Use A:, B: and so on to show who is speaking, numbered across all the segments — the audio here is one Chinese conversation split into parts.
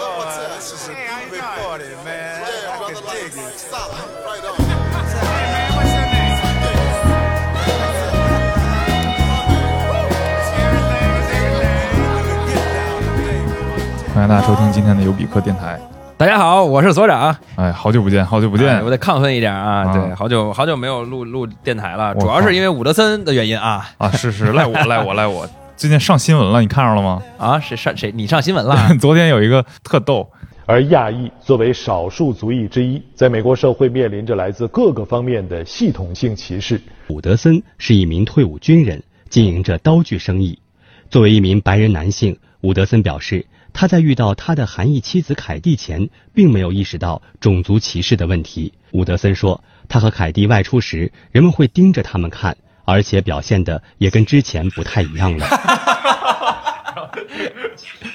A: This is a good party, man.
B: Yeah,
A: I
B: brother,
A: can
B: like,
A: dig it.
B: solid, right on.
C: man, what's your name? Everything is everything.
D: 欢迎大家收听今天的尤比克电台。
E: 大家好，我是所长。
D: 哎，好久不见，好久不见。
E: 哎我得亢奋一点啊！
D: 啊
E: 对，好久好久没有录录电台了，
D: 我
E: 主要
D: 靠
E: 是因为伍德森的原因啊
D: 啊，是是， 赖我，赖我，赖我。最近上新闻了，你看着了吗？
E: 啊！谁上谁你上 新闻了？
D: 昨天有一个特逗，
F: 而亚裔作为少数族裔之一，在美国社会面临着来自各个方面的系统性歧视。
G: 伍德森是一名退伍军人，经营着刀具生意。作为一名白人男性，伍德森表示，他在遇到他的韩裔妻子凯蒂前，并没有意识到种族歧视的问题。伍德森说，他和凯蒂外出时，人们会盯着他们看，而且表现的也跟之前不太一样了。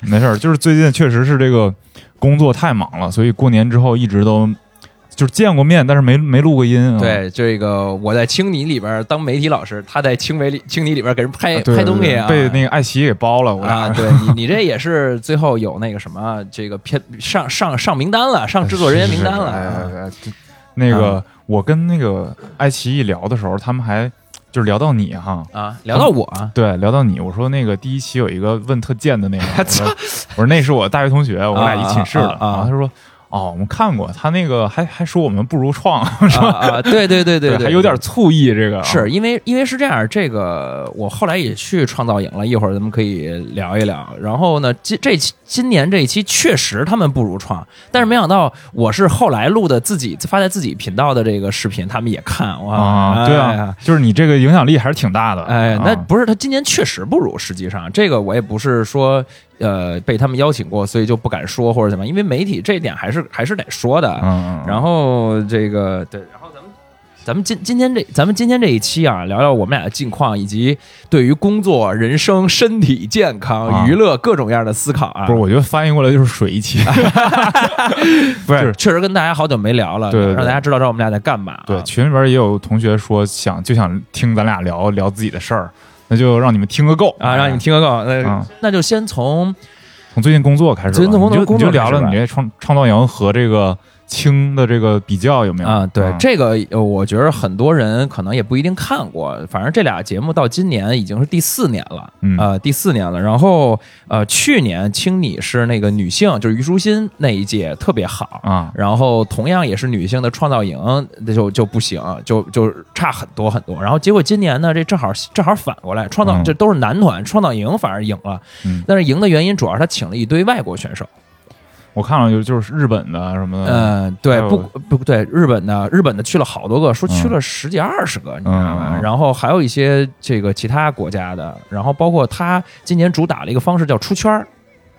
D: 没事儿，就是最近确实是这个工作太忙了，所以过年之后一直都就是见过面，但是没没录过音、啊。
E: 对，这个我在青你里边当媒体老师，他在青媒里青你里边给人拍
D: 啊，对
E: 拍东西啊，
D: 被那个爱奇艺给包了，我俩、
E: 啊，对你你这也是最后有那个什么这个片上上上名单了，上制作人员名单了。
D: 是是
E: 啊
D: 是哎哎哎这那个、我跟那个爱奇艺聊的时候，他们还就是聊到你哈，
E: 啊，聊到我啊，
D: 对，聊到你，我说那个第一期有一个问特贱的那个， 我说我说那是我大学同学，我们俩一寝室的，
E: 啊啊啊啊
D: 然后他说哦，我们看过他那个还还说我们不如创，
E: 啊啊，对对对对，
D: 还有点醋意这个，
E: 是因为因为是这样，这个我后来也去创造营了，一会儿咱们可以聊一聊。然后呢，今这期今年这一期确实他们不如创，但是没想到我是后来录的自己发在自己频道的这个视频，他们也看哇、
D: 啊，对
E: 哎
D: 啊
E: 呀，。
D: 就是你这个影响力还是挺大的，
E: 哎
D: 啊，
E: 那不是他今年确实不如，实际上这个我也不是说呃被他们邀请过，所以就不敢说或者怎么样，因为媒体这一点还是还是得说的。啊
D: 嗯，嗯，
E: 然后这个对，然后咱们咱们今今天这咱们今天这一期啊，聊聊我们俩的近况，以及对于工作、人生、身体健康、
D: 啊
E: 娱乐各种样的思考啊。
D: 不是，我觉得翻译过来就是水 气，不
E: 就是
D: 是。
E: 确实跟大家好久没聊了，
D: 对对对
E: 让大家知道知道我们俩在干嘛、啊。
D: 对，群里边也有同学说想就想听咱俩聊聊自己的事儿，那就让你们听个够
E: 啊，让你们听个够。那、
D: 啊
E: 那就先从
D: 从最近工作开始吧，
E: 最近从
D: 你就
E: 工作
D: 你就聊
E: 开始
D: 了
E: 吧
D: 你这创创造营和这个青的这个比较有没有
E: 啊，对
D: 嗯
E: 这个，呃我觉得很多人可能也不一定看过。反正这俩节目到今年已经是第四年了，
D: 嗯
E: 呃，第四年了。然后呃，去年青你是那个女性，就是虞书欣那一届特别好。
D: 啊，
E: 然后同样也是女性的创造营，那就就不行，就就差很多很多。然后结果今年呢，这正好正好反过来，创造
D: 嗯
E: 这都是男团，创造营反而赢了。
D: 嗯
E: 但是赢的原因主要是他请了一堆外国选手。
D: 我看了就就是日本的什么的，
E: 嗯，对
D: 还，有
E: 不不对，日本的日本的去了好多个，说去了十几二十个，你知道
D: 嗯嗯
E: 吗
D: 嗯？
E: 然后还有一些这个其他国家的，然后包括他今年主打了一个方式叫出圈儿。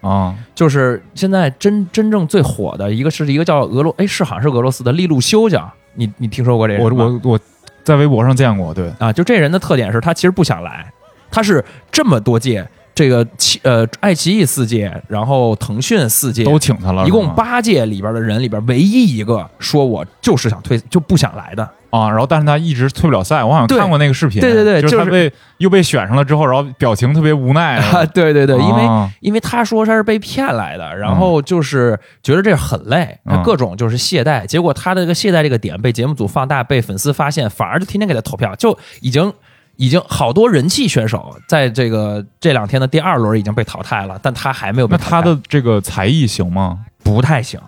D: 啊，
E: 就是现在真真正最火的一个是一个叫俄罗，哎，是好像是俄罗斯的利路修讲，你你听说过这人
D: 我
E: 吗
D: 我我在微博上见过，对，
E: 啊，就这人的特点是他其实不想来，他是这么多届，这个七呃爱奇艺四届，然后腾讯四届，
D: 都请他了，
E: 一
D: 是
E: 共
D: 吗
E: 八届里边的人里边唯一一个说我就是想退就不想来的，
D: 啊，然后但是他一直退不了赛，我好像
E: 对
D: 看过那个视频，
E: 对对对
D: 就是他
E: 就是
D: 被又被选上了之后，然后表情特别无奈，
E: 啊，对 对对，因为、
D: 啊
E: 因为他说他是被骗来的，然后就是觉得这很累，
D: 嗯
E: 他各种就是懈怠，结果他的这个懈怠这个点被节目组放大，被粉丝发现，反而就天天给他投票，就已经。已经好多人气选手在这个这两天的第二轮已经被淘汰了，但他还没有被
D: 那
E: 淘汰
D: 他的这个才艺行吗？
E: 不太行，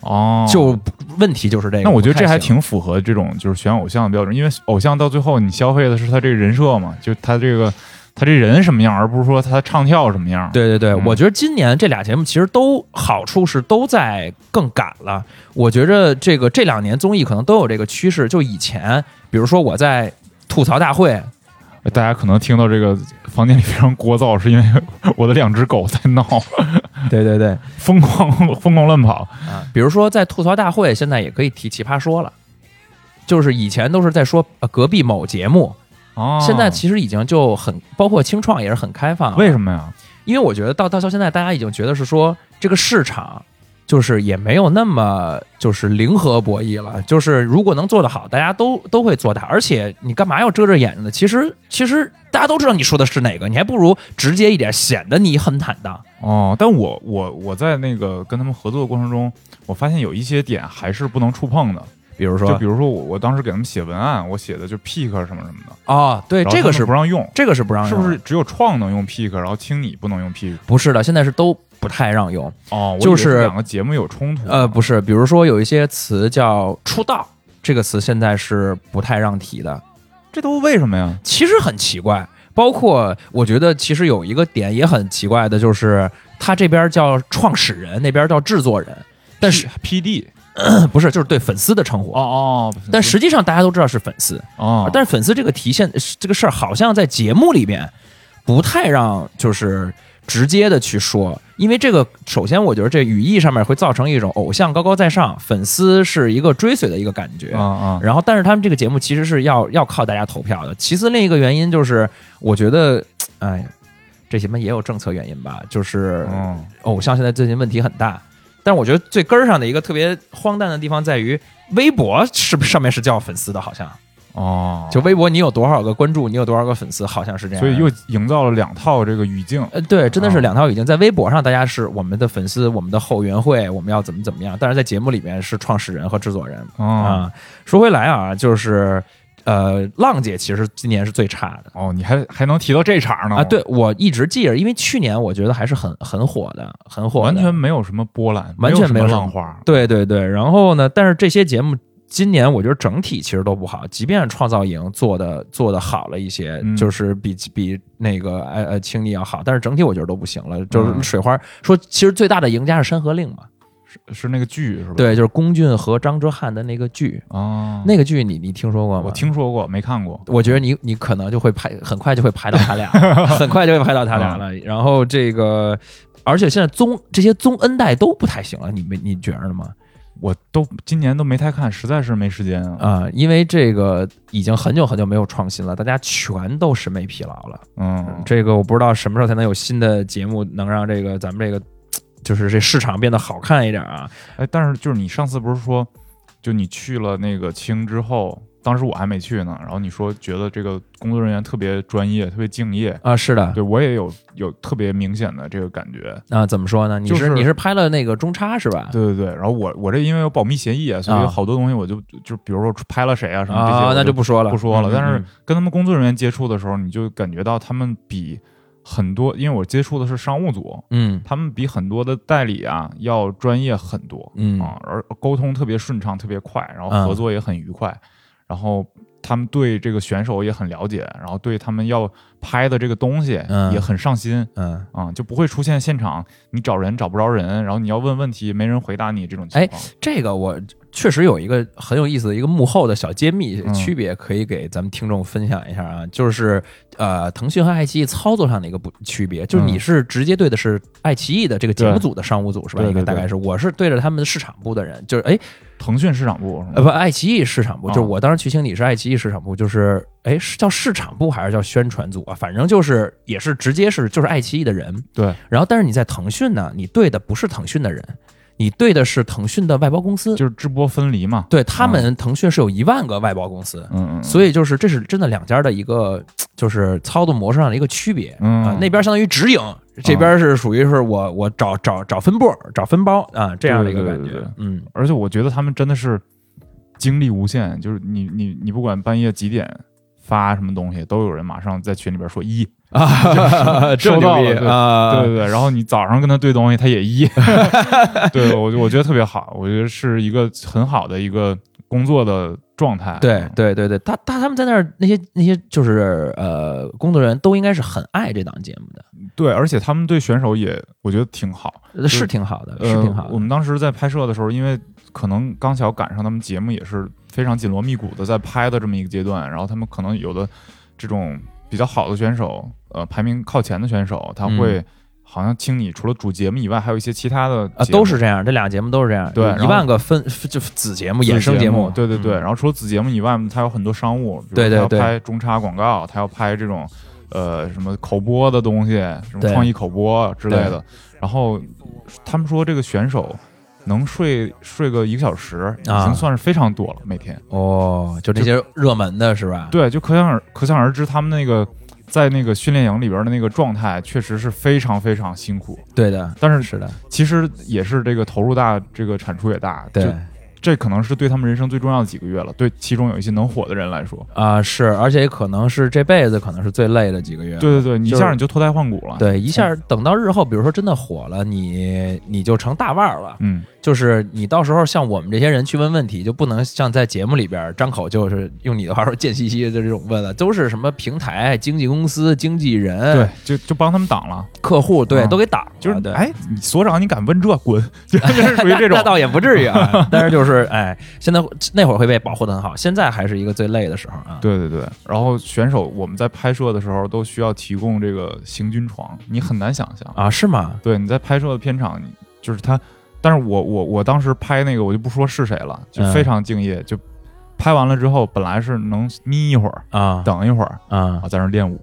D: 哦，
E: 就问题就是这个。
D: 那我觉得这还
E: 不太行
D: 挺符合这种就是选偶像的标准，因为偶像到最后你消费的是他这个人设嘛，就他这个他这人什么样，而不是说他唱跳什么样。，
E: 对对对，
D: 嗯
E: 我觉得今年这俩节目其实都好处是都在更赶了。我觉着这个这两年综艺可能都有这个趋势。就以前，比如说我在吐槽大会，
D: 大家可能听到这个房间里非常聒噪，是因为我的两只狗在闹，
E: 对对对，
D: 疯狂疯狂乱跑。
E: 啊，比如说在吐槽大会，现在也可以提奇葩说了。就是以前都是在说呃隔壁某节目，
D: 哦，
E: 现在其实已经就很包括清创也是很开放了。
D: 为什么呀？
E: 因为我觉得到到到现在，大家已经觉得是说这个市场。就是也没有那么就是零和博弈了。就是如果能做得好，大家都都会做它。而且你干嘛要遮遮掩着呢？其实其实大家都知道你说的是哪个，你还不如直接一点，显得你很坦荡。
D: 哦，但我我我在那个跟他们合作的过程中，我发现有一些点还是不能触碰的，
E: 比如说，
D: 就比如说我我当时给他们写文案，我写的就 pick 什么什么的，
E: 哦，对，
D: 然后
E: 这个
D: 他们
E: 是
D: 不让用，
E: 这个是不让
D: 是
E: 用
D: 不
E: 的
D: 是？只有创能用 pick，然后听你不能用 pick？
E: 不是的，现在是都不太让用。
D: 哦，我以为
E: 就是
D: 是两个节目有冲突。
E: 呃，不是，比如说有一些词叫“出道”这个词，现在是不太让提的，
D: 这都为什么呀？
E: 其实很奇怪。包括我觉得，其实有一个点也很奇怪的，就是他这边叫创始人，那边叫制作人，但是
D: P D
E: 不是就是对粉丝的称呼。
D: 哦哦，
E: 但实际上大家都知道是粉丝，
D: 哦，
E: 但是粉丝这个提现这个事儿，好像在节目里面不太让就是直接的去说，因为这个首先我觉得这语义上面会造成一种偶像高高在上，粉丝是一个追随的一个感觉。
D: 啊啊
E: 然后，但是他们这个节目其实是要要靠大家投票的。其次，另一个原因就是，我觉得，哎呀，这什么也有政策原因吧，就是
D: 嗯
E: 偶像现在最近问题很大。但是我觉得最根儿上的一个特别荒诞的地方在于，微博是不是上面是叫粉丝的，好像
D: 哦，
E: 就微博，你有多少个关注，你有多少个粉丝，好像是这样。
D: 所以又营造了两套这个语境。
E: 呃，对，真的
D: 哦
E: 是两套语境。在微博上，大家是我们的粉丝，我们的后援会，我们要怎么怎么样；但是在节目里面是创始人和制作人
D: 哦
E: 啊、说回来啊，就是呃，浪姐其实今年是最差的。
D: 哦，你还还能提到这茬呢？
E: 啊，对，我一直记着，因为去年我觉得还是很很火的，很火的，
D: 完全没有什么波澜，
E: 完全没
D: 有
E: 有
D: 什么
E: 什么
D: 浪花。
E: 对对对，然后呢，但是这些节目今年我觉得整体其实都不好，即便创造营做的做的好了一些，
D: 嗯
E: 就是比比那个呃呃青你要好，但是整体我觉得都不行了。就是
D: 嗯
E: 水花、说，其实最大的赢家是《山河令》嘛，
D: 是那个剧是吧？
E: 对，就是龚俊和张哲瀚的那个剧，
D: 哦，
E: 那个剧你你听说过吗？
D: 我。听说过，没看过。
E: 我觉得你你可能就会拍，很快就会拍到他俩， 很快就会拍到
D: 嗯
E: 他俩了。然后这个，而且现在综这些综恩代都不太行了，你们你觉着吗？
D: 我都今年都没太看，实在是没时间啊。
E: 啊、因为这个已经很久很久没有创新了，大家全都审美疲劳了。
D: 嗯，
E: 这个我不知道什么时候才能有新的节目能让这个咱们这个就是这市场变得好看一点啊。
D: 哎，但是就是你上次不是说，就你去了那个青之后，当时我还没去呢，然后你说觉得这个工作人员特别专业，特别敬业，
E: 啊，是的，
D: 对我也有有特别明显的这个感觉。
E: 啊，怎么说呢？你是、
D: 就是
E: 你是拍了那个中差是吧？
D: 对对对，然后我我这因为有保密协议啊，所以有
E: 啊
D: 好多东西我就就比如说拍了谁啊什么这些，
E: 啊，那
D: 就
E: 就不说了，
D: 不说了。
E: 嗯
D: 但是
E: 嗯
D: 跟他们工作人员接触的时候，你就感觉到他们比很多，因为我接触的是商务组，
E: 嗯
D: 他们比很多的代理啊要专业很多、
E: 嗯
D: 啊，而沟通特别顺畅，特别快，然后
E: 嗯
D: 合作也很愉快，然后。他们对这个选手也很了解，然后对他们要拍的这个东西
E: 嗯
D: 也很上心，
E: 嗯，
D: 啊、就不会出现现场你找人找不着人，然后你要问问题没人回答你这种情
E: 哎
D: 况。
E: 这个我确实有一个很有意思的一个幕后的小揭秘
D: 嗯
E: 区别，可以给咱们听众分享一下啊，就是呃，腾讯和爱奇艺操作上的一个不区别，就是你是直接对的是爱奇艺的这个节目组的商务组是吧？
D: 对
E: 应该
D: 对对
E: 大概是，我是对着他们的市场部的人，就是哎，
D: 腾讯市场部是吗
E: 呃不，爱奇艺市场部，
D: 啊
E: 就是我当时去清理是爱奇艺市场部，就是哎是叫市场部还是叫宣传组啊？反正就是也是直接是就是爱奇艺的人，
D: 对，
E: 然后但是你在腾讯呢，你对的不是腾讯的人，你对的是腾讯的外包公司，
D: 就是直播分离嘛。
E: 对他们，腾讯是有一万个外包公司，
D: 啊嗯嗯，
E: 所以就是这是真的两家的一个就是操作模式上的一个区别。
D: 嗯
E: 啊，那边相当于直营，这边是属于是我我找找找分部找分包啊这样的一个
D: 对对
E: 感
D: 对对
E: 觉
D: 对。
E: 嗯
D: 而且我觉得他们真的是精力无限，就是你你你不管半夜几点发什么东西，都有人马上在群里边说一，
E: 啊，
D: 收到了
E: 这么牛逼
D: 对
E: 啊，
D: 对对对，然后你早上跟他对东西，他也 一，对我就我觉得特别好，我觉得是一个很好的一个工作的状态。
E: 对对对对，他他他们在那儿那些那些就是呃工作人员都应该是很爱这档节目的，
D: 对，而且他们对选手也我觉得挺好。
E: 呃是挺好的，是
D: 呃
E: 挺好
D: 我
E: 的。
D: 们当时在拍摄的时候，因为可能刚巧赶上他们节目也是非常紧锣密鼓的在拍的这么一个阶段，然后他们可能有的这种比较好的选手，呃，排名靠前的选手，
E: 嗯
D: 他会、好像听你除了主节目以外，还有一些其他的
E: 啊，
D: 节目
E: 都是这样，这俩节目都是这样，
D: 对
E: 有
D: 然后
E: 一万个分就子节目、
D: 子
E: 衍生节目，
D: 对对对。
E: 嗯
D: 然后除了子节目以外，它有很多商务，比如
E: 对对
D: 它要
E: 对
D: 拍中插广告，它要拍这种呃什么口播的东西，什么
E: 对
D: 创意口播之类的。然后他们说这个选手能睡睡个一个小时，已
E: 啊
D: 经算是非常多了每天。
E: 哦，就这些热门的是吧？
D: 对，就可想而可想而知，他们那个在那个训练营里边的那个状态，确实是非常非常辛苦。
E: 对的，
D: 但是
E: 是的，
D: 其实也是这个投入大，这个产出也大。
E: 对
D: 就这可能是对他们人生最重要的几个月了。对，其中有一些能火的人来说，
E: 啊、是，而且可能是这辈子可能是最累的几个月。
D: 对嗯对对，你一
E: 就是
D: 下你就脱胎换骨了。，
E: 对，一下等到日后，比如说真的火了，你你就成大腕儿了。
D: 嗯，
E: 就是你到时候像我们这些人去问问题，就不能像在节目里边张口就是用你的话说贱兮兮的这种问了，都是什么平台、经纪公司、经纪人、
D: 对，就就帮他们挡了。
E: 客户，对，
D: 嗯
E: 都给挡了。
D: 就是
E: 啊对，
D: 哎，你所长，你敢问这，滚！ 就是属于
E: 那
D: 这种
E: 那。倒也不至 于啊，但是就是哎，现在那会儿会被保护的很好，现在还是一个最累的时候啊。
D: 对对对，然后选手我们在拍摄的时候都需要提供这个行军床，你很难想象。
E: 啊，是吗？
D: 对，你在拍摄的片场，你就是他，但是我我我当时拍那个，我就不说是谁了，就
E: 嗯
D: 非常敬业，就拍完了之后，本来是能眯一会儿，
E: 啊
D: 等一会儿
E: 啊
D: 啊，，在那儿练舞，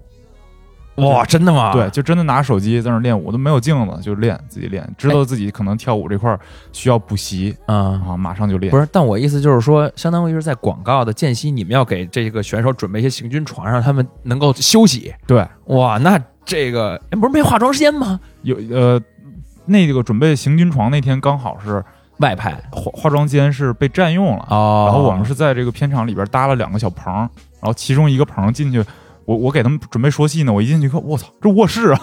E: 哇，真的吗？
D: 对，就真的拿手机在那儿练舞，都没有镜子，就练自己练，知
E: 哎
D: 道自己可能跳舞这块儿需要补习
E: 啊，
D: 啊，马上就练。
E: 不是，但我意思就是说，相当于是在广告的间隙，你们要给这个选手准备一些行军床，让他们能够休息。
D: 对，
E: 哇，那这个哎不是没化妆间吗？
D: 有呃，那个准备行军床那天刚好是
E: 外拍
D: 化化妆间是被占用了，
E: 哦
D: 然后我们是在这个片场里边搭了两个小棚，然后其中一个棚进去，我我给他们准备说戏呢，我一进去看，我操，这卧室啊，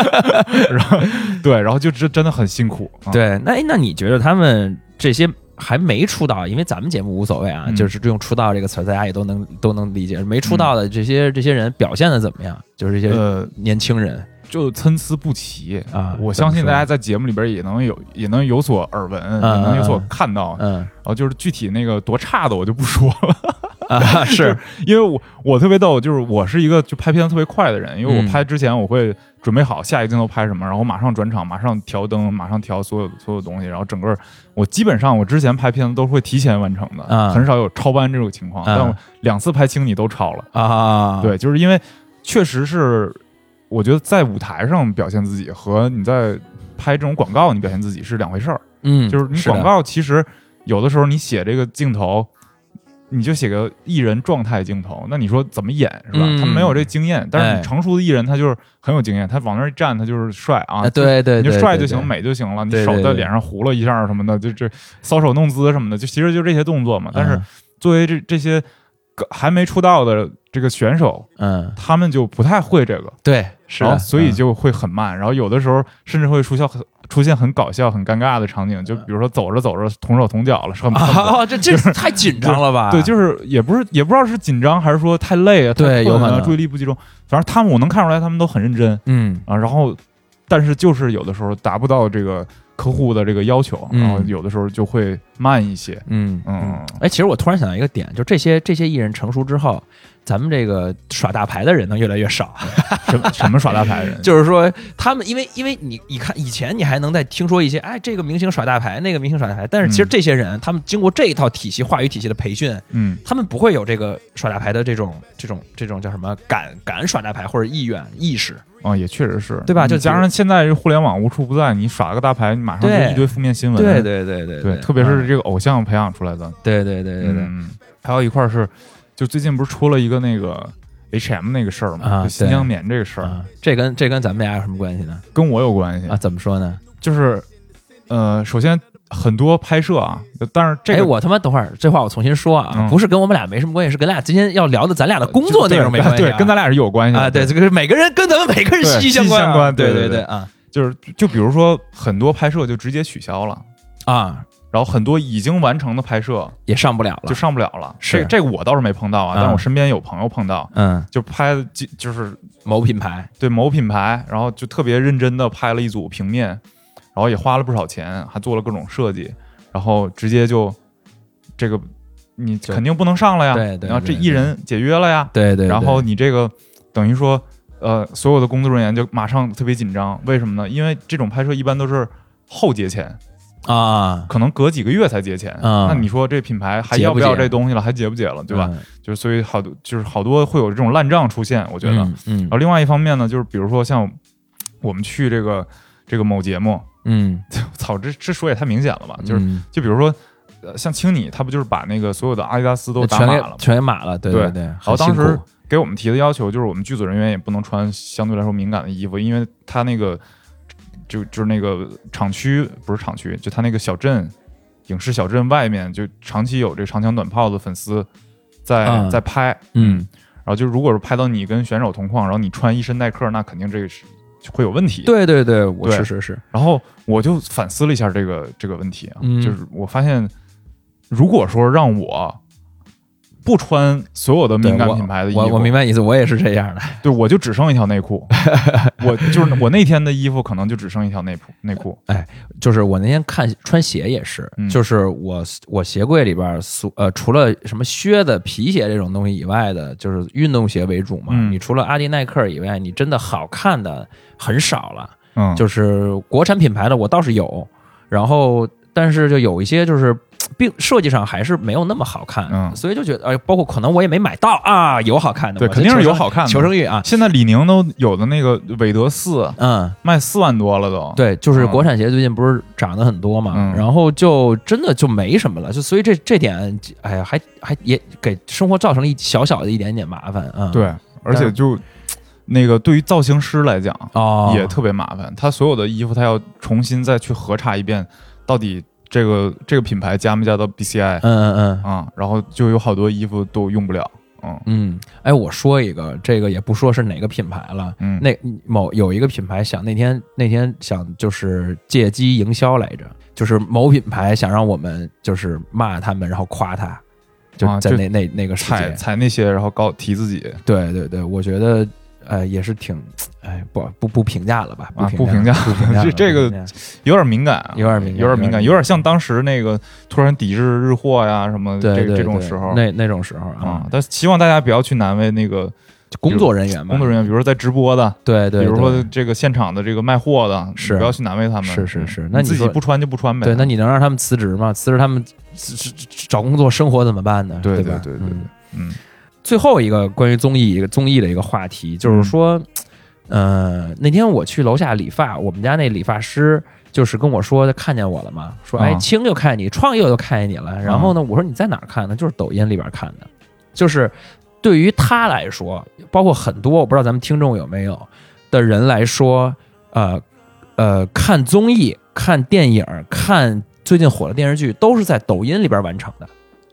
D: 然后对，然后就真真的很辛苦，啊、
E: 对，那哎那你觉得他们这些？还没出道，因为咱们节目无所谓啊，
D: 嗯
E: 就是用“出道”这个词儿，大家也都能都能理解。没出道的这些、这些人表现的怎么样？就是这些
D: 呃，
E: 年轻人、
D: 就参差不齐
E: 啊
D: 我相
E: 怎
D: 信
E: 么说
D: 大家在节目里边也能有也能有所耳闻，
E: 嗯
D: 也能有所
E: 嗯
D: 看到，
E: 嗯
D: 然后就是具体那个多差的我就不说 了，
E: 啊，是
D: 因为我我特别逗，就是我是一个就拍片子特别快的人，因为
E: 嗯
D: 我拍之前我会准备好下一个镜头拍什么，然后马上转场，马上调灯，马上调所有所有东西，然后整个我基本上我之前拍片子都是会提前完成的，
E: 啊
D: 很少有超班这种情况，
E: 啊
D: 但我两次拍清你都超了，
E: 啊，
D: 对，就是因为确实是我觉得在舞台上表现自己和你在拍这种广告你表现自己是两回事儿，
E: 嗯，
D: 就是你
E: 的
D: 广告其实有的时候你写这个镜头，你就写个艺人状态镜头，那你说怎么演是吧？
E: 嗯
D: 他没有这经验，但是
E: 哎
D: 你成熟的艺人他就是很有经验，他往那儿一站他就是帅啊，
E: 啊，对对，
D: 你就
E: 对
D: 帅
E: 对
D: 就行，
E: 对
D: 美就行了，你
E: 对对
D: 手在
E: 对
D: 脸上糊了一下什么的，就这搔首弄姿什么的，就其实就这些动作嘛。但是
E: 嗯
D: 作为这这些个还没出道的这个选手，
E: 嗯，
D: 他们就不太会这个。
E: 对，是
D: 然
E: 的，
D: 后所以
E: 嗯
D: 就会很慢，然后有的时候甚至会出现很出现很搞笑、很尴尬的场景，就
E: 嗯
D: 比如说走着走着同手同脚了，恨不得
E: 啊，这这太紧张了 吧？
D: 对，就是也不是也不知道是紧张还是说太累啊，太
E: 对
D: 困
E: 有可
D: 啊
E: 能
D: 注意力不集中，反正他们我能看出来他们都很认真
E: 嗯
D: 啊，然后但是就是有的时候达不到这个客户的这个要求，
E: 嗯
D: 然后有的时候就会慢一些，
E: 嗯
D: 嗯，
E: 哎，其实我突然想到一个点，就这些这些艺人成熟之后，咱们这个耍大牌的人呢越来越少。
D: 什么 什么耍大牌人，
E: 就是说，他们因为因为你你看以前你还能再听说一些，哎，这个明星耍大牌，那个明星耍大牌，但是其实
D: 嗯
E: 这些人他们经过这一套体系话语体系的培训，
D: 嗯
E: 他们不会有这个耍大牌的这种这种这种叫什么敢敢耍大牌或者意愿意识。
D: 啊、也确实是
E: 对吧
D: 你
E: 就比如
D: 加上现在这互联网无处不在，你耍个大牌，你马上
E: 对
D: 就一堆负面新闻，
E: 对对对对
D: 对，特别
E: 嗯
D: 是这个偶像培养出来的。
E: 对对对对对
D: 嗯，还有一块儿是，就最近不是出了一个那个 H M 那个事儿嘛，
E: 啊
D: 就新疆棉这个事儿，
E: 啊，这跟这跟咱们俩有什么关系呢？
D: 跟我有关系。
E: 啊，怎么说呢？
D: 就是，呃，首先很多拍摄啊，但是这
E: 哎，
D: 个
E: 我他妈等会儿这话我重新说啊，
D: 嗯
E: 不是跟我们俩没什么关系，是跟咱俩今天要聊的咱俩的工作内容没关系、啊
D: 对，跟咱俩是有关系的
E: 啊，对，这个每个人跟咱们每 个人
D: 对
E: 息
D: 息
E: 息关、
D: 相
E: 啊，
D: 关
E: 对
D: 对对
E: 对
D: 对
E: 啊
D: 就是就比如说很多拍摄就直接取消了。
E: 啊，
D: 然后很多已经完成的拍摄
E: 也上不了了，
D: 就上不了了，
E: 是
D: 这这个我倒是没碰到啊，
E: 啊
D: 但是我身边有朋友碰到，
E: 嗯，
D: 就拍的就就是
E: 某品牌
D: 对某品牌，然后就特别认真的拍了一组平面，然后也花了不少钱，还做了各种设计，然后直接就这个你肯定不能上了呀，
E: 对对
D: 然后这
E: 对
D: 艺人解约了呀，
E: 对对，
D: 然后你这个等于说呃所有的工作人员就马上特别紧张，为什么呢？因为这种拍摄一般都是后结钱，
E: 啊，
D: 可能隔几个月才结钱，
E: 啊
D: 那你说这品牌还
E: 结
D: 要
E: 不
D: 不要
E: 结
D: 这东西了，还结不结了，对吧？
E: 嗯？
D: 就是所以好多就是好多会有这种烂账出现，我觉得。
E: 嗯嗯
D: 然后另外一方面呢，就是比如说像我们去这个这个某节目，
E: 嗯
D: 我操，操，这这说也太明显了吧？就是
E: 嗯
D: 就比如说，呃像青你，他不就是把那个所有的阿迪达斯都打
E: 全
D: 码
E: 给
D: 了吗？
E: 全给码了，对
D: 对
E: 对，
D: 好，
E: 好
D: 当时给我们提的要求就是，我们剧组人员也不能穿相对来说敏感的衣服，因为他那个就就是那个厂区不是厂区，就他那个小镇影视小镇外面就长期有这长枪短炮的粉丝在、
E: 嗯
D: 在拍，
E: 嗯，
D: 然后就如果是拍到你跟选手同框，然后你穿一身耐克，那肯定这个是会有问题。，
E: 对对对，我
D: 对
E: 是是是，
D: 然后我就反思了一下这个这个问题啊，
E: 嗯
D: 就是我发现，如果说让我不穿所有的
E: 对
D: 敏感
E: 我
D: 品牌的衣服，
E: 我我明白意思，我也是这样的，
D: 对，我就只剩一条内裤， 我就是我那天的衣服可能就只剩一条内裤内裤，
E: 就是我那天看穿鞋也是，
D: 嗯
E: 就是我我鞋柜里边儿所呃除了什么靴子、皮鞋这种东西以外的，就是运动鞋为主嘛。
D: 嗯
E: 你除了阿迪耐克以外，你真的好看的很少了。
D: 嗯，
E: 就是国产品牌的我倒是有，然后但是就有一些就是。并设计上还是没有那么好看，
D: 嗯
E: 所以就觉得，哎，包括可能我也没买到啊，有好看的吗，
D: 对
E: 就
D: 肯定是
E: 求生
D: 有好看的
E: 求生欲啊，
D: 现在李宁都有的那个韦德四
E: 嗯，
D: 卖四万多了都，，
E: 对，就是
D: 嗯
E: 国产鞋最近不是涨得很多嘛，
D: 嗯
E: 然后就真的就没什么了，就所以这这点，哎呀，还还也给生活造成了一小小的一点点麻烦啊。嗯，
D: 对，而且就那个对于造型师来讲
E: 哦，
D: 也特别麻烦，他所有的衣服他要重新再去核查一遍，到底这个这个品牌加没加到 BCI
E: 嗯嗯
D: 啊，然后就有好多衣服都用不了，嗯
E: 嗯嗯，哎，我说一个，这个也不说是哪个品牌了，
D: 嗯，
E: 那某有一个品牌想那天那天想就是借机营销来着，就是某品牌想让我们就是骂他们，然后夸他，就
D: 啊
E: 在
D: 就
E: 那、那那个时
D: 踩
E: 间。
D: 踩那些然后高提自己嗯
E: 对对对，我觉得呃也是挺，哎不不不评价了吧，
D: 啊
E: 不评
D: 不评价
E: 不评价了，
D: 这这个
E: 不评价
D: 有点敏感啊，
E: 有点敏感
D: 有点敏感，
E: 有点敏感
D: 有点像当时那个突然抵制日货呀什么
E: 对
D: 这
E: 对
D: 这种
E: 对
D: 时候
E: 那那种时候
D: 啊
E: 啊，。
D: 但希望大家不要去难为那个
E: 工作人员嘛，
D: 工作人员，比如说在直播的，
E: 对对，
D: 比如
E: 对
D: 说这个现场的这个卖货的，
E: 是
D: 你不要去难为他们。
E: 是是是
D: 嗯
E: 那你
D: 自己
E: 说
D: 不穿就不穿呗。
E: 对，那你能让他们辞职吗？辞职他们辞职找工作生活怎么办呢？
D: 对
E: 吧？
D: 对对对
E: 嗯
D: 嗯
E: 最后一个关于综艺一个综艺的一个话题，就是说，呃，那天我去楼下理发，我们家那理发师就是跟我说他看见我了嘛，说
D: 啊
E: 哎，青就看见你，创业就看见你了。然后呢，我说你在哪儿看的？就是抖音里边看的，就是对于他来说，包括很多我不知道咱们听众有没有的人来说，呃呃，看综艺、看电影、看最近火的电视剧，都是在抖音里边完成的。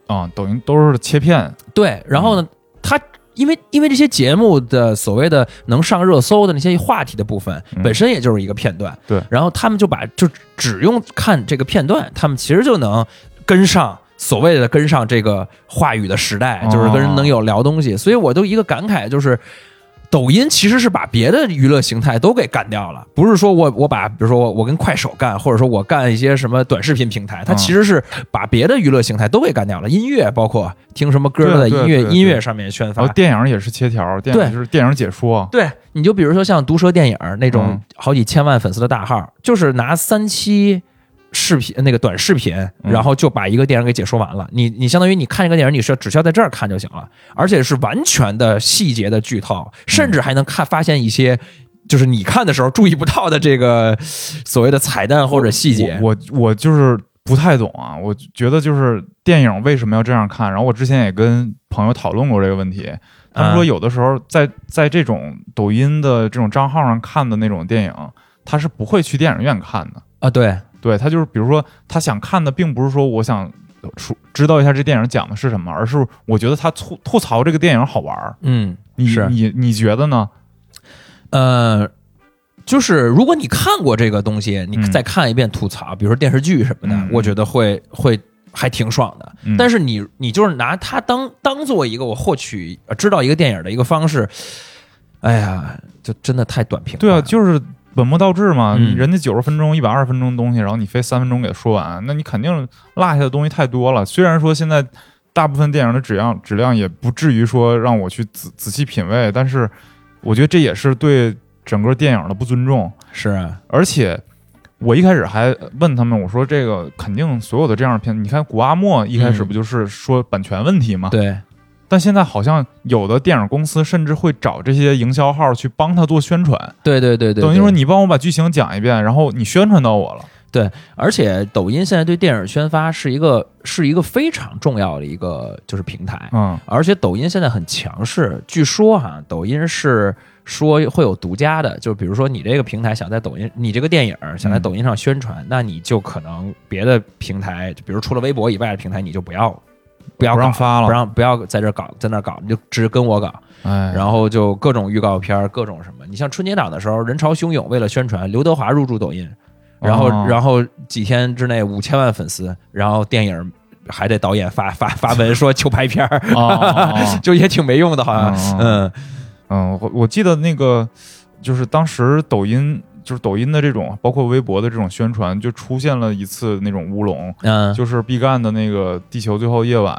D: 啊，抖音都是切片，
E: 对，然后
D: 嗯
E: 呢，他因为因为这些节目的所谓的能上热搜的那些话题的部分，
D: 嗯
E: 本身也就是一个片段。
D: 对
E: 然后他们就把就只用看这个片段，他们其实就能跟上。所谓的跟上这个话语的时代，
D: 哦
E: 就是跟人能有聊东西，所以我都一个感慨，就是抖音其实是把别的娱乐形态都给干掉了，不是说我我把比如说我我跟快手干，或者说我干一些什么短视频平台，它
D: 嗯
E: 其实是把别的娱乐形态都给干掉了，音乐包括听什么歌都在
D: 对对
E: 音乐
D: 对对
E: 音乐上面宣
D: 然
E: 发
D: 后。电影也是切条，电
E: 对
D: 影就是电影解说。
E: 对，你就比如说像毒舌电影那种
D: 嗯
E: 好几千万粉丝的大号，就是拿三期视频那个短视频，
D: 嗯
E: 然后就把一个电影给解说完了。你你相当于你看一个电影，你是只需要在这儿看就行了，而且是完全的细节的剧
D: 嗯
E: 透，甚至还能看发现一些。就是你看的时候注意不到的这个所谓的彩蛋或者细节，
D: 我我我就是不太懂啊，我觉得就是电影为什么要这样看？然后我之前也跟朋友讨论过这个问题，他们说
E: 嗯
D: 有的时候在在这种抖音的这种账号上看的那种电影，他是不会去电影院看的。
E: 啊，对，
D: 对他就是，比如说他想看的，并不是说我想说知道一下这电影讲的是什么，而是我觉得他吐吐槽这个电影好玩儿。
E: 嗯，
D: 你
E: 是
D: 你你觉得呢？
E: 呃，就是如果你看过这个东西，你
D: 嗯
E: 再看一遍吐槽，比如说电视剧什么的，
D: 嗯
E: 我觉得会会还挺爽的。
D: 嗯
E: 但是你你就是拿它当当做一个我获取呃知道一个电影的一个方式，哎呀，就真的太短平了。
D: 对啊，就是本末倒置嘛。
E: 哎嗯
D: 人家九十分钟、一百二十分钟的东西，然后你非三分钟给它说完，那你肯定落下的东西太多了。虽然说现在大部分电影的质量质量也不至于说让我去仔仔细品味，但是我觉得这也是对整个电影的不尊重。
E: 是啊，
D: 而且我一开始还问他们，我说这个肯定所有的这样的片，你看古阿莫一开始
E: 嗯
D: 不就是说版权问题吗？
E: 对，
D: 但现在好像有的电影公司甚至会找这些营销号去帮他做宣传。
E: 对对对对，
D: 等于说
E: 对
D: 你帮我把剧情讲一遍，然后你宣传到我了，
E: 对，而且抖音现在对电影宣发是一个是一个非常重要的一个就是平台，
D: 嗯
E: 而且抖音现在很强势，据说哈、抖音是说会有独家的，就比如说你这个平台想在抖音，你这个电影想在抖音上宣传，那你就可能别的平台，就比如除了微博以外的平台，你就不要不要
D: 不让
E: 搞
D: 发了
E: 不让不要在这儿搞，在那儿搞，你就只跟我搞，
D: 哎，
E: 然后就各种预告片儿，各种什么。你像春节档的时候，人潮汹涌，为了宣传，刘德华入驻抖音，然后、
D: 哦
E: 然后几天之内五千万粉丝，然后电影还得导演发发发文说求拍片儿，
D: 哦哦 哦
E: 就也挺没用的，好像、
D: 哦
E: 嗯
D: 嗯，我我记得那个就是当时抖音。就是抖音的这种，包括微博的这种宣传，就出现了一次那种乌龙，
E: 嗯
D: 就是毕赣的那个《地球最后夜晚》，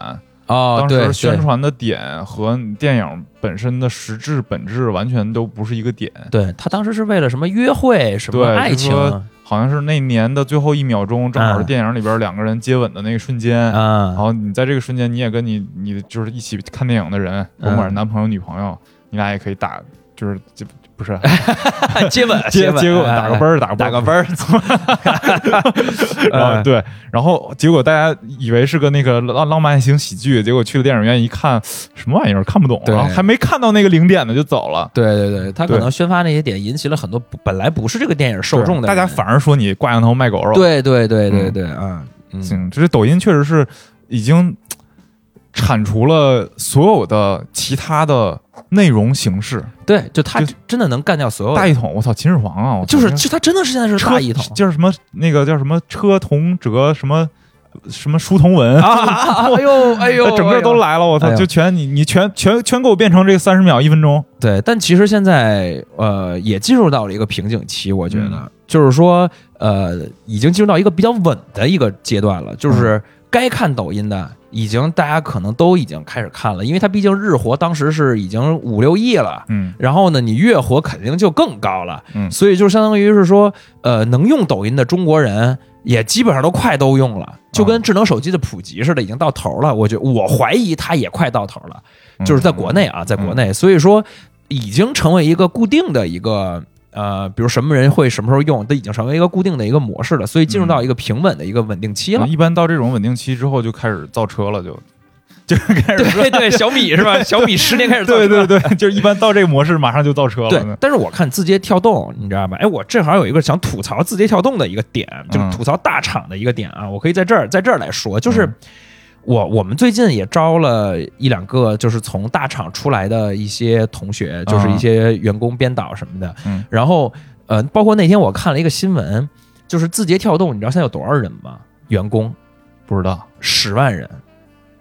E: 哦，
D: 当
E: 对
D: 时
E: 对
D: 宣传的点和电影本身的实质本质完全都不是一个点。
E: 对他当时是为了什么约会什么
D: 对，
E: 爱
D: 就
E: 情
D: 说好像是那年的最后一秒钟，正好是
E: 嗯
D: 电影里边两个人接吻的那个瞬间。然
E: 啊，
D: 后你在这个瞬间，你也跟你你就是一起看电影的人，
E: 嗯
D: 甭管是男朋友女朋友，你俩也可以打，就是就不是
E: 接吻
D: 接
E: 吻
D: 接个吻，
E: 哎
D: 打个啵儿，打个
E: 打个
D: 啵儿。
E: 啵儿， 嗯
D: 然后对，然后结果大家以为是个那个浪浪漫型喜剧，结果去了电影院一看，什么玩意儿看不懂，
E: 对
D: 然后还没看到那个零点呢就走了。
E: 对对对，他可
D: 对
E: 能宣发那些点引起了很多不本来不是这个电影受众的
D: 大家
E: 人
D: 反而说你挂羊头卖狗肉。，
E: 对对对对对啊，嗯，
D: 行，就是抖音确实是已经铲除了所有的其他的内容形式。
E: 对，就他
D: 就
E: 真的能干掉所有
D: 大
E: 的，
D: 一统，我操，秦始皇啊，我操
E: 就是
D: 这
E: 就他真的是现在是
D: 车
E: 大一统。
D: 叫什么那个叫什么车同哲什么什么书同文。
E: 啊啊！啊哎呦，哎 呦，
D: 整个都
E: 哎呦
D: 来了，我
E: 哎
D: 操！
E: 呦
D: 就全你你全全全给我变成这个三十秒一分钟，
E: 对，但其实现在呃也进入到了一个瓶颈期，我觉得、
D: 嗯
E: 就是说呃已经进入到一个比较稳的一个阶段了，
D: 嗯
E: 就是该看抖音的已经大家可能都已经开始看了，因为它毕竟日活当时是已经五六亿了，
D: 嗯
E: 然后呢，你月活肯定就更高了。
D: 嗯
E: 所以就相当于是说，呃，能用抖音的中国人也基本上都快都用了，就
D: 哦
E: 跟智能手机的普及似的，已经到头了。我觉我怀疑它也快到头了，
D: 嗯
E: 就是在国内啊，在国内，所以说已经成为一个固定的一个。呃，比如什么人会什么时候用，都已经成为一个固定的一个模式了，所
D: 嗯
E: 以进入到一个平稳的一个稳定期 了。
D: 一般到这种稳定期之后就开始造车了，就就开始
E: 对对，小米是吧？小米十年开始造 车
D: 对对 对，就是一般到这个模式马上就造车了。
E: 对，但是我看字节跳动，你知道吧？哎，我正好有一个想吐槽字节跳动的一个点，就是
D: 嗯
E: 吐槽大厂的一个点啊，我可以在这儿在这儿来说，就是。
D: 嗯
E: 我我们最近也招了一两个，就是从大厂出来的一些同学，就是一些员工、编导什么的。
D: 嗯
E: 然后，呃，包括那天我看了一个新闻，就是字节跳动，你知道现在有多少人吗？员工
D: 不知道，
E: 十万人，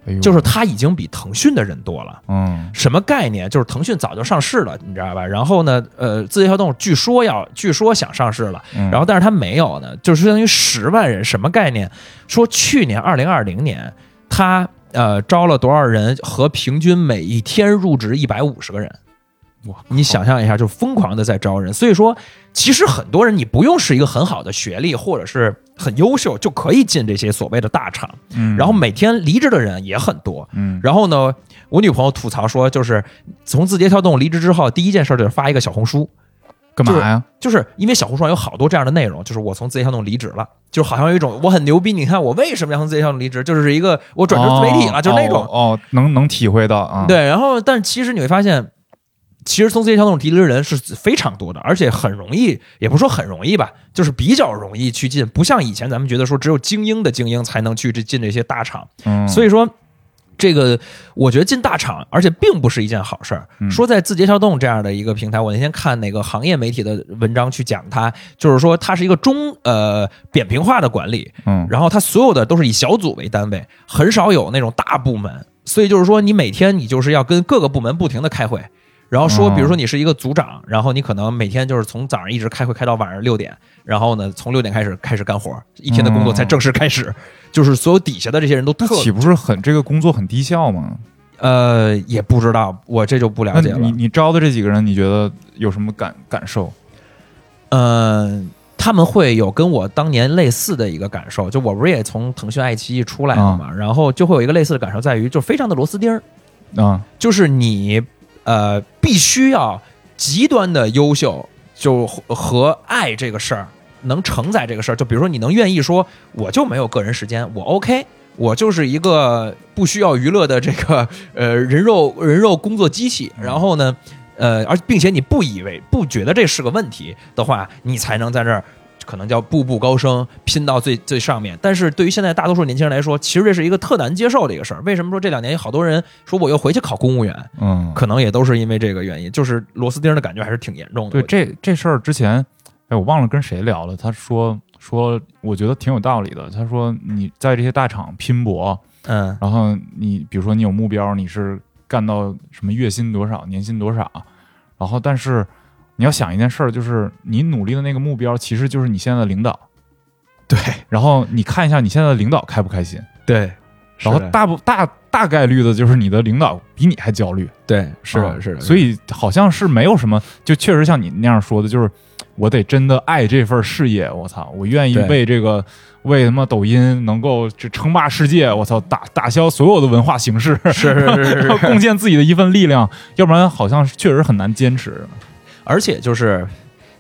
D: 哎呦
E: 就是他已经比腾讯的人多了。
D: 嗯
E: 什么概念？就是腾讯早就上市了，你知道吧？然后呢，呃，字节跳动据说要，据说想上市了，
D: 嗯
E: 然后但是它没有呢，就是相当于十万人，什么概念？说去年二零二零年，它呃招了多少人和平均每一天入职一百五十个人。哇！你想象一下，就疯狂的在招人，所以说，其实很多人你不用是一个很好的学历或者是很优秀就可以进这些所谓的大厂，
D: 嗯
E: 然后每天离职的人也很多，
D: 嗯
E: 然后呢，我女朋友吐槽说，就是从字节跳动离职之后，第一件事就是发一个小红书，
D: 干嘛呀？
E: 就是因为小红书上有好多这样的内容，就是我从字节跳动离职了，就好像有一种我很牛逼，你看我为什么要从字节跳动离职，就是一个我转职自媒体了，
D: 哦
E: 就是那种、
D: 哦哦，能能体会到啊。，
E: 对。然后，但其实你会发现。其实从字节跳动离职的人是非常多的，而且很容易，也不是说很容易吧，就是比较容易去进，不像以前咱们觉得说只有精英的精英才能去这进这些大厂，
D: 嗯，
E: 所以说。这个我觉得进大厂，而且并不是一件好事儿。
D: 嗯
E: 说在字节跳动这样的一个平台，我那天看那个行业媒体的文章去讲它，就是说它是一个中呃扁平化的管理，
D: 嗯，
E: 然后它所有的都是以小组为单位，很少有那种大部门。所以就是说，你每天你就是要跟各个部门不停的开会，然后说，
D: 哦
E: 比如说你是一个组长，然后你可能每天就是从早上一直开会开到晚上六点，然后呢，从六点开始开始干活，一天的工作
D: 嗯
E: 才正式开始。就是所有底下的这些人都特
D: 那岂不是很这个工作很低效吗？
E: 呃，也不知道，我这就不了
D: 那
E: 解
D: 你
E: 了。
D: 你招的这几个人，你觉得有什么感感受？
E: 嗯，他们会有跟我当年类似的一个感受，就我不是也从腾讯、爱奇艺出来了嘛，然后就会有一个类似的感受，在于就非常的螺丝钉儿，
D: 啊，
E: 就是你呃必须要极端的优秀，就和和爱这个事儿。能承载这个事儿，就比如说你能愿意说，我就没有个人时间，我 OK。我就是一个不需要娱乐的这个呃人肉人肉工作机器，然后呢，呃，而并且你不以为不觉得这是个问题的话，你才能在这儿可能叫步步高升，拼到最最上面。但是对于现在大多数年轻人来说，其实这是一个特难接受的一个事儿。为什么说这两年有好多人说我又回去考公务员？
D: 嗯，
E: 可能也都是因为这个原因，就是螺丝钉的感觉还是挺严重的。
D: 对
E: 我觉
D: 这这事儿之前，哎，我忘了跟谁聊了，他说说我觉得挺有道理的。他说你在这些大厂拼搏，
E: 得嗯
D: 然后你比如说你有目标，你是干到什么月薪多少、年薪多少，然后但是你要想一件事儿，就是你努力的那个目标其实就是你现在的领导，
E: 对
D: 然后你看一下你现在的领导开不开心，
E: 对，
D: 然后大不大大概率的就是你的领导比你还焦虑，
E: 对是
D: 啊
E: 的是的，
D: 所以好像是没有什么，就确实像你那样说的，就是我得真的爱这份事业，我操，我愿意
E: 对
D: 为这个为他妈抖音能够这称霸世界，我操，打打消所有的文化形式，
E: 是是是是是
D: 要 贡献自己的一份力量，要不然好像确实很难坚持。
E: 而且就是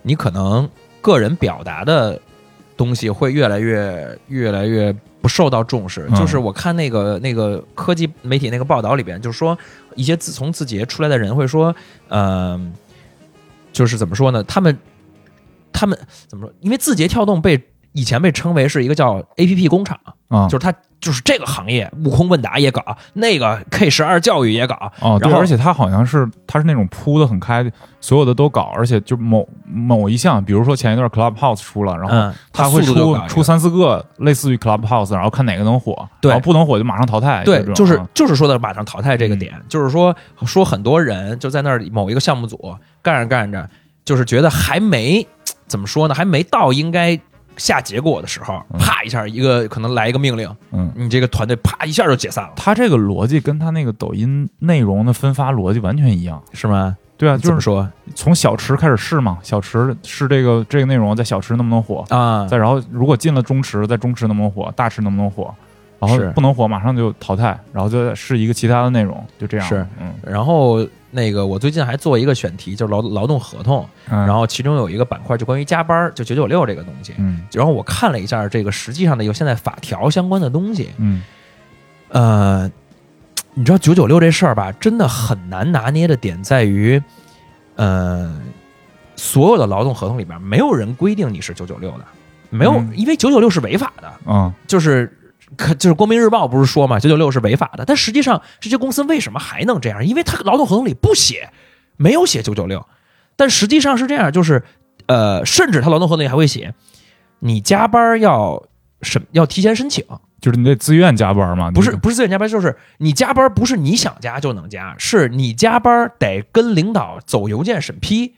E: 你可能个人表达的东西会越来越越来越不受到重视。
D: 嗯
E: 就是我看那个那个科技媒体那个报道里边，就是说一些自从字节出来的人会说，嗯、就是怎么说呢？他们他们怎么说？因为字节跳动被以前被称为是一个叫 A P P 工厂，
D: 啊，
E: 就是它就是这个行业，悟空问答也搞，那个 K 十二教育也搞，
D: 哦，对，
E: 然后
D: 而且他好像是他是那种铺的很开，所有的都搞，而且就某某一项，比如说前一段 Clubhouse 出了，然后
E: 嗯
D: 他会
E: 速度就
D: 出
E: 搞一个
D: 出三四个类似于 Clubhouse，然后看哪个能火，
E: 对
D: 然后不能火就马上淘汰，
E: 对
D: 这，种
E: 就是
D: 啊
E: 就是说的马上淘汰这个点，
D: 嗯
E: 就是说说很多人就在那儿某一个项目组干着干着，就是觉得还没怎么说呢，还没到应该下结果的时候，啪一下一个可能来一个命令，
D: 嗯。
E: 你这个团队啪一下就解散了，
D: 他这个逻辑跟他那个抖音内容的分发逻辑完全一样，
E: 是吗？
D: 对啊，
E: 怎
D: 就
E: 么
D: 是
E: 说
D: 从小池开始试嘛，小池试这个这个内容在小池能不能火，
E: 啊？
D: 再然后如果进了中池，在中池能不能火，大池能不能火，然后
E: 是
D: 不能火马上就淘汰，然后就试一个其他的内容，就这样。
E: 是，
D: 嗯，
E: 然后那个我最近还做一个选题，就是劳劳动合同，
D: 然
E: 然后其中有一个板块就关于加班儿，就九九六这个东西。
D: 嗯
E: 然后我看了一下这个实际上的有现在法条相关的东西，
D: 嗯
E: 呃，你知道九九六这事儿吧，真的很难拿捏的点在于，呃，所有的劳动合同里边，没有人规定你是九九六的，没有，
D: 嗯
E: 因为九九六是违法的，
D: 啊
E: 就是。可就是《光明日报》不是说嘛，九九六是违法的，但实际上这些公司为什么还能这样？因为它劳动合同里不写，没有写九九六，但实际上是这样，就是呃，甚至它劳动合同里还会写，你加班要什要提前申请，
D: 就是你得自愿加班嘛，
E: 不是
D: 你
E: 不是自愿加班，就是你加班不是你想加就能加，是你加班得跟领导走邮件审批，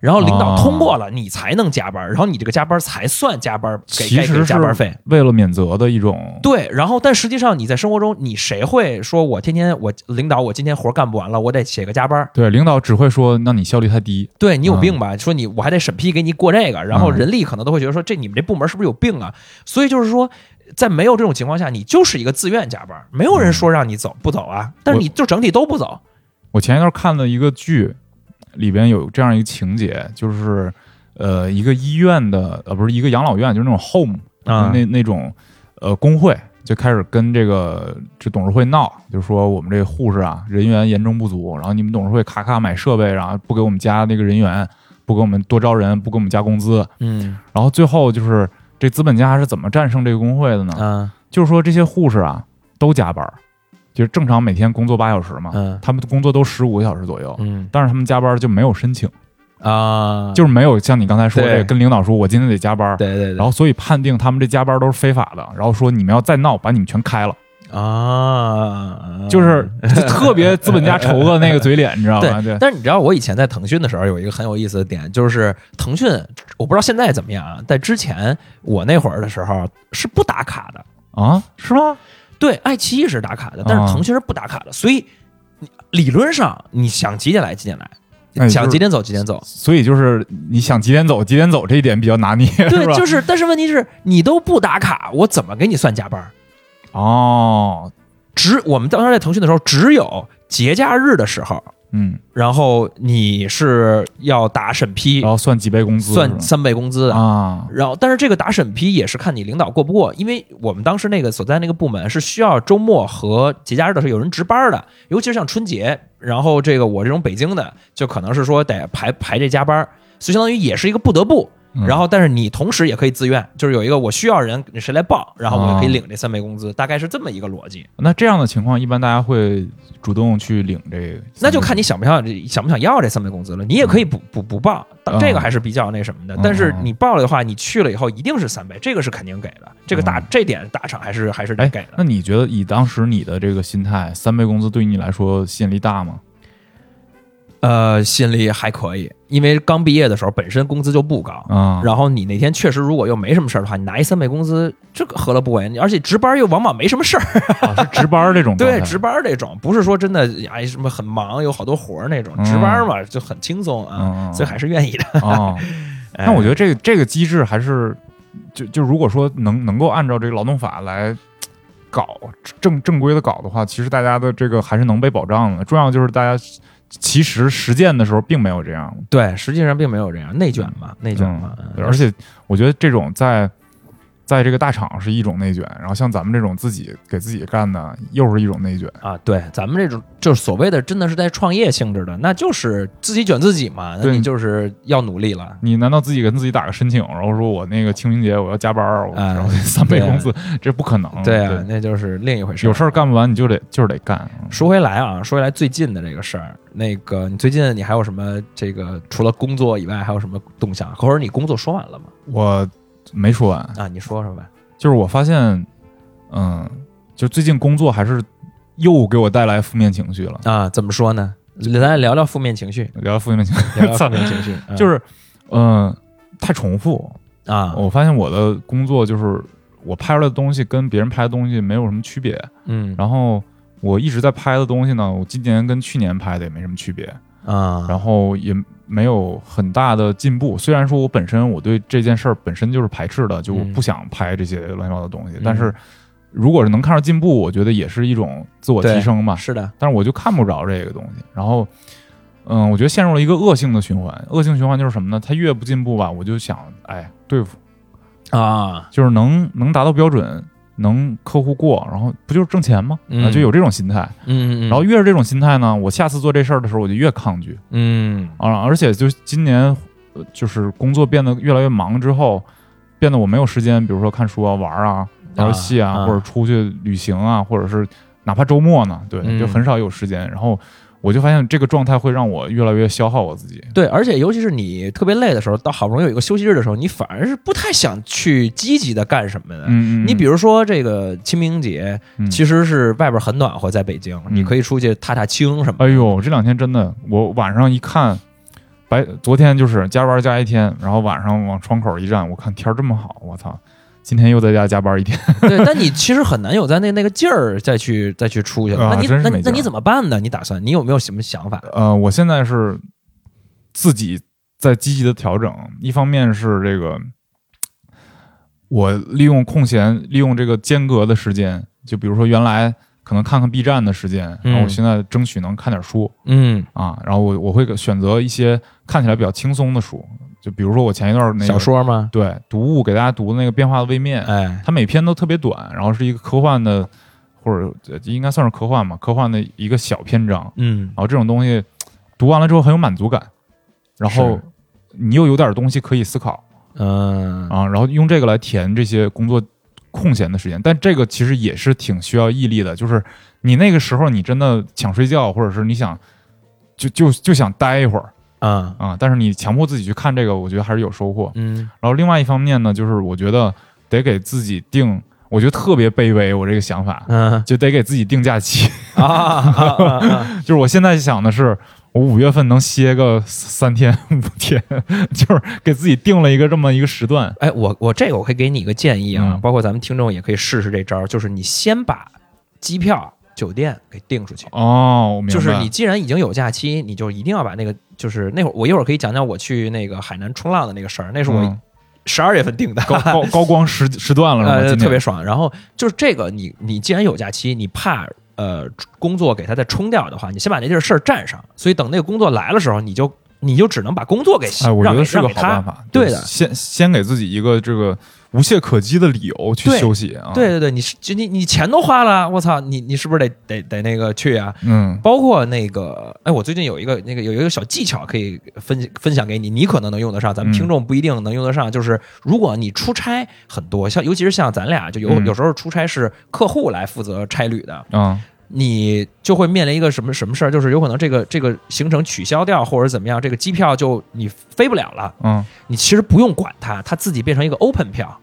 E: 然后领
D: 哦
E: 导通过了你才能加班，然后你这个加班才算加班，给
D: 其
E: 该给
D: 实是
E: 加班费。
D: 为了免责的一种。
E: 对，然后但实际上你在生活中，你谁会说我天天我领导我今天活干不完了，我得写个加班？
D: 对，领导只会说，那你效率太低。
E: 对你有病吧？说你我还得审批给你过这个，然
D: 嗯
E: 后人力可能都会觉得说这你们这部门是不是有病啊？所以就是说，在没有这种情况下，你就是一个自愿加班，没有
D: 嗯
E: 人说让你走不走啊，但是你就整体都不走，
D: 我前一段看了一个剧，里边有这样一个情节，就是呃，一个医院的呃，不是一个养老院，就是那种 home
E: 啊
D: 那那种呃工会就开始跟这个这董事会闹，就说我们这护士啊人员严重不足，然后你们董事会咔咔买设备，然后不给我们加那个人员，不给我们多招人，不给我们加工资，
E: 嗯
D: 然后最后就是这资本家是怎么战胜这个工会的呢？
E: 嗯
D: 就是说这些护士啊都加班儿，就是正常每天工作八小时嘛，
E: 嗯
D: 他们工作都十五个小时左右，
E: 嗯
D: 但是他们加班就没有申请，
E: 啊，
D: 就是没有像你刚才说
E: 对
D: 的跟领导说我今天得加班，
E: 对对
D: 然
E: 对
D: 后所以判定他们这加班都是非法的，然后说你们要再闹，把你们全开了，
E: 啊，
D: 就是就特别资本家仇的那个嘴脸，你知道 吧？
E: 对
D: 对，，
E: 但是你知道我以前在腾讯的时候有一个很有意思的点，就是腾讯我不知道现在怎么样啊，在之前我那会儿的时候是不打卡的，
D: 啊，是吗？
E: 对，爱奇艺是打卡的，但是
D: 啊
E: 腾讯是不打卡的，所以你理论上你想几点来几点
D: 哎
E: 来，想
D: 就是
E: 几点走几点走，
D: 所以就是你想几点走几点走这一点比较拿捏，是吧
E: 对，？ 就是但是问题是你都不打卡，我怎么给你算加班？
D: 哦，
E: 只我们当时在腾讯的时候，只有节假日的时候
D: 嗯，
E: 然后你是要打审批
D: 然，后算几倍工资是吧，
E: 算三哦倍工资的。
D: 啊，
E: 然后，但是这个打审批也是看你领导过不过，因为我们当时那个所在那个部门是需要周末和节假日的时候有人值班的，尤其是像春节，然后这个我这种北京的，就可能是说得排排这加班儿，所以相当于也是一个不得不。
D: 嗯
E: 然后，但是你同时也可以自愿，就是有一个我需要人，谁来报，然后我就
D: 啊
E: 可以领这三倍工资，大概是这么一个逻辑。
D: 那这样的情况，一般大家会主动去领这个，
E: 那就看你想不想想不想要这三倍工资了。你也可以不不不报，但这个还是比较那什么的
D: 嗯。
E: 但是你报了的话，你去了以后一定是三倍，这个是肯定给的。这个大
D: 嗯
E: 这点大厂还是还是得
D: 哎
E: 给，的
D: 那。你觉得以当时你的这个心态，三倍工资对于你来说吸引力大吗？
E: 呃，心里还可以，因为刚毕业的时候本身工资就不高。
D: 啊，
E: 然后你那天确实如果又没什么事儿的话，你拿一三倍工资，这个何乐不为？而且值班又往往没什么事儿，
D: 啊是值班儿这种状态
E: 对，值班这种不是说真的哎什么很忙，有好多活儿那种，值班嘛就很轻松
D: 嗯
E: 啊，
D: 嗯
E: 所以还是愿意的。
D: 哦，
E: 哎
D: 那我觉得这个这个机制还是，就就如果说能能够按照这个劳动法来搞正正规的搞的话，其实大家的这个还是能被保障的。重要就是大家其实实践的时候并没有这样，
E: 对，实际上并没有这样内卷嘛，
D: 嗯
E: 内卷嘛。嗯
D: 对而且我觉得这种在在这个大厂是一种内卷，然后像咱们这种自己给自己干的又是一种内卷。
E: 啊，对，咱们这种就是所谓的真的是在创业性质的，那就是自己卷自己嘛，那
D: 对
E: 你就是要努力了。
D: 你难道自己跟自己打个申请，然后说我那个清明节我要加班儿，我
E: 哎
D: 然后三倍
E: 对啊
D: 工资，这不可能。
E: 对啊，那就是另一回事。
D: 嗯有事儿。干不完你就得就是得干。嗯
E: 说回来啊，说回来最近的这个事儿，那个你最近你还有什么这个除了工作以外还有什么动向？或者你工作说完了吗？
D: 我没说完，
E: 啊，你说说呗。
D: 就是我发现，嗯，就最近工作还是又给我带来负面情绪了。
E: 啊，怎么说呢？来聊聊负面情绪，
D: 聊聊负面情
E: 聊聊
D: 绪，
E: 负
D: 操
E: 面情绪，嗯
D: 就是，嗯、太重复。
E: 啊，
D: 我发现我的工作就是我拍出来的东西跟别人拍的东西没有什么区别。
E: 嗯
D: 然后我一直在拍的东西呢，我今年跟去年拍的也没什么区别。
E: 啊，
D: 然后也没有很大的进步。虽然说我本身我对这件事儿本身就是排斥的，就我
E: 嗯
D: 不想拍这些乱七八糟的东西，
E: 嗯
D: 但是如果是能看到进步，我觉得也是一种自我提升嘛。
E: 是的，
D: 但是我就看不着这个东西，然后。嗯，我觉得陷入了一个恶性的循环。恶性循环就是什么呢？它越不进步吧，我就想，哎，对付，
E: 啊，
D: 就是能能达到标准，能客户过，然后不就是挣钱吗？
E: 嗯
D: 啊，就有这种心态。
E: 嗯嗯，
D: 然后越是这种心态呢，我下次做这事儿的时候，我就越抗拒。
E: 嗯
D: 啊，而且就是今年，呃就是工作变得越来越忙之后，变得我没有时间，比如说看书啊、玩儿啊、玩游戏啊，
E: 啊
D: 或者出去旅行啊，或者是哪怕周末呢，对，
E: 嗯
D: 就很少有时间。然后我就发现这个状态会让我越来越消耗我自己。
E: 对，而且尤其是你特别累的时候，到好不容易有一个休息日的时候，你反而是不太想去积极的干什么的。
D: 嗯，嗯
E: 你比如说这个清明节，
D: 嗯
E: 其实是外边很暖和，在北京，你可以出去踏踏青什么的。
D: 哎呦，这两天真的，我晚上一看。白，昨天就是加班加一天，然后晚上往窗口一站，我看天儿这么好，我操，今天又在家加班一天。
E: 对，但你其实很难有在那那个劲儿再去再去出去了。
D: 啊
E: 那你
D: 真是
E: 那
D: 没劲
E: 你那
D: 儿
E: 你怎么办呢？你打算你有没有什么想法？
D: 呃，我现在是自己在积极的调整，一方面是这个我利用空闲，利用这个间隔的时间，就比如说原来可能看看 B 站的时间，然后我
E: 嗯
D: 现在争取能看点书
E: 嗯，
D: 啊，然后我我会选择一些看起来比较轻松的书，就比如说我前一段那个
E: 小，说吗？
D: 对，读物给大家读的那个《变化的位面》，
E: 哎，
D: 它每篇都特别短，然后是一个科幻的，或者呃应该算是科幻吧，科幻的一个小篇章。
E: 嗯
D: 然后这种东西读完了之后很有满足感，然后
E: 是
D: 你又有点东西可以思考
E: 嗯
D: 啊，然后用这个来填这些工作空闲的时间。但这个其实也是挺需要毅力的，就是你那个时候你真的想睡觉，或者是你想就就就想待一会儿
E: 啊
D: 啊，但是你强迫自己去看这个，我觉得还是有收获。
E: 嗯
D: 然后另外一方面呢，就是我觉得得给自己定，我觉得特别卑微，我这个想法
E: 嗯
D: 就得给自己定假期。
E: 啊啊啊啊！
D: 就是我现在想的是，我五月份能歇个三天五天， 就是给自己定了一个这么一个时段。
E: 哎，我我这个我可以给你一个建议啊，
D: 嗯
E: 包括咱们听众也可以试试这招儿，就是你先把机票、酒店给订出去。
D: 哦，我明白。
E: 就是你既然已经有假期，你就一定要把那个，就是那会儿我一会儿可以讲讲我去那个海南冲浪的那个事儿，那是我
D: 嗯
E: 十二月份订的，
D: 高高高光时时段了，是吧？
E: 呃，
D: 今
E: 特
D: 天
E: 别爽。然后就是这个你，你既然有假期，你怕呃工作给它再冲掉的话，你先把那件事儿占上，所以等那个工作来的时候，你就你就只能把工作给
D: 哎，我觉
E: 让给
D: 得是
E: 让
D: 个
E: 给
D: 好
E: 他
D: 办法。
E: 对
D: 就
E: 的
D: 先先给自己一个这个无懈可击的理由去
E: 对
D: 休息啊。
E: 对，对对，你是就你你钱都花了，我操，你你是不是得得得那个去啊？
D: 嗯，
E: 包括那个，哎，我最近有一个那个有一个小技巧可以分分享给你，你可能能用得上，咱们
D: 嗯
E: 听众不一定能用得上。就是如果你出差很多，像尤其是像咱俩，就有、
D: 嗯
E: 有时候出差是客户来负责差旅的，
D: 啊，
E: 你就会面临一个什么什么事儿，就是有可能这个这个行程取消掉，或者怎么样，这个机票就你飞不了了。
D: 嗯，
E: 你其实不用管它，它自己变成一个 open 票，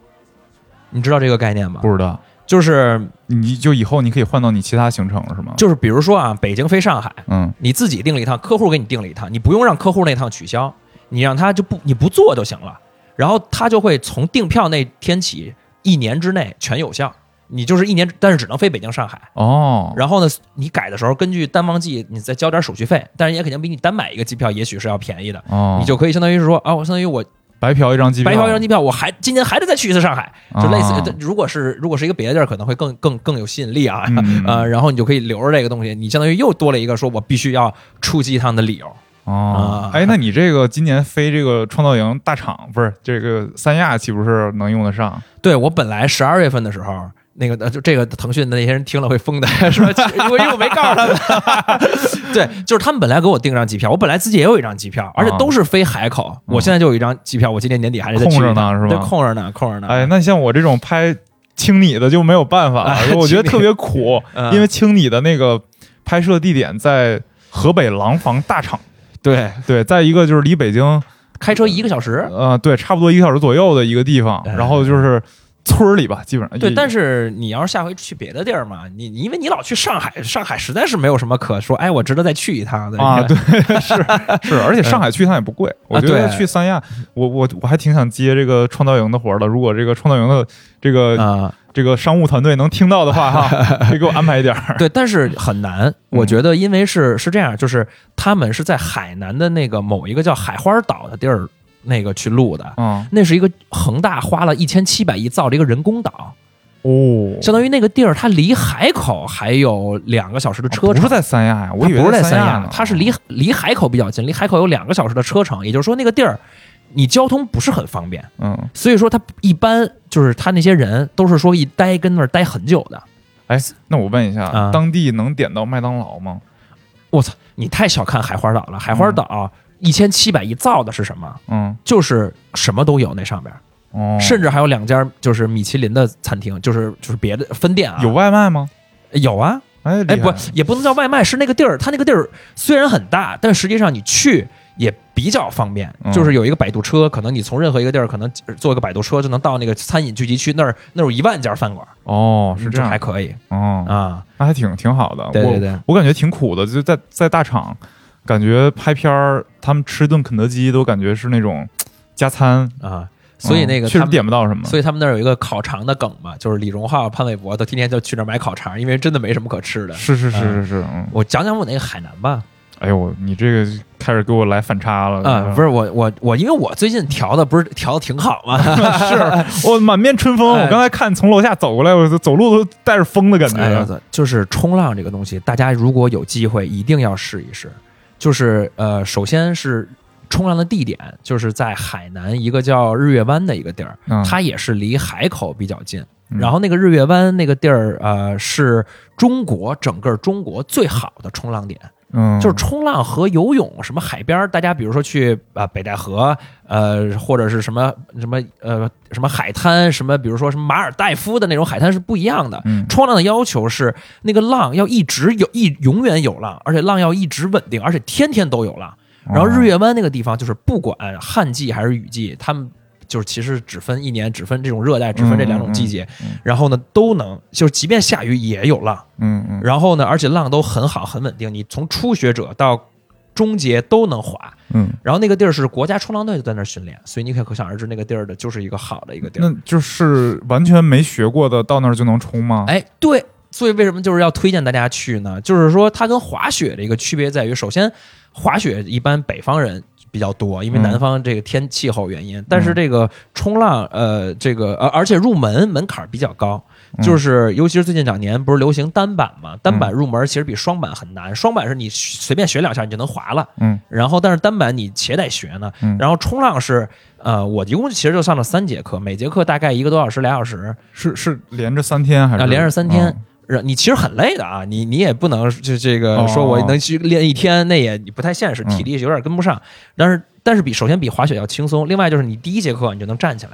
E: 你知道这个概念吗？
D: 不知道，
E: 就是
D: 你就以后你可以换到你其他行程是吗？
E: 就是比如说啊，北京飞上海，
D: 嗯
E: 你自己订了一趟，客户给你订了一趟，你不用让客户那趟取消，你让他就不你不做就行了，然后他就会从订票那天起一年之内全有效，你就是一年，但是只能飞北京上海。
D: 哦，
E: 然后呢，你改的时候根据单方季，你再交点手续费，但是也肯定比你单买一个机票也许是要便宜的，
D: 哦，
E: 你就可以相当于是说啊，我相当于我
D: 白嫖一张机票，
E: 白嫖一张机票，我还今年还得再去一次上海，就类似
D: 啊。
E: 如果是如果是一个别的地儿，可能会更更更有吸引力啊，
D: 嗯
E: 呃，然后你就可以留着这个东西，你相当于又多了一个说我必须要出击一趟的理由。
D: 哦
E: 啊，
D: 哎，那你这个今年飞这个创造营大厂不是这个三亚，岂不是能用得上？
E: 对我本来十二月份的时候。那个呃就这个腾讯的那些人听了会疯的，说 我因为我没告诉他们， 对，就是他们本来给我订张机票，我本来自己也有一张机票，而且都是飞海口，我现在就有一张机票，我今年年底还是再去一趟
D: 空着呢是吧
E: 对，啊空着呢，空着呢。
D: 哎，那像我这种拍清你的就没有办法了，
E: 哎
D: 我觉得
E: 清你
D: 特别苦，
E: 嗯
D: 因为清你的那个拍摄地点在河北廊坊大厂，
E: 对，
D: 对，在一个就是离北京
E: 开车一个小时，
D: 呃对差不多一个小时左右的一个地方，
E: 哎
D: 然后就是村儿里吧，基本上
E: 对，但
D: 是
E: 是你要是下回去别的地儿嘛，你你因为你老去上海，上海实在是没有什么可说，哎，我值得再去一趟的
D: 啊，对， 是是，而且上海去一趟也不贵，我觉得
E: 嗯啊对
D: 去三亚，我我我还挺想接这个创造营的活儿的，如果这个创造营的这个
E: 啊、
D: 这个商务团队能听到的话哈，可以给我安排一点 儿。
E: 对，但是很难，
D: 嗯
E: 我觉得因为是是这样，就是他们是在海南的那个某一个叫海花岛的地儿那个去录的。
D: 嗯，
E: 那是一个恒大花了一千七百亿造了一个人工岛，
D: 哦
E: 相当于那个地儿它离海口还有两个小时的
D: 哦
E: 车
D: 不
E: 程
D: 是。在三亚呀，我
E: 它
D: 以为
E: 不是在
D: 三
E: 亚
D: 呢哦
E: 呢，，它是离离海口比较近，离海口有两个小时的车程，也就是说那个地儿你交通不是很方便。
D: 嗯，
E: 所以说他一般就是他那些人都是说一待跟那儿待很久的。
D: 哎，那我问一下，
E: 啊
D: 当地能点到麦当劳吗？
E: 我操，你太小看海花岛了！海花岛一千七百亿造的是什么？
D: 嗯，
E: 就是什么都有，那上边、
D: 哦，
E: 甚至还有两家就是米其林的餐厅，就是就是别的分店啊，
D: 有外卖吗？
E: 有啊，
D: 哎，
E: 哎
D: 厉害
E: 不也不能叫外卖，是那个地儿，它那个地儿虽然很大，但实际上你去。也比较方便，
D: 嗯
E: 就是有一个摆渡车，可能你从任何一个地儿，可能坐一个摆渡车就能到那个餐饮聚集区那儿，那儿有一万家饭馆，
D: 哦，是这样
E: 嗯还可以
D: 哦，
E: 啊。
D: 那还挺挺好的。
E: 对对对
D: 我我感觉挺苦的，就在在大厂，感觉拍片儿，他们吃顿肯德基都感觉是那种嘖加餐，
E: 啊，所以那个
D: 嗯确实
E: 他们，
D: 点不到什么。
E: 所以他们那儿有一个烤肠的梗嘛，就是李荣浩、潘玮柏都天天就去那儿买烤肠，因为真的没什么可吃的。
D: 是是是
E: 嗯
D: 是是，嗯，
E: 我讲讲我那个海南吧，
D: 哎呦，我你这个开始给我来反差了嗯
E: 啊，不
D: 是
E: 是我我我，因为我最近调的不是调的挺好
D: 哎
E: 嘛，
D: 是，我满面春风。
E: 哎
D: 我刚才看从楼下走过来，我走路都带着风的感
E: 哎呀
D: 觉。，
E: 就是冲浪这个东西，大家如果有机会一定要试一试。就是呃，首先是冲浪的地点，就是在海南一个叫日月湾的一个地儿，
D: 嗯
E: 它也是离海口比较近。
D: 嗯
E: 然后那个日月湾那个地儿，呃，是中国整个中国最好的冲浪点，
D: 嗯，
E: 就是冲浪和游泳，什么海边儿，大家比如说去啊、呃北戴河，呃，或者是什么什么呃什么海滩，什么比如说什么马尔代夫的那种海滩是不一样的。
D: 嗯
E: 冲浪的要求是那个浪要一直有一永远有浪，而且浪要一直稳定，而且天天都有浪。然
D: 哦
E: 后日月湾那个地方就是不管旱季还是雨季，他们就是其实只分一年，只分这种热带，只分这两
D: 嗯
E: 种季节。然后呢，都能就是即便下雨也有浪。
D: 嗯嗯，
E: 然后呢，而且浪都很好，很稳定。你从初学者到中阶都能滑。
D: 嗯，
E: 然后那个地儿是国家冲浪队就在那儿训练，所以你可可想而知，那个地儿的就是一个好的一个地
D: 那
E: 儿。
D: 就是完全没学过的，到那儿就能冲吗？
E: 哎，对，所以为什么就是要推荐大家去呢？就是说它跟滑雪的一个区别在于，首先滑雪一般北方人比较多，因为
D: 嗯
E: 南方这个天气候原因。但是这个冲浪，呃，这个呃，而且入门门槛比较高，
D: 嗯
E: 就是尤其是最近两年不是流行单板嘛，单板
D: 嗯
E: 入门其实比双板很难，双板是你随便学两下你就能滑了。
D: 嗯
E: 然后，但是单板你且得学呢。
D: 嗯
E: 然后冲浪是，呃，我一共其实就上了三节课，每节课大概一个多小时、俩小时，
D: 是是连着三天还是？
E: 啊，连着三天
D: 嗯。
E: 然你其实很累的啊，你你也不能就这个
D: 哦
E: 说我能去练一天，那也不太现实，
D: 嗯
E: 体力有点跟不上。但是但是比首先比滑雪要轻松，另外就是你第一节课你就能站起来，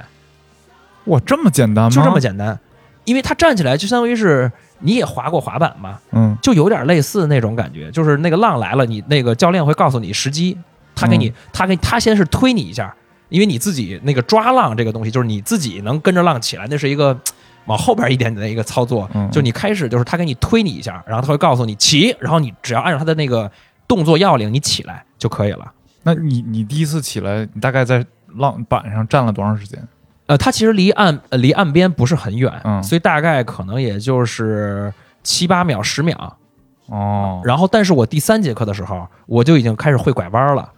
D: 哇，这么简单啊吗？
E: 就这么简单，因为它站起来就相当于是你也滑过滑板嘛，
D: 嗯
E: 就有点类似那种感觉，就是那个浪来了，你那个教练会告诉你时机，他
D: 嗯
E: 给你，他给他先是推你一下，因为你自己那个抓浪这个东西，就是你自己能跟着浪起来，那是一个嘖往后边一点点的一个操作
D: 嗯，
E: 就你开始就是他给你推你一下，然后他会告诉你起，然后你只要按照他的那个动作要领，你起来就可以了。
D: 那你你第一次起来，你大概在浪板上站了多长时间？
E: 呃，它其实离岸呃离岸边不是很远，
D: 嗯
E: 所以大概可能也就是七八秒、十秒，
D: 哦，
E: 然后，但是我第三节课的时候，我就已经开始会拐弯了。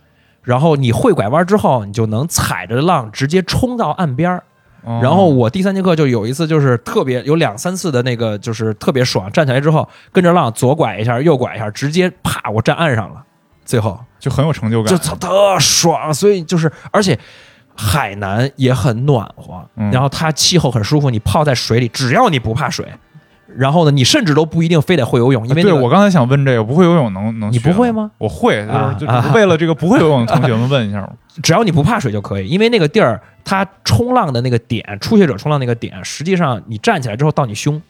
E: 然后你会拐弯之后，你就能踩着浪直接冲到岸边儿。
D: 哦
E: 然后我第三节课就有一次，就是特别有两三次的那个，就是特别爽，站起来之后跟着浪左拐一下，右拐一下，直接啪，我站岸上了。最后
D: 就很有成就感，
E: 就操特爽，所以就是而且。海南也很暖和，
D: 嗯
E: 然后它气候很舒服，你泡在水里，只要你不怕水，然后呢，你甚至都不一定非得会游泳，因为、那
D: 啊对
E: 个、
D: 我刚才想问这个，不会游泳能能
E: 你
D: 学
E: 不会吗？
D: 我会，就是
E: 啊
D: 就是为了这个不会游泳的同学们问一下嘛。
E: 只要你不怕水就可以，因为那个地儿它冲浪的那个点，初学者冲浪那个点，实际上你站起来之后到你胸，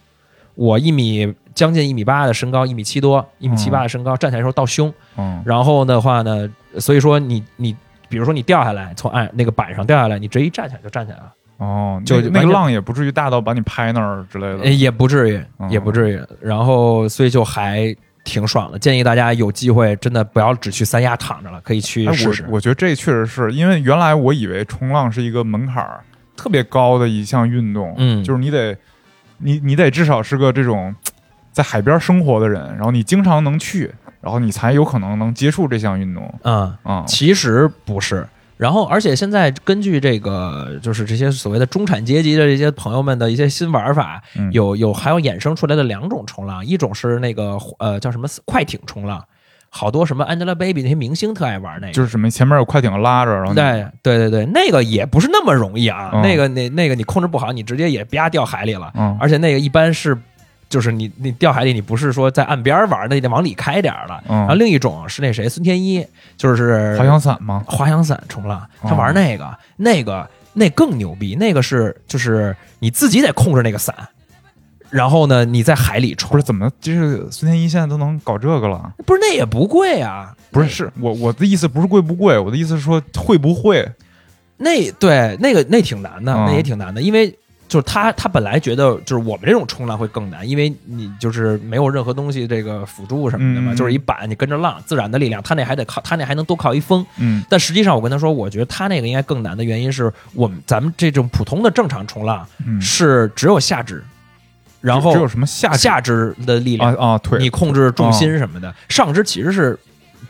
E: 我一米将近一米八的身高，一米七多，一米七八的身高，站起来的时候到胸，
D: 嗯
E: 然后的话呢，所以说你你比如说你掉下来，从岸那个板上掉下来，你直接一站起来就站起来了，
D: 哦，
E: 就
D: 那个那
E: 完
D: 个
E: 全
D: 浪也不至于大到把你拍那儿之类
E: 呃
D: 的。
E: 也不至于，
D: 嗯
E: 也不至于，然后所以就还挺爽的，建议大家有机会真的不要只去三亚躺着了，可以去
D: 哎，
E: 试试
D: 我。我觉得这确实是因为原来我以为冲浪是一个门槛儿特别高的一项运动，
E: 嗯
D: 就是你得你你得至少是个这种在海边生活的人，然后你经常能去，然后你才有可能能接触这项运动
E: 嗯，
D: 啊。
E: 其实不是。然后，而且现在根据这个，就是这些所谓的中产阶级的这些朋友们的一些新玩法，
D: 嗯
E: 有有还有衍生出来的两种冲浪，一种是那个呃叫什么快艇冲浪，好多什么 Angelababy 那些明星特爱玩那个。
D: 就是什么前面有快艇拉着，然后你
E: 对对对对，那个也不是那么容易啊，
D: 嗯
E: 那个那那个你控制不好，你直接也啪掉海里了，
D: 嗯
E: 而且那个一般是。就是你，你掉海里，你不是说在岸边玩，那你得往里开点儿了。
D: 嗯
E: 然后另一种是那谁，孙天一，就是
D: 滑翔伞吗？
E: 滑翔伞冲浪，他
D: 哦
E: 玩那个，那个那更牛逼，那个是就是你自己得控制那个伞，然后呢你在海里冲，
D: 不是怎么，就是孙天一现在都能搞这个了？
E: 不是那也不贵啊，
D: 不是，是我我的意思不是贵不贵，我的意思是说会不会？
E: 那对那个那挺难的，
D: 嗯
E: 那也挺难的，因为。就是他，他本来觉得就是我们这种冲浪会更难，因为你就是没有任何东西这个辅助什么的嘛，
D: 嗯嗯嗯
E: 就是一板你跟着浪，自然的力量，他那还得靠他那还能多靠一风，
D: 嗯
E: 但实际上，我跟他说，我觉得他那个应该更难的原因是我们咱们这种普通的正常冲浪
D: 嗯，
E: 是只有下肢，然后
D: 只有什么下肢
E: 下肢哦的力
D: 啊
E: 量，
D: 啊腿
E: 你控制重心什么的，上肢其实是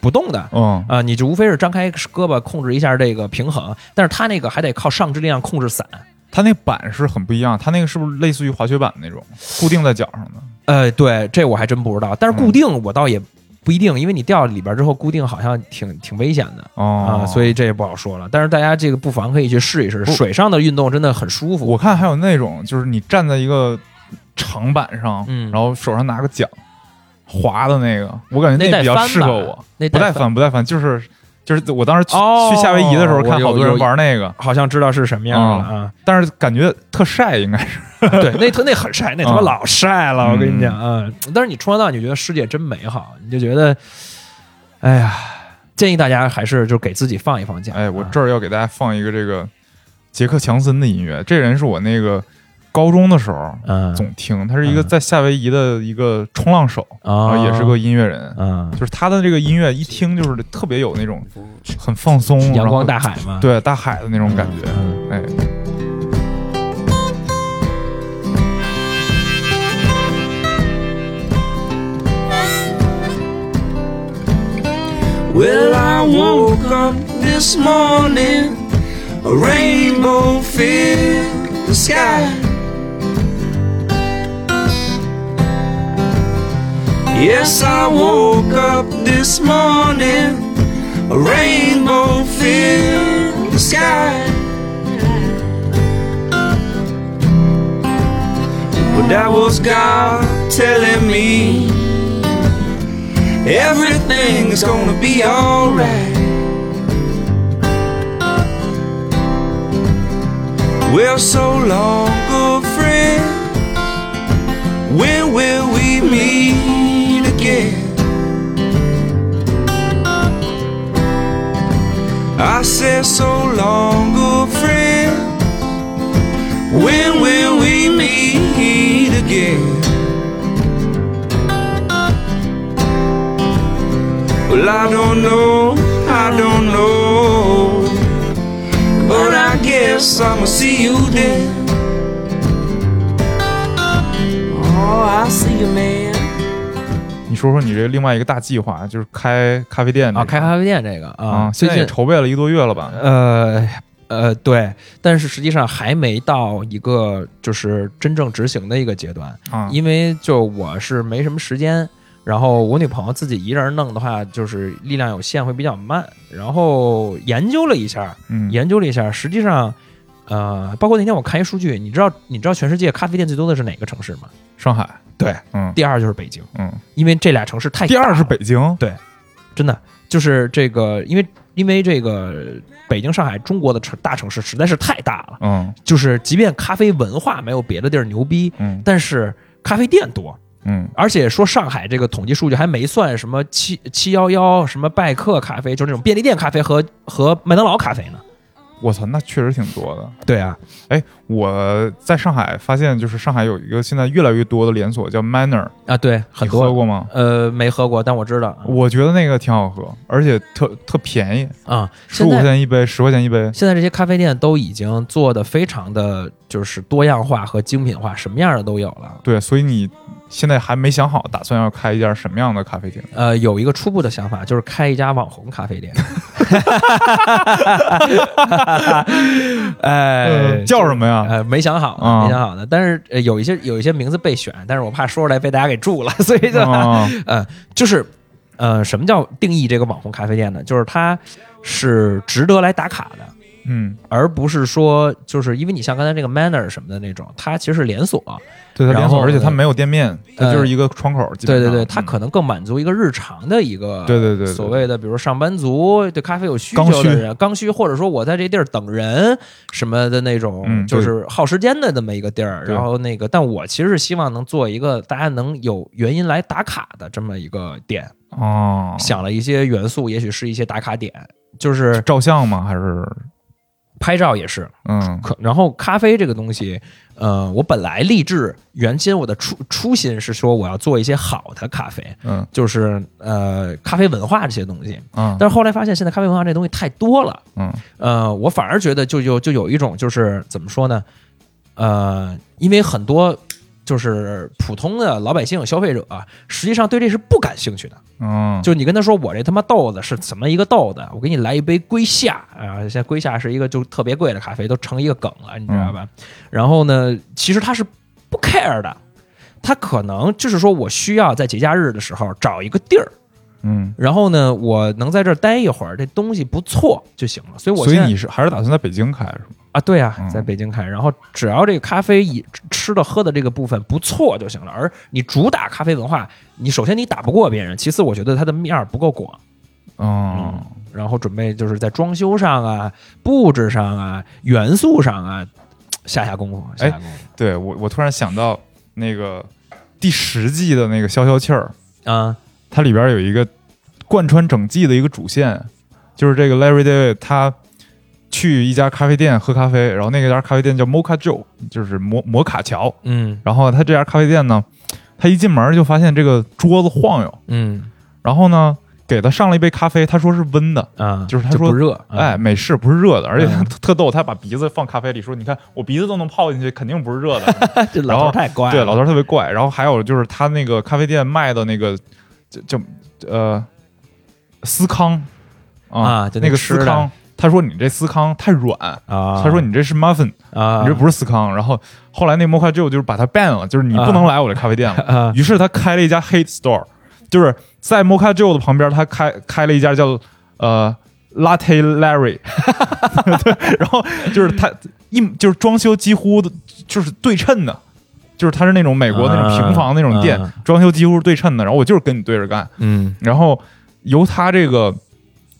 E: 不动的。
D: 嗯
E: 啊、你就无非是张开胳膊控制一下这个平衡，但是他那个还得靠上肢力量控制伞。
D: 它那板是很不一样，它那个是不是类似于滑雪板那种，固定在脚上的？
E: 呃，对，这我还真不知道。但是固定我倒也不一定，因为你掉里边之后固定好像挺挺危险的啊、
D: 哦，
E: 所以这也不好说了。但是大家这个不妨可以去试一试，
D: 不
E: 水上的运动真的很舒服。
D: 我看还有那种，就是你站在一个长板上，
E: 嗯
D: 然后手上拿个桨滑的那个，我感觉
E: 那带
D: 比较
E: 帆
D: 适合
E: 吧
D: 我。
E: 那
D: 不带
E: 帆
D: 帆，不带帆，就是就是我当时去、
E: 哦
D: 去夏威夷的时候，看好多
E: 我有
D: 人
E: 有
D: 玩那个，
E: 好像知道是什么样了啊。
D: 但是感觉特晒，应该是。
E: 对，那特那很晒，那他妈
D: 嗯
E: 老晒了，我跟你讲啊。但是你冲浪道，你觉得世界真美好，你就觉得，哎呀，建议大家还是就给自己放一放假。
D: 哎，我
E: 啊
D: 这儿要给大家放一个这个杰克强森的音乐，这人是我那个高中的时候
E: 嗯
D: 总听，他是一个
E: 嗯
D: 在夏威夷的一个冲浪手，然
E: 啊
D: 后也是个音乐人。
E: 嗯
D: 就是他的这个音乐一听就是特别有那种很放松，
E: 阳光大
D: 然后
E: 海嘛。
D: 对大海的那种感觉。
E: 嗯
D: 哎，
B: Well, I woke up this this morning, a rainbow filled the sky. Yes, I woke up this morning, a rainbow filled the sky. But that was God telling me everything's gonna be alright. Well, so long, good friend. When will we meet again? I said, so long, good friend. When will we meet again? Well, I don't know, I don't know. But I guess I'ma see you then. Oh, I'll see you, man.
D: 你说说你这另外一个大计划，就是开咖啡店这
E: 啊，
D: 个
E: 开咖啡店这个啊
D: 啊，，现
E: 最
D: 在也
E: 近
D: 筹备了一个多月了吧？
E: 呃呃对，但是实际上还没到一个就是真正执行的一个阶段，
D: 啊，
E: 因为就我是没什么时间，然后我女朋友自己一个人弄的话，就是力量有限，会比较慢。然后研究了一下，
D: 嗯，
E: 研究了一下，实际上，呃，包括那天我看一数据，你知道你知道全世界咖啡店最多的是哪个城市吗？
D: 上海，
E: 对，
D: 嗯
E: 第二就是北京，
D: 嗯，
E: 因为这俩城市太
D: 第
E: 大
D: 二
E: 了
D: 是北京，
E: 真的就是这个，因为因为这个北京、上海，中国的城大城市实在是太大了，
D: 嗯
E: 就是即便咖啡文化没有别的地儿牛逼，
D: 嗯
E: 但是咖啡店多，
D: 嗯
E: 而且说上海这个统计数据还没算什么七七幺幺、什么拜客咖啡，就是那种便利店咖啡和和麦当劳咖啡呢。
D: 我操，那确实挺多的。
E: 对啊，
D: 哎，我在上海发现，就是上海有一个现在越来越多的连锁叫 Manner，
E: 啊对，很
D: 你喝
E: 多。嗯
D: 过吗？
E: 呃，没喝过，但我知道
D: 我觉得那个挺好喝，而且特特便宜，
E: 啊。
D: 十
E: 现
D: 五块
E: 在
D: 钱一杯，十块钱一杯。
E: 现在这些咖啡店都已经做的非常的就是多样化和精品化，什么样的都有了。
D: 对，所以你现在还没想好打算要开一家什么样的咖啡厅？
E: 呃，有一个初步的想法，就是开一家网红 咖啡店。哎，
D: 叫什么呀？
E: 呃，没想好呢，
D: 啊
E: 没想好呢。但是、呃、有一些有一些名字备选，但是我怕说出来被大家给注了，所以就、
D: 啊，
E: 呃，就是呃，什么叫定义这个网红咖啡店呢？就是它是值得来打卡的，
D: 嗯，
E: 而不是说就是因为你像刚才这个 Manner 什么的那种，它其实是连锁，
D: 对，它连
E: 然后
D: 锁，而且它
E: 呢
D: 没有店面，它
E: 呃
D: 就是一个窗口。基
E: 对
D: 本
E: 对
D: 上嗯
E: 对，它可能更满足一个日常的一个
D: 对对对对
E: 所谓的比如上班族对咖啡有需
D: 刚
E: 求
D: 需
E: 的人刚需，或者说我在这地儿等人什么的那种，
D: 嗯对
E: 就是耗时间的那么一个地儿。
D: 对
E: 然后那个，但我其实是希望能做一个大家能有原因来打卡的这么一个店，
D: 嗯哦，
E: 想了一些元素，也许是一些打卡点，就是
D: 照相吗？还是
E: 拍照也是。
D: 嗯
E: 可然后咖啡这个东西，呃，我本来立志，原先我的初初心是说我要做一些好的咖啡，
D: 嗯
E: 就是呃咖啡文化这些东西。
D: 嗯
E: 但是后来发现，现在咖啡文化这东西太多了，
D: 嗯
E: 呃，我反而觉得就有就有一种就是怎么说呢，呃，因为很多就是普通的老百姓消费者、啊实际上对这是不感兴趣的。
D: 嗯，
E: 就你跟他说我这他妈豆子是怎么一个豆子，我给你来一杯龟夏啊，现在龟夏是一个就特别贵的咖啡，都成一个梗了，你知道吧？
D: 嗯
E: 然后呢，其实他是不 care 的，他可能就是说我需要在节假日的时候找一个地儿，
D: 嗯。
E: 然后呢，我能在这儿待一会儿，这东西不错就行了。所以我
D: 所以
E: 现在
D: 你是还是打算在北京开是吗？
E: 啊，对啊
D: 嗯，
E: 在北京开，然后只要这个咖啡以吃的喝的这个部分不错就行了。而你主打咖啡文化，你首先你打不过别人，其次我觉得它的面儿不够广。
D: 哦，
E: 然后准备就是在装修上啊、布置上啊、元素上啊下下功夫，
D: 哎
E: 下下功夫
D: 对我我突然想到那个第十季的那个消消气儿，
E: 啊、
D: 它里边有一个贯穿整季的一个主线，就是这个 Larry David 他去一家咖啡店喝咖啡，然后那个家咖啡店叫 Mocha Joe，就是摩摩卡乔。
E: 嗯
D: 然后他这家咖啡店呢，他一进门就发现这个桌子晃悠，
E: 嗯
D: 然后呢给他上了一杯咖啡，他说是温的，
E: 啊，
D: 就是他
E: 就
D: 说
E: 不热，啊
D: 哎，美式不是热的，而且他
E: 嗯
D: 特逗，他把鼻子放咖啡里说，你看我鼻子都能泡进去，肯定不是热的。
E: 哎这
D: 然
E: 老
D: 后
E: 头太乖了，
D: 对，老头儿特别怪。然后还有就是他那个咖啡店卖的那个叫叫呃司康啊
E: 啊就那
D: 那个
E: 啊吃
D: 司
E: 的
D: 康，他说你这司康太软，
E: 啊
D: 他说你这是 muffin，
E: 啊，
D: 你这不是司康。然后后来那摩卡 Joe 就是把它 ban 了，就是你不能来我这咖啡店 了。
E: 啊
D: 于是他开了一家 hate store，就是在 Mocha Joe 的旁边，他开开了一家叫呃 Latte Larry，对，然后就是他一就是装修几乎的就是对称的，就是他是那种美国那种平房那种店，
E: 啊
D: 装修几乎是对称的，然后我就是跟你对着干，
E: 嗯
D: 然后由他这个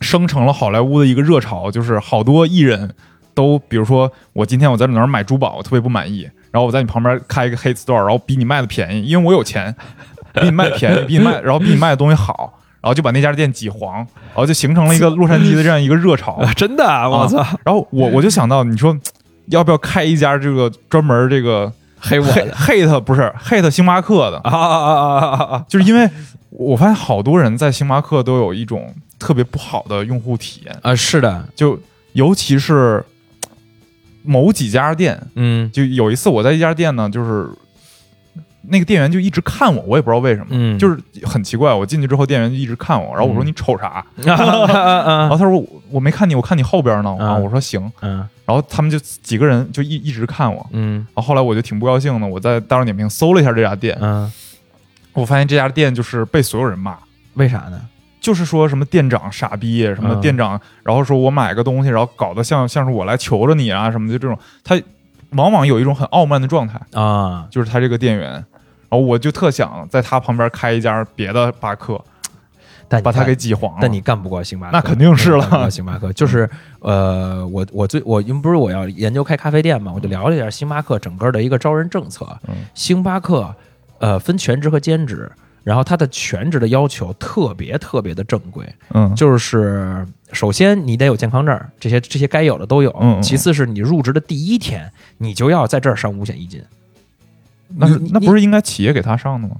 D: 生成了好莱坞的一个热潮，就是好多艺人都，比如说我今天我在哪儿买珠宝，我特别不满意，然后我在你旁边开一个 hate store，然后比你卖的便宜，因为我有钱，比你卖便宜，比你卖，然后比你卖的东西好。然后就把那家店挤黄，然后就形成了一个洛杉矶的这样一个热潮。
E: 啊，真的啊，我操，
D: 然后我我就想到，你说要不要开一家这个专门这个
E: 黑我
D: 黑
E: 的
D: hate 不是 hate 星巴克的
E: 啊啊啊啊啊啊！
D: 就是因为我发现好多人在星巴克都有一种特别不好的用户体验，
E: 啊，是的，
D: 就尤其是嘖某几家店，
E: 嗯
D: 就有一次我在一家店呢，就是那个店员就一直看我，我也不知道为什么，
E: 嗯，
D: 就是是很奇怪。我进去之后，店员就一直看我，然后我说你瞅啥？
E: 啊啊
D: 然后
E: 啊
D: 他说我我没看你，我看你后边呢。啊，
E: 嗯
D: 我说行。
E: 啊
D: 然后他们就几个人就一一直看我。
E: 嗯
D: 然后后来我就挺不高兴的，我在大众点评搜了一下这家店，
E: 嗯，
D: 我发现这家店就是被所有人骂。
E: 为啥呢？
D: 就是说什么店长傻逼，什么
E: 嗯
D: 店长，然后说我买个东西，然后搞得像像是我来求着你啊什么，就这种，他往往有一种很傲慢的状态，
E: 啊，
D: 就是他这个店员，然后我就特想在他旁边开一家别的巴克，
E: 但你
D: 把他
E: 看
D: 给挤黄了。
E: 但你干不过星巴克，
D: 哦那肯定是了
E: 干不过星巴克就是呃，我我最我因为不是我要研究开咖啡店嘛，我就聊了一下星巴克整个的一个招人政策。
D: 嗯
E: 星巴克呃分全职和兼职，然后它的全职的要求特别特别的正规，
D: 嗯，
E: 就是首先你得有健康证儿，这些这些该有的都有。
D: 嗯嗯
E: 其次是你入职的第一天，你就要在这儿上五险一金。
D: 那
E: 你你
D: 那不是应该企业给他上的吗？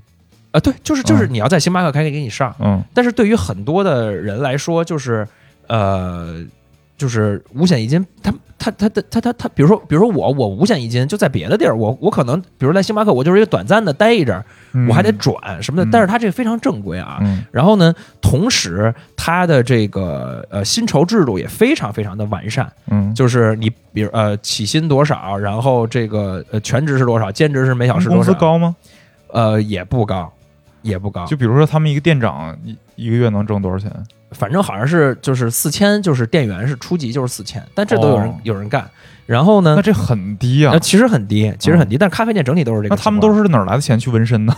E: 啊，对，就是就是
D: 嗯
E: 你要在星巴克开给你上，
D: 嗯
E: 但是对于很多的人来说，就是呃，就是五险一金，他他他他他他他，比如说比如说我我五险一金就在别的地儿，我我可能比如在星巴克，我就是一个短暂的待一阵儿，
D: 嗯，
E: 我还得转什么的，
D: 嗯
E: 但是他这个非常正规啊。
D: 嗯
E: 然后呢，同时他的这个呃薪酬制度也非常非常的完善，
D: 嗯，
E: 就是你比如呃起薪多少，然后这个呃全职是多少，兼职是每小时
D: 工
E: 多
D: 资
E: 少，
D: 高吗？
E: 呃也不高，也不高，
D: 啊就比如说他们一个店长一一个月能挣多少钱？
E: 反正好像是就是四千，就是店员是初级就是四千，但这都有人、
D: 哦
E: 有人干。然后呢
D: 那，这很低啊
E: 呃。其实很低，其实很低，但是咖啡店整体都是这个
D: 那
E: 情况。
D: 他们都是哪儿来的钱去纹身呢？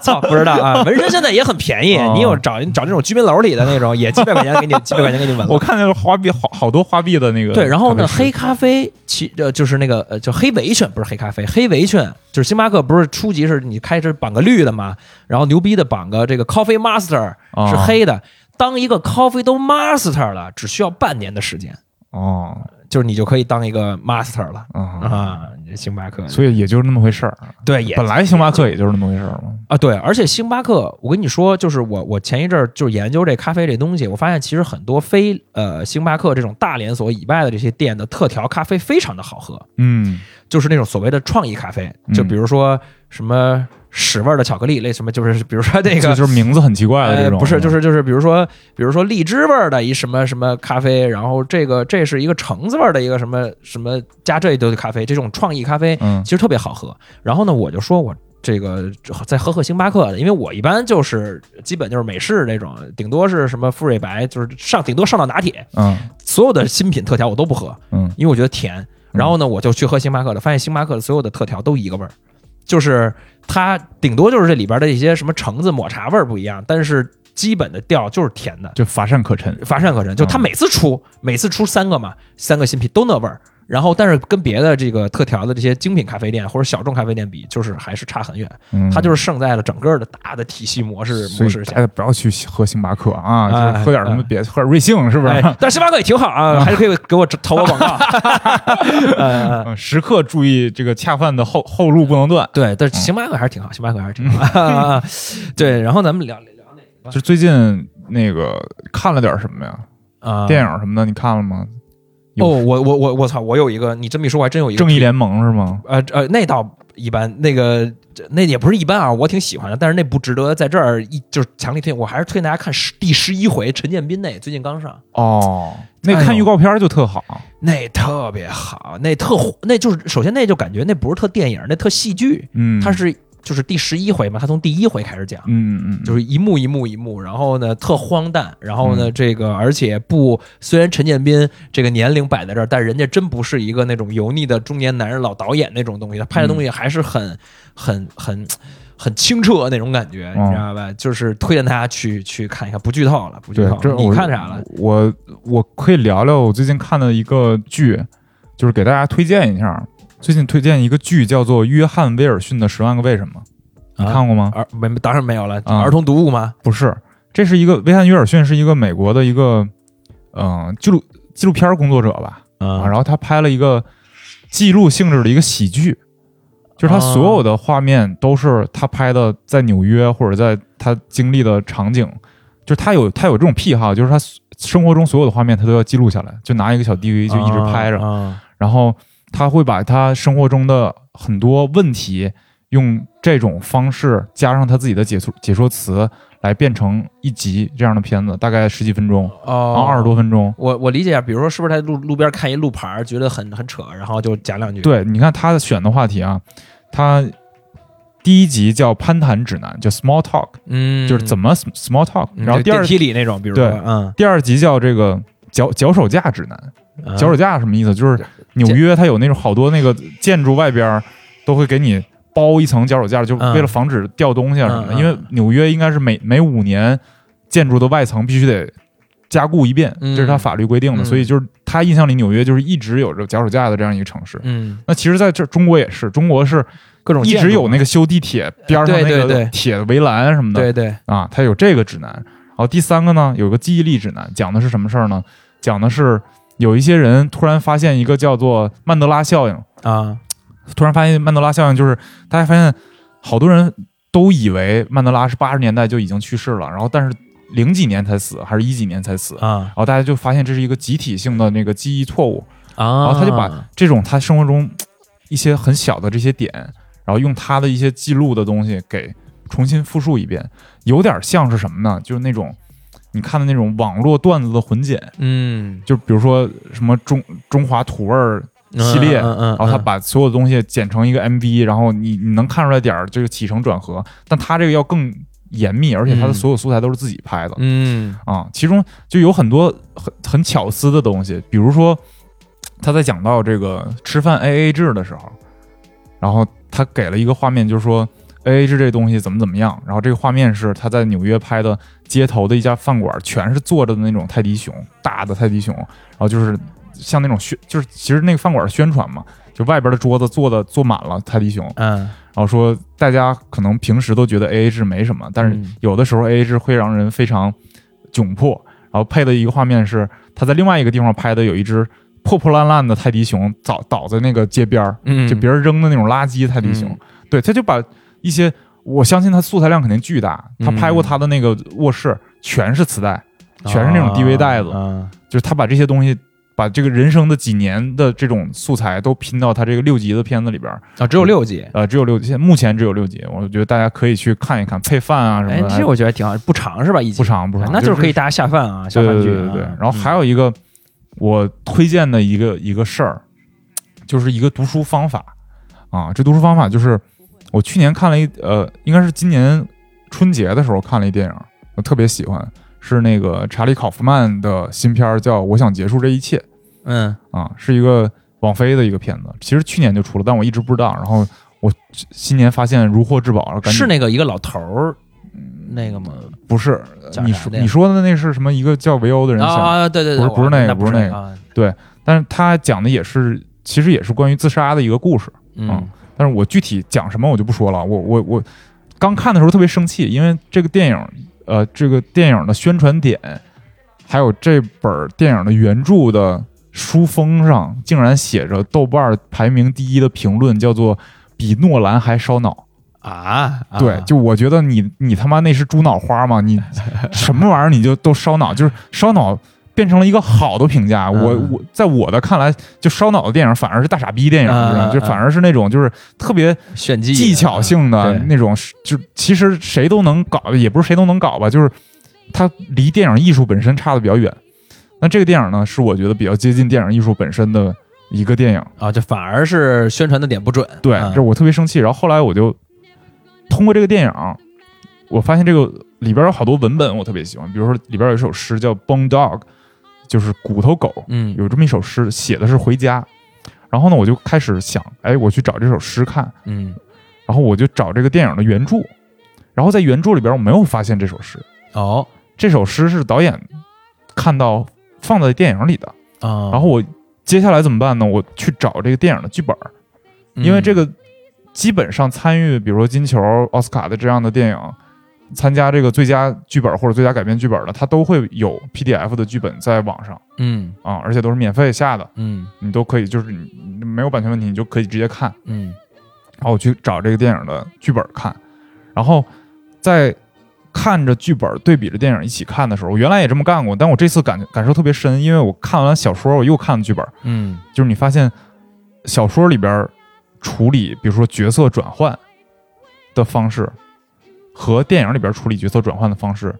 E: 操， 不知道啊。纹身现在也很便宜，
D: 哦
E: 你有找找那种居民楼里的那种，也几百块钱给你几百块钱给你纹
D: 我
E: 了。
D: 看那个花臂好好多花臂的那个
E: 对，然后呢，
D: 咖啡师
E: 黑咖啡其呃就是那个呃就黑围裙，不是黑咖啡，黑围裙就是星巴克不是初级是你开始绑个绿的嘛，然后牛逼的绑个这个 Coffee Master
D: 哦
E: 是黑的，当一个 Coffee 都 Master 了，只需要半年的时间。
D: 哦
E: 就是你就可以当一个 master 了
D: 啊，
E: 啊！你这星巴克
D: 所以也就是那么回事儿。
E: 对也
D: 本来星巴克也就是那么回事儿嘛。
E: 啊对，而且星巴克，我跟你说，就是我我前一阵儿就是研究这咖啡这东西，我发现其实很多非呃星巴克这种大连锁以外的这些店的特调咖啡非常的好喝，
D: 嗯
E: 就是那种所谓的创意咖啡，
D: 嗯
E: 就比如说什么屎味儿的巧克力类，什么就是比如说这
D: 就
E: 个。
D: 就是名字很奇怪的这
E: 呃，
D: 种，
E: 不是，就是就是，比如说，比如说荔枝味儿的一什么什么咖啡，然后这个这是一个橙子味儿的一个什么什么加这一堆的咖啡，这种创意咖啡，
D: 嗯
E: 其实特别好喝。然后呢，我就说我这个再喝喝星巴克的，因为我一般就是基本就是美式那种，顶多是什么馥芮白，就是上顶多上到拿铁，
D: 嗯
E: 所有的新品特调我都不喝，
D: 嗯
E: 因为我觉得甜。然后呢，我就去喝星巴克的，发现星巴克的所有的特调都一个味儿，就是它顶多就是这里边的一些什么橙子抹茶味儿不一样，但是基本的调就是甜的。
D: 就乏善可陈。
E: 乏善可陈。就
D: 嗯
E: 他每次出，每次出三个嘛，三个新品都那味儿。然后，但是跟别的这个特调的这些精品咖啡店或者小众咖啡店比，就是还是差很远。
D: 嗯，
E: 它就是胜在了整个的大的体系模式
D: 所以哎
E: 模式
D: 大
E: 下。
D: 家不要去喝星巴克啊，
E: 哎
D: 就是喝点什么别，喝点瑞幸是不
E: 哎
D: 是？，
E: 但是星巴克也挺好啊，还是可以给我投我广告。 呃，
D: 嗯，时刻注意这个恰饭的后后路不能断。
E: 对，但是星巴克还是挺好，星巴克还是挺
D: 嗯
E: 好。 对，然后咱们聊聊哪个
D: 就
E: 吧？
D: 是最近那个看了点什么呀？
E: 啊，
D: 电影什么的，你看了吗？
E: 哦，我我我我操，我有一个，你这么一说，我还真有一个
D: 正义联盟是吗？
E: 呃呃，那倒一般，那个这那也不是一般啊，我挺喜欢的，但是那不值得在这儿一就是强力推荐，我还是推荐大家看十第十一回陈建斌那最近刚上，
D: 哦，那
E: 哎呦
D: 看预告片儿就特好，
E: 那特别好，那特火，那就是首先那就感觉那不是特电影，那特戏剧，
D: 嗯，
E: 它是就是第十一回嘛，它从第一回开始讲，
D: 嗯，嗯嗯，
E: 就是是一幕一幕一幕，然后呢特荒诞，然后
D: 嗯
E: 呢这个而且不，虽然陈建斌这个年龄摆在这儿，但人家真不是一个那种油腻的中年男人老导演那种东西，他拍的东
D: 嗯
E: 西还是很、很很很清澈那种感觉，
D: 嗯
E: 你知道吧？就是推荐大家去去看一看，不剧透了，不剧
D: 对
E: 透，
D: 这
E: 了。你
D: 我
E: 看啥了？
D: 我我可以聊聊我最近看的一个剧，就是给大家推荐一下。最近推荐一个剧叫做《约翰·威尔逊的十万个为什么》，你
E: 啊
D: 看过吗？
E: 儿没当然没有了，
D: 啊
E: 儿童读物吗？
D: 不是，这是一个约翰·约尔逊是一个美国的一个嗯、呃纪录纪录片工作者吧，啊，
E: 啊
D: 然后他拍了一个记录性质的一个喜剧，就是
E: 啊
D: 他所有的画面都是他拍的在纽约或者在他经历的场景，就是他有他有这种癖好，就是他生活中所有的画面他都要记录下来，就拿一个小 DV 就一直拍着，
E: 啊
D: 然后他会把他生活中的很多问题用这种方式加上他自己的解说解说词来变成一集这样的片子，大概十几分钟，然后
E: 哦，
D: 二十多分钟。
E: 我我理解一下，比如说是不是在路路边看一路牌儿，觉得很很扯，然后就讲两句。
D: 对，你看他的选的话题啊，他第一集叫攀谈指南，叫 small talk，、
E: 嗯，
D: 就是怎么 sm- small talk，、
E: 嗯
D: 然后
E: 就
D: 第二
E: 电梯里那种，比如说，
D: 对
E: 嗯，
D: 第二集叫这个脚脚手架指南。
E: 嗯
D: 脚手架什么意思？就是纽约它有那种好多那个建筑外边儿都会给你包一层脚手架，就
E: 嗯
D: 为了防止掉东西啊什么的。
E: 嗯嗯
D: 因为纽约应该是每每五年建筑的外层必须得加固一遍，
E: 嗯
D: 这是它法律规定的。
E: 嗯
D: 所以就是他印象里纽约就是一直有着脚手架的这样一个城市。
E: 嗯，
D: 那其实在这中国也是，中国是
E: 各种
D: 一
E: 建筑
D: 直有那个修地铁边儿上
E: 对
D: 那
E: 对
D: 个
E: 对
D: 铁围栏什么的
E: 对对，
D: 啊，它有这个指南。然后第三个呢，有个记忆力指南，讲的是什么事儿呢？讲的是有一些人突然发现一个叫做曼德拉效应，
E: 啊，
D: 突然发现曼德拉效应就是大家发现好多人都以为曼德拉是八十年代就已经去世了，然后但是零几年才死，还是一几年才死。
E: 啊
D: 然后大家就发现这是一个集体性的那个记忆错误，
E: 啊，
D: 然后他就把这种他生活中一些很小的这些点，然后用他的一些记录的东西给重新复述一遍，有点像是什么呢？就是那种你看的那种网络段子的混剪，
E: 嗯
D: 就比如说什么中中华土味儿。系列，
E: 嗯嗯嗯
D: 然后他把所有的东西剪成一个 MV，然后你你能看出来点儿这个起承转合，但他这个要更严密，而且他的
E: 嗯
D: 所有素材都是自己拍的，
E: 嗯
D: 啊，其中就有很多很很巧思的东西，比如说他在讲到这个吃饭 A A 制的时候，然后他给了一个画面，就是说 A A 制这东西怎么怎么样，然后这个画面是他在纽约拍的街头的一家饭馆，全是坐着的那种泰迪熊，大的泰迪熊，然后就是像那种宣，就是其实那个饭馆的宣传嘛，就外边的桌子坐的坐满了泰迪熊，
E: 嗯
D: 然后说大家可能平时都觉得 A A 制没什么，但是
E: 嗯
D: 有的时候 A A 制会让人非常窘迫。然后配的一个画面是他在另外一个地方拍的，有一只破破烂烂的泰迪熊倒倒在那个街边儿，
E: 嗯，
D: 就别人扔的那种垃圾泰迪熊。
E: 嗯
D: 对，他就把一些我相信他素材量肯定巨大，
E: 嗯
D: 他拍过他的那个卧室全是磁带，全是那种 DV 袋子，
E: 嗯
D: 嗯
E: 啊
D: 就是他把这些东西。把这个人生的几年的这种素材都拼到他这个六集的片子里边儿，
E: 啊，只有六集。
D: 呃，只有六集，现在目前只有六集，我觉得大家可以去看一看，配饭啊什
E: 哎，
D: 么的，
E: 这我觉得挺好，不长是吧？一集
D: 不长不
E: 啊
D: 长，
E: 那就是可以
D: 大
E: 大家下饭啊，下
D: 对
E: 饭
D: 对
E: 剧
D: 对
E: 啊。
D: 对对。然后还
E: 嗯
D: 有一个我推荐的一个一个事儿，就是一个读书方法啊，这读书方法就是我去年看了一呃，应该是今年春节的时候看了一电影，我特别喜欢，是那个查理考夫曼的新片儿叫《我想结束这一切》。
E: 嗯
D: 啊，是一个网飞的一个片子，其实去年就出了，但我一直不知道。然后我新年发现如获至宝了，赶紧
E: 是那个一个老头儿那个吗？
D: 不是
E: 叫
D: 你
E: 啥
D: 说
E: 的呀
D: 你说的那是什么？一个叫维欧的人
E: 啊
D: 想，
E: 啊，对对对，
D: 不是不是那个
E: 那
D: 不是那个
E: 啊
D: 但是他讲的也是，其实也是关于自杀的一个故事。
E: 嗯
D: 但是我具体讲什么我就不说了。我我我刚看的时候特别生气，因为这个电影，呃，这个电影的宣传点，还有这本电影的原著的书封上，竟然写着豆瓣排名第一的评论，叫做“比诺兰还烧脑”。
E: 啊，啊
D: 对，就我觉得 你你他妈那是猪脑花吗？你什么玩意儿你就都烧脑，就是烧脑变成了一个好的评价。
E: 嗯
D: 我我在我的看来，就烧脑的电影反而是大傻逼电影，
E: 嗯
D: 你知道吗
E: 嗯
D: 就反而是那种就是特别
E: 炫啊技嗯
D: 技巧性的嗯
E: 对
D: 那种，就其实谁都能搞，也不是谁都能搞吧，就是它离电影艺术本身差的比较远。那这个电影呢，是我觉得比较接近电影艺术本身的一个电影。
E: 啊，就反而是宣传的点不准。
D: 对，
E: 嗯
D: 这我特别生气。然后后来我就通过这个电影，我发现这个里边有好多文本我特别喜欢，比如说里边有一首诗叫《Bone Dog》，就是骨头狗，
E: 嗯
D: 有这么一首诗，写的是回家。然后呢，我就开始想，哎，我去找这首诗看。
E: 嗯
D: 然后我就找这个电影的原著，然后在原著里边我没有发现这首诗，
E: 哦
D: 这首诗是导演看到放在电影里的。
E: 啊，
D: 然后我接下来怎么办呢？我去找这个电影的剧本，
E: 嗯
D: 因为这个基本上参与，比如说金球、奥斯卡的这样的电影，参加这个最佳剧本或者最佳改编剧本的，它都会有 PDF 的剧本在网上
E: 嗯
D: 啊，而且都是免费下的，
E: 嗯
D: 你都可以，就是你你没有版权问题，你就可以直接看。
E: 嗯
D: 然后我去找这个电影的剧本看，然后在看着剧本对比着电影一起看的时候，我原来也这么干过，但我这次感感受特别深，因为我看完小说，我又看了剧本，
E: 嗯
D: 就是你发现小说里边处理，比如说角色转换的方式，和电影里边处理角色转换的方式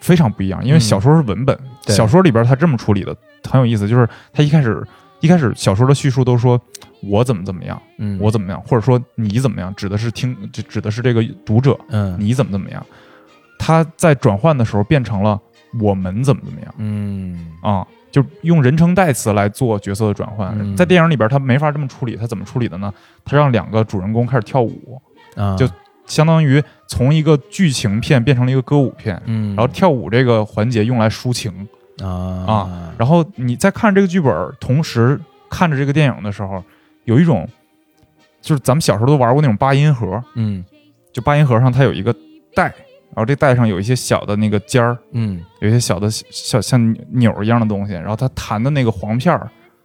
D: 非常不一样。因为
E: 嗯
D: 小说是文本，
E: 对
D: 小说里边他这么处理的很有意思，就是他一开始一开始小说的叙述都说我怎么怎么样，
E: 嗯，
D: 我怎么样，或者说你怎么样，指的是听，指指的是这个读者
E: 嗯
D: 你怎么怎么样。他在转换的时候变成了我们怎么怎么样。
E: 嗯
D: 啊、就用人称代词来做角色的转换。
E: 嗯
D: 在电影里边，他没法这么处理，他怎么处理的呢？他让两个主人公开始跳舞，
E: 啊
D: 就相当于从一个剧情片变成了一个歌舞片。
E: 嗯，
D: 然后跳舞这个环节用来抒情，
E: 啊
D: 啊然后你在看这个剧本，同时看着这个电影的时候，有一种就是咱们小时候都玩过那种八音盒，
E: 嗯
D: 就八音盒上它有一个带，然后这带上有一些小的那个尖儿，
E: 嗯
D: 有一些小的小像钮儿一样的东西，然后它弹的那个簧片儿，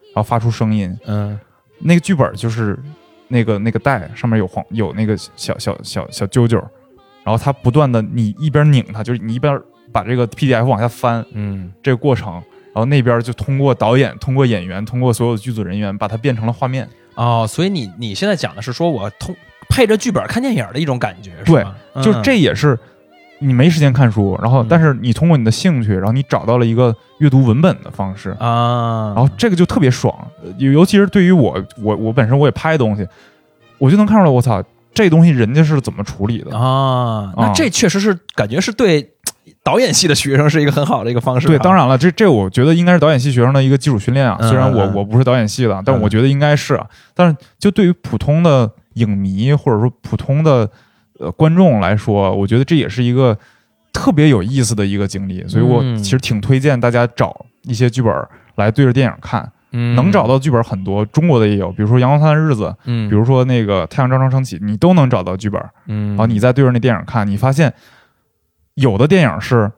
D: 然后发出声音。
E: 嗯
D: 那个剧本就是那个那个带上面有黄有那个小小小小揪揪，然后它不断的你一边拧它，就是你一边把这个 PDF 往下翻
E: 嗯
D: 这个过程，然后那边就通过导演、通过演员、通过所有的剧组人员把它变成了画面。
E: 哦，所以你你现在讲的是说我通配着剧本看电影的一种感觉，是
D: 对
E: 吧，
D: 就
E: 嗯
D: 这也是你没时间看书，然后
E: 嗯
D: 但是你通过你的兴趣，然后你找到了一个阅读文本的方式。
E: 啊，
D: 然后这个就特别爽，呃尤尤其是对于我，我我本身我也拍东西，我就能看出来，我操，这东西人家是怎么处理的。
E: 啊，那
D: 啊
E: 这确实是感觉是对导演系的学生是一个很好的一个方式。啊
D: 对，当，然了，这这我觉得应该是导演系学生的一个基础训练啊。
E: 嗯
D: 虽然我
E: 嗯嗯
D: 我不是导演系的，但
E: 嗯
D: 我觉得应该是啊。但是就对于普通的影迷或者说普通的呃观众来说，我觉得这也是一个特别有意思的一个经历，所以我
E: 嗯
D: 其实挺推荐大家找一些剧本来对着电影看，
E: 嗯，
D: 能找，到剧本很多，中国的也有，比如说《阳光灿烂的日子》。
E: 嗯，
D: 比如，说那个《太阳照常升起》，你都能找到剧本。
E: 嗯，
D: 然后啊你再对着那电影看，你发现有的电影是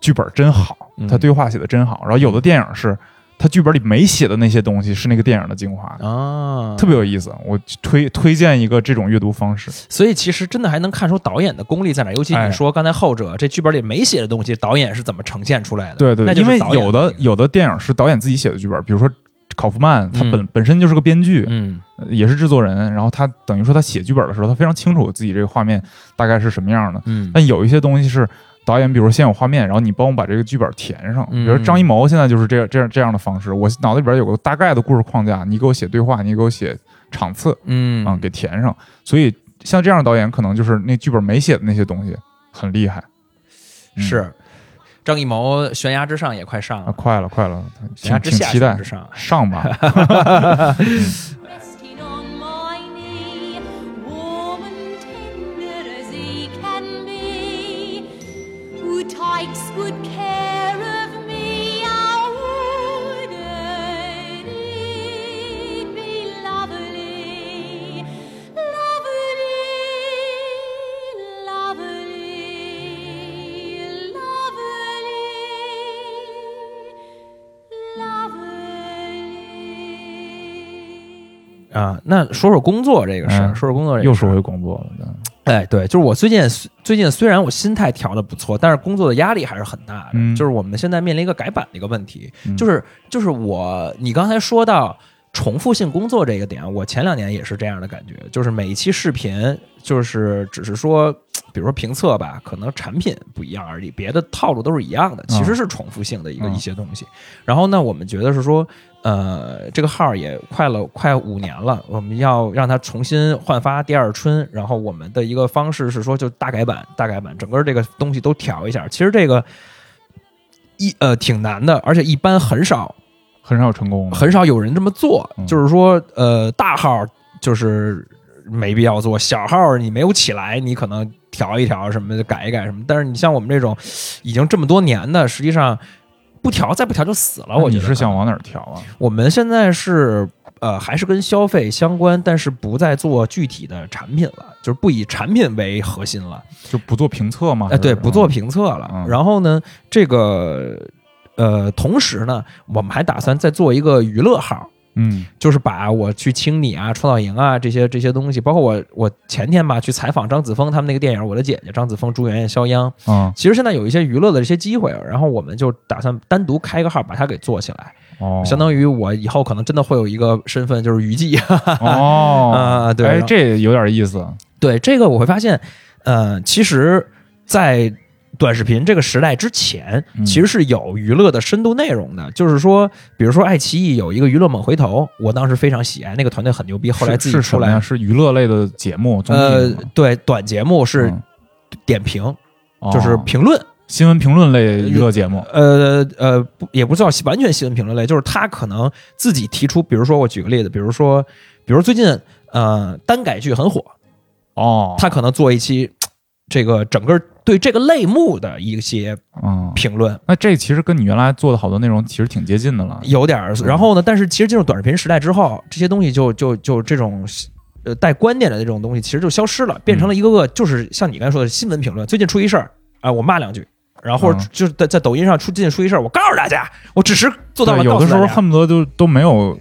D: 剧本真好
E: 嗯，
D: 他对话写的真好，然后有的电影是他剧本里没写的那些东西是那个电影的精华，
E: 啊，
D: 特别有意思。我推推荐一个这种阅读方式。
E: 所以其实真的还能看出导演的功力在哪儿。尤其你
D: 哎
E: 说刚才后者这剧本里没写的东西，导演是怎么呈现出来的？
D: 对对，
E: 那就
D: 因
E: 是
D: 为
E: 导演
D: 有的
E: 功力，
D: 有的电影是导演自己写的剧本，比如说。考夫曼他本、
E: 嗯
D: 本身就是个编剧，
E: 嗯
D: 呃也是制作人，然后他等于说他写剧本的时候，他非常清楚自己这个画面大概是什么样的，
E: 嗯
D: 但有一些东西是导演，比如说先有画面，然后你帮我把这个剧本填上。
E: 嗯
D: 比如张艺谋现在就是这样这样这样的方式，我脑子里边有个大概的故事框架，你给我写对话，你给我写场次
E: 嗯
D: 啊、给填上。所以像这样的导演，可能就是那剧本没写的那些东西很厉害。嗯
E: 是。张艺谋《悬崖之上》也快上
D: 啊，
E: 了，
D: 快了快了，
E: 《悬崖
D: 挺
E: 之
D: 挺
E: 下》
D: 期
E: 悬崖
D: 待
E: 之上，
D: 上 吧。
H: resting on my knee, warm and tender as he can be, who takes good care of me. How would it be lovely, lovely, lovely, lovely? Lovely.
E: 啊，那说说工作这个事儿，
D: 嗯
E: 说说工作这个
D: 又
E: 事
D: 说
E: 儿
D: 回工作了，嗯
E: 哎，对，就是我最近最近虽然我心态调的不错，但是工作的压力还是很大的。
D: 嗯
E: 就是我们现在面临一个改版的一个问题，
D: 嗯
E: 就是就是我你刚才说到重复性工作这个点，我前两年也是这样的感觉，就是每一期视频就是只是说，比如说评测吧，可能产品不一样而已，别的套路都是一样的，其实是重复性的一个、
D: 嗯
E: 一些东西。然后呢，我们觉得是说，呃，这个号儿也快了快五年了，我们要让它重新焕发第二春。然后我们的一个方式是说，就大改版，大改版，整个这个东西都调一下。其实这个一呃挺难的，而且一般很少
D: 很少有成功的，
E: 很少有人这么做。
D: 嗯
E: 就是说，呃，大号儿就是没必要做，小号儿你没有起来，你可能调一调什么的，改一改什么。但是你像我们这种已经这么多年的，实际上不调再不调就死了。
D: 那
E: 我觉
D: 你
E: 得
D: 嗯是想往哪儿调啊？
E: 我们现在是呃，还是跟消费相关，但是不再做具体的产品了，就是不以产品为核心了。
D: 就不做评测吗？
E: 哎，对，
D: 啊还是
E: 不做评测了。
D: 嗯
E: 然后呢，这个呃，同时呢，我们还打算再做一个娱乐号。
D: 嗯
E: 就是把我去清理啊、创造营啊这些这些东西，包括我我前天吧去采访张子枫他们那个电影《我的姐姐》，张子枫、朱媛媛、肖央，
D: 啊
E: 其实现在有一些娱乐的这些机会，然后我们就打算单独开个号把它给做起来。
D: 哦，
E: 相当于我以后可能真的会有一个身份，就是娱记。
D: 哦
E: 啊对
D: 哎，
E: 然后
D: 这有点意思，
E: 对这个，我会发现，呃，其实，在短视频这个时代之前，
D: 嗯
E: 其实是有娱乐的深度内容的。就是说，比如说爱奇艺有一个娱乐猛回头，我当时非常喜爱，那个团队很牛逼，后来
D: 是
E: 自己
D: 是什
E: 出
D: 么呀？
E: 来，
D: 是娱乐类的节目，综艺
E: 呃
D: 吗，
E: 对，短节目是
D: 嗯
E: 点评，
D: 哦
E: 就是评论。
D: 新闻评论类娱乐节目，
E: 呃呃，不也不叫完全新闻评论类，就是他可能自己提出，比如说我举个例子，比如说，比如最近呃单改剧很火，
D: 哦，
E: 呃他可能做一期这个整个对这个类目的一些
D: 嗯，
E: 评论，
D: 那这其实跟你原来做的好多内容其实挺接近的了，
E: 有点儿。然后呢，但是其实进入短视频时代之后，这些东西就就就这种。呃，带观点的这种东西其实就消失了，变成了一个个就是像你刚才说的新闻评论。最近出一事儿啊、我骂两句，然后或者
D: 嗯
E: 就是在在抖音上出最近出一事儿，我告诉大家，我只是做到
D: 对
E: 了
D: 有
E: 告
D: 的
E: 诉
D: 时
E: 大
D: 候
E: 家。
D: 恨不得就都没有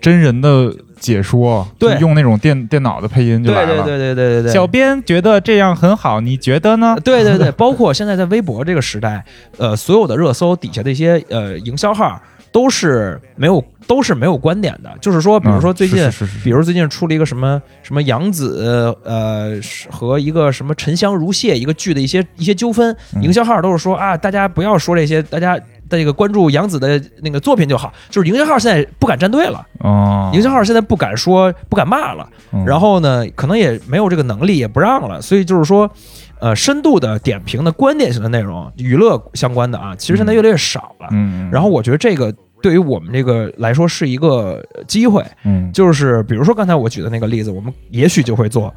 D: 真人的解说，
E: 对
D: 就用那种电电脑的配音就
E: 对
D: 来
E: 对
D: 了。
E: 对对对对对，
D: 小编觉得这样很好，你觉得呢？
E: 对对对，包括现在在微博这个时代，呃，所有的热搜底下的一些呃营销号都是没有都是没有观点的，就是说，比如说
D: 嗯
E: 最近，
D: 是是是是
E: 比如最近出了一个什么什么杨紫呃是和一个什么沉香如屑一个剧的一些一些纠纷，
D: 嗯
E: 营销号都是说啊，大家不要说这些，大家。这个关注杨紫的那个作品就好，就是营销号现在不敢站队了，
D: 哦，
E: 营销号现在不敢说不敢骂了，
D: 嗯
E: 然后呢，可能也没有这个能力，也不让了，所以就是说，呃，深度的点评的观点型的内容，娱乐相关的啊，其实现在越来越少了。
D: 嗯，嗯
E: 然后我觉得这个对于我们这个来说是一个呃机会，
D: 嗯，
E: 就是比如说刚才我举的那个例子，我们也许就会做。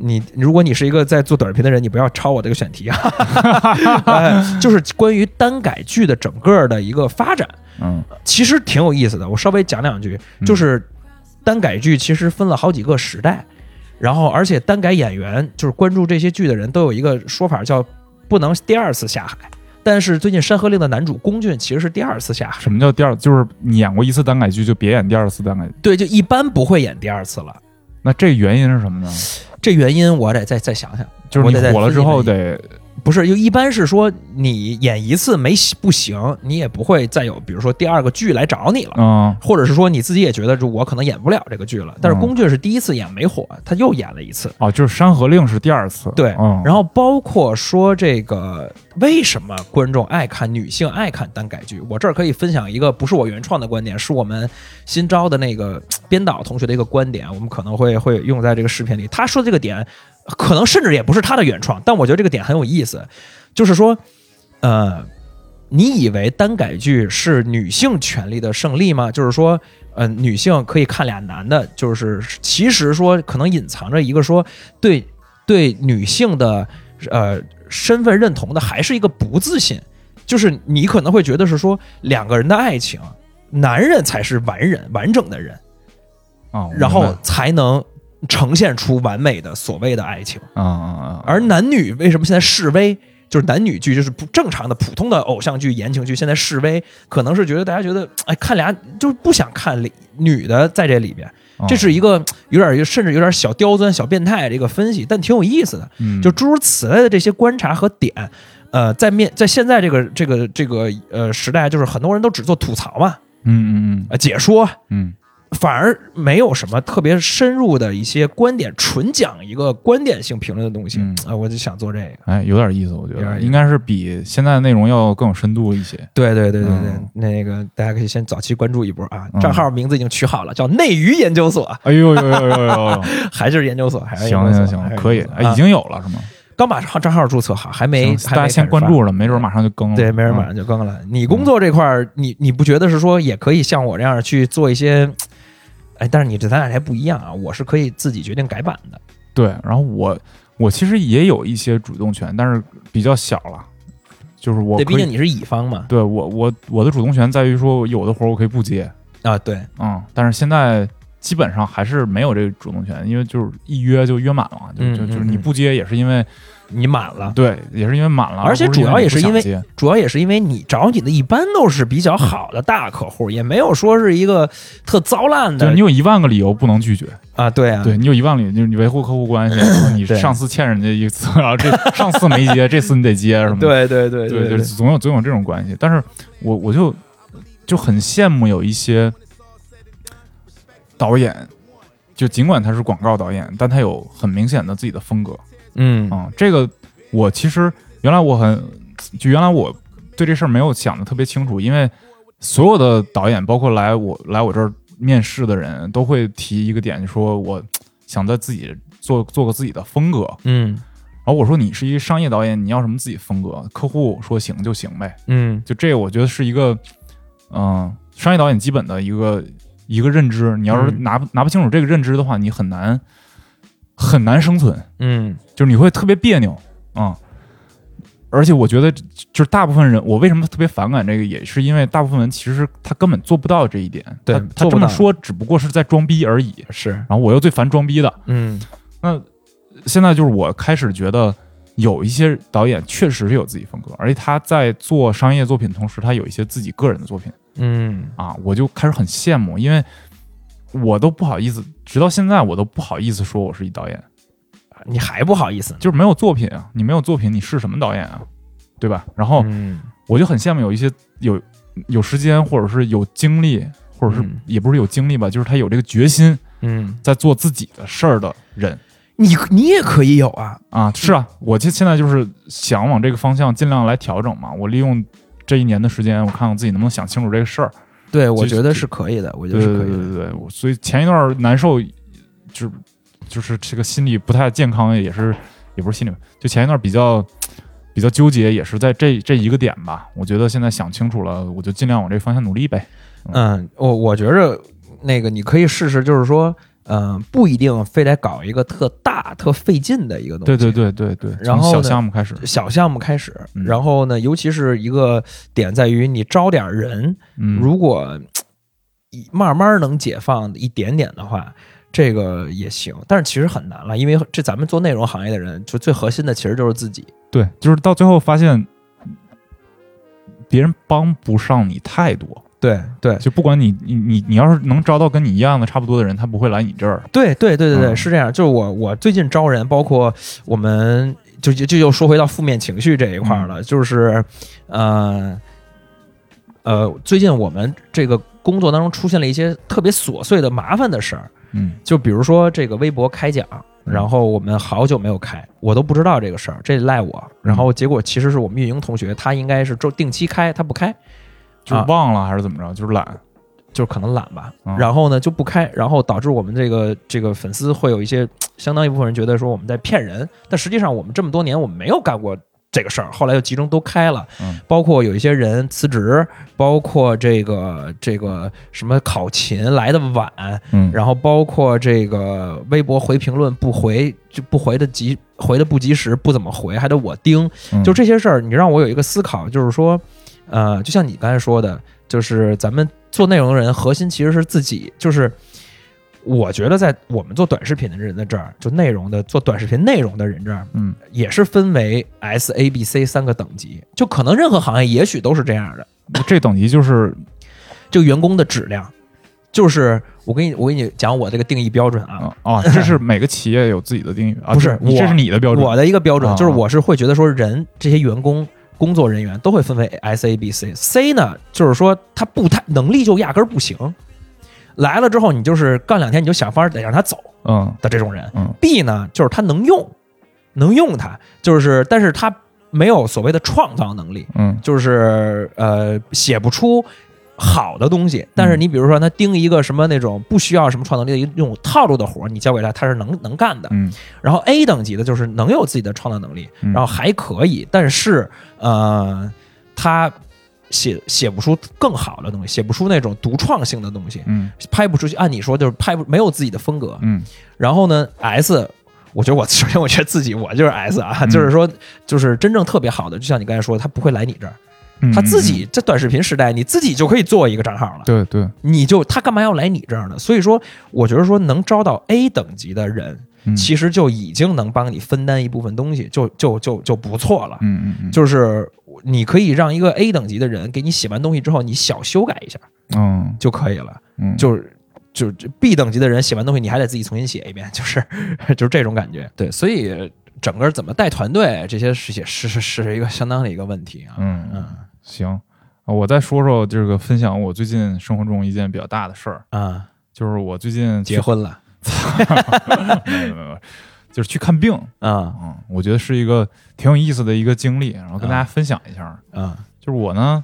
E: 你如果你是一个在做短视频的人，你不要抄我这个 选题啊，哎就是关于单改剧的整个的一个发展。
D: 嗯
E: 其实挺有意思的。我稍微讲两句，就是单改剧其实分了好几个时代，然后而且单改演员就是关注这些剧的人都有一个说法叫不能第二次下海。但是最近《山河令》的男主龚俊其实是第二次下海，
D: 什么叫第二？就是你演过一次单改剧，就别演第二次单改剧。
E: 对，就一般不会演第二次了。
D: 那这原因是什么呢？
E: 这原因我得再再想想，
D: 就是
E: 我
D: 你
E: 得再
D: 火了
E: 分析
D: 之后
E: 分析
D: 得
E: 不是，就一般是说你演一次没喜不行，你也不会再有比如说第二个剧来找你了。
D: 嗯
E: 或者是说你自己也觉得，就我可能演不了这个剧了。但
D: 嗯
E: 是龚俊是第一次演没火，他又演了一次。
D: 哦，就是《山河令》是第二次。
E: 对，
D: 嗯，
E: 然后包括说这个为什么观众爱看女性爱看单改剧，我这儿可以分享一个不是我原创的观点，是我们新招的那个嘖编导同学的一个观点，我们可能会会用在这个视频里。他说这个点，可能甚至也不是他的原创，但我觉得这个点很有意思，就是说，呃，你以为单改剧是女性权利的胜利吗？就是说，呃，女性可以看俩男的，就是其实说可能隐藏着一个说对对女性的呃身份认同的还是一个不自信，就是你可能会觉得是说两个人的爱情，男人才是完人完整的人，
D: 哦明
E: 然后
D: 白
E: 才能呈现出完美的所谓的爱情。
D: 嗯嗯嗯，
E: 而男女为什么现在示威？就是男女剧，就是不正常的普通的偶像剧、言情剧，现在示威，可能是觉得大家觉得，哎，看俩就是不想看里女的在这里边，
D: 嗯
E: 这是一个有点甚至有点小刁钻、小变态的一个分析，但挺有意思的。
D: 嗯
E: 就诸如此类的这些观察和点，呃，在面在现在这个这个这个呃时代，就是很多人都只做吐槽嘛，
D: 嗯嗯
E: 呃，解说，
D: 嗯
E: 反而没有什么特别深入的一些观点，纯讲一个观点性评论的东西。
D: 嗯
E: 啊、我就想做这个。
D: 嗯，哎，有点意思，我觉
E: 有点意
D: 得
E: 思
D: 应该是比现在的内容要更有深度一些。
E: 对对对对对，
D: 嗯
E: 那个大家可以先早期关注一波啊！
D: 嗯
E: 账号名字已经取好了，叫内娱研究所，
D: 哎呦呦呦 呦呦！
E: 还是研究所，还是
D: 行
E: 研究所
D: 行行，
E: 还是
D: 可以，
E: 研究所
D: 哎，已经有了是吗？
E: 刚把账号注册好，还没
D: 行
E: 啊哎还没
D: 大家先关注了，没准马上
E: 上
D: 就更了。
E: 对，没人马
D: 嗯。
E: 上就更了。你工作这块儿，你你不觉得是说也可以像我这样去做一些？哎，但是你这咱俩还不一样啊，我是可以自己决定改版的。
D: 对，然后我我其实也有一些主动权，但是比较小了，就是我
E: 对，毕
D: 可
E: 竟
D: 以。
E: 你是乙方嘛。
D: 对我我我的主动权在于说，有的活儿我可以不接，
E: 啊，对，
D: 嗯，但是现在基本上还是没有这个主动权，因为就是一约就约满了，就
E: 嗯
D: 就
E: 嗯
D: 就是你
E: 嗯
D: 不接也是因为
E: 你满了。
D: 对，也是因为满了，
E: 而且
D: 不是
E: 主要也是
D: 因
E: 因
D: 为
E: 为
D: 你不想接
E: 主要也是因为你找你的一般都是比较好的大客户，也没有说是一个特糟烂
D: 就是
E: 的
D: 你有一万个理由不能拒绝，
E: 啊，对啊，
D: 对你有一万个理由，就是你维护客户 关系，然后你
E: 对
D: 上次欠人家一次，然后 这上次没接，这次你得接什么的，
E: 对对对
D: 对
E: 对
D: 就是总有总有这种关系。但是我我就就很羡慕有一些导演，就尽管他是广告导演，但他有很明显的自己的风格，
E: 嗯
D: 啊、这个我其实原来我很，就原来我对这事儿没有想的特别清楚，因为所有的导演，包括来我来我这儿面试的人都会提一个点，就说我想在自己做做个自己的风格。
E: 嗯
D: 然后我说你是一商业导演，你要什么自己风格？客户说行就行呗。
E: 嗯
D: 就这，我觉得是一个，嗯、商业导演基本的一个一个认知。你要是
E: 嗯
D: 拿不、拿不清楚这个认知的话，你很难很难生存。
E: 嗯
D: 就是你会特别别扭啊、而且我觉得，就是大部分人，我为什么特别反感这个，也是因为大部分人其实他根本做不到这一点。
E: 对
D: 他他这
E: 做不
D: 么
E: 到
D: 说只不过是在装逼而已。
E: 是
D: 然后我又最烦装逼的。
E: 嗯
D: 那现在就是我开始觉得，有一些导演确实是有自己风格，而且他在做商业作品的同时，他有一些自己个人的作品
E: 嗯
D: 啊，我就开始很羡慕，因为我都不好意思，直到现在我都不好意思说我是一导演。
E: 你还不好意思呢
D: 就是没有作品啊，你没有作品，你是什么导演啊？对吧？然后
E: 嗯
D: 我就很羡慕有一些有有时间，或者是有精力，或者是
E: 嗯
D: 也不是有精力吧，就是他有这个决心
E: 嗯，
D: 在做自己的事儿的人
E: 你你也可以有啊，
D: 啊。是啊，我就现在就是想往这个方向尽量来调整嘛。我利用这一年的时间，我看我自己能不能想清楚这个事儿。
E: 对，我
D: 就
E: 觉得
D: 就是
E: 可以的，我觉
D: 对对
E: 得是可
D: 对对
E: 以的。
D: 对，我所以前一段难受，就是就是这个心理不太健康，也是也不是心理，就前一段比较比较纠结，也是在这这一个点吧。我觉得现在想清楚了，我就尽量往这个方向努力呗。
E: 嗯，我我觉着那个你可以试试，就是说，嗯、不一定非得搞一个特大、特费劲的一个东西。
D: 对对对对对，
E: 啊然后
D: 从小
E: 呢
D: 项目开始，
E: 小项目开始，
D: 嗯
E: 然后呢，尤其是一个点在于你招点人，
D: 嗯，
E: 如果一慢慢能解放一点点的话，这个也行。但是其实很难了，因为这咱们做内容行业的人，就最核心的其实就是自己。
D: 对，就是到最后发现别人帮不上你太多，
E: 对对
D: 就不管你你你你要是能招到跟你一样的差不多的人，他不会来你这儿。
E: 对对对对对，
D: 嗯
E: 是这样。就是我我最近招人，包括我们就就就又说回到负面情绪这一块儿
D: 嗯
E: 了，就是呃呃，最近我们这个工作当中出现了一些特别琐碎的麻烦的事儿，
D: 嗯
E: 就比如说这个微博开奖。
D: 嗯
E: 然后我们好久没有开，我都不知道这个事儿，这赖我。
D: 嗯
E: 然后结果其实是我们运营同学，他应该是周定期开，他不开，啊
D: 就是忘了还是怎么着，就是懒。
E: 就是可能懒吧
D: 嗯，
E: 然后呢就不开，然后导致我们这个这个粉丝会有一些嘖相当一部分人觉得说我们在骗人，但实际上我们这么多年我们没有干过这个事儿，后来又集中都开了
D: 嗯，
E: 包括有一些人辞职，包括这个这个什么考勤来的晚，
D: 嗯
E: 然后包括这个微博回评论不回就不回的及回的不及时，不怎么回，还得我盯，
D: 嗯
E: 就这些事儿，你让我有一个思考，就是说，呃，就像你刚才说的，就是咱们做内容的人，核心其实是自己，就是。我觉得在我们做短视频的人的这儿，就内容的做短视频内容的人这儿，
D: 嗯，
E: 也是分为 S、A、B、C 三个等级，就可能任何行业也许都是这样的，
D: 这等级就是
E: 这个员工的质量，就是我给你我给你讲我这个定义标准啊，
D: 啊啊，这是每个企业有自己的定义啊，
E: 不是
D: 这这
E: 我
D: 是你的标准，
E: 我的一个标准
D: 啊
E: 就是我是会觉得说人这些员工。工作人员都会分为 S、A、B、C。C 呢，就是说他不太能力就压根儿不行，来了之后你就是干两天你就想法儿得让他走
D: 嗯
E: 的这种人。
D: 嗯
E: B 呢，就是他能用，能用它，就是但是他没有所谓的创造能力，
D: 嗯
E: 就是呃写不出好的东西。但是
D: 嗯
E: 你比如说他盯一个什么那种不需要什么创造力的那种套路的活儿，你交给他他是能能干的。
D: 嗯
E: 然后 A 等级的就是能有自己的创造能力，
D: 嗯
E: 然后还可以，但是呃他。写写不出更好的东西，写不出那种独创性的东西，
D: 嗯
E: 拍不出去。按你说，就是拍不没有自己的风格，
D: 嗯
E: 然后呢，S，我觉得我 首先我觉得自己我就是 S 啊，
D: 嗯
E: 就是说就是真正特别好的，就像你刚才说，他不会来你这儿，
D: 嗯，
E: 他
D: 嗯
E: 自己这短视频时代，你自己就可以做一个账号了
D: 嗯，对对，
E: 你就他干嘛要来你这儿呢？所以说，我觉得说能招到 A 等级的人，
D: 嗯
E: 其实就已经能帮你分担一部分东西，就就就就不错了。
D: 嗯嗯嗯，
E: 就是你可以让一个 A 等级的人给你写完东西之后，你小修改一下
D: 嗯
E: 就可以了。
D: 嗯
E: 就是就是 B 等级的人写完东西，你还得自己重新写一遍， 就是就是这种感觉。对，所以整个怎么带团队这些是也是是是一个相当的一个问题啊。
D: 嗯
E: 嗯
D: 行，啊我再说说这个分享我最近生活中一件比较大的事儿，
E: 啊，
D: 就是我最近去
E: 结，婚了
D: 没有没有没有就是去看病，
E: 啊
D: 嗯，我觉得是一个挺有意思的一个经历，然后跟大家分享一下。
E: 啊
D: 就是我呢，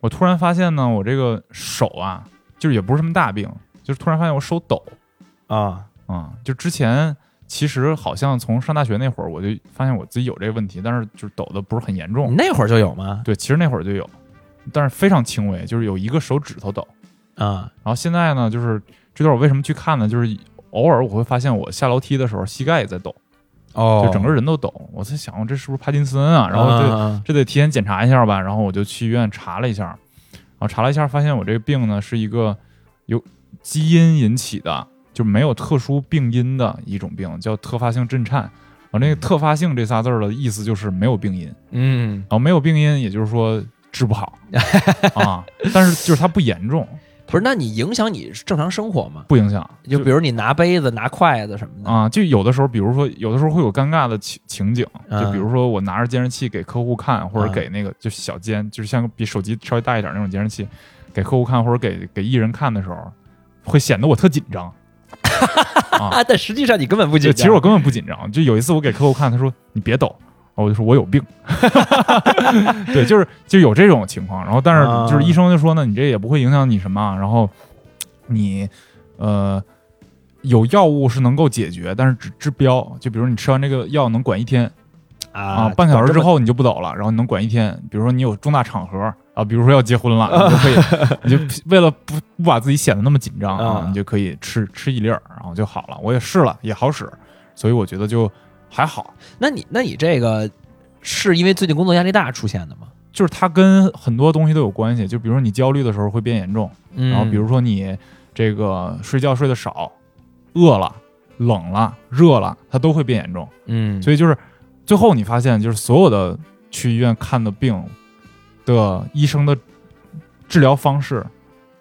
D: 我突然发现呢，我这个手啊，就是也不是什么大病，就是突然发现我手抖
E: 啊
D: 啊、就之前其实好像从上大学那会儿，我就发现我自己有这个问题，但是就是抖的不是很严
E: 你
D: 重。
E: 那会儿就有吗？
D: 对，其实那会儿就有，但是非常轻微，就是有一个手指头抖。
E: 啊
D: 然后现在呢，就是这段我为什么去看呢？就是偶尔我会发现我下楼梯的时候膝盖也在抖，
E: 哦，
D: 就整个人都抖。我在想，哦我这是不是帕金森啊？然后就
E: 啊
D: 这得提前检查一下吧。然后我就去医院查了一下，然后查了一下，发现我这个病呢是一个由基因引起的，就没有特殊病因的一种病，叫特发性震颤。我那个“特发性”这仨字儿的意思就是没有病因，然
E: 嗯
D: 后没有病因，也就是说治不好啊。但是就是它不严重，
E: 不是，那你影响你正常生活吗？
D: 不影响。
E: 就比如你拿杯子、拿筷子什么的
D: 啊，就有的时候，比如说有的时候会有尴尬的情情景，就
E: 嗯
D: 比如说我拿着监视器给客户看，或者
E: 嗯
D: 给那个就是小监，就是像比手机稍微大一点那种监视器，给客户看或者给给艺人看的时候，会显得我特紧张。
E: 啊，但实际上你根本不
D: 就
E: 紧张。
D: 其实我根本不紧张，就有一次我给客户看，他说你别抖。我就说我有病， 对，就是就有这种情况。然后，但
E: 啊
D: 是就是医生就说呢，你这也不会影响你什么。然后你呃有药物是能够解决，但是只治标。就比如你吃完这个药能管一天啊，
E: 啊，
D: 半小时
E: 这
D: 之
E: 么
D: 后你就不抖了，然后你能管一天。比如说你有重大场合啊，比如说要结婚了，你就可 以，你就为了不不把自己显得那么紧张啊
E: 啊，
D: 你就可以吃吃一粒儿，然后就好了。我也试了，也好使，所以我觉得就还好。
E: 那你那你这个是因为最近工作压力大出现的吗？
D: 就是它跟很多东西都有关系，就比如说你焦虑的时候会变严重，
E: 嗯
D: 然后比如说你这个睡觉睡得少，饿了、冷了、热了，它都会变严重。
E: 嗯，
D: 所以就是最后你发现，就是所有的去医院看的病的医生的治疗方式，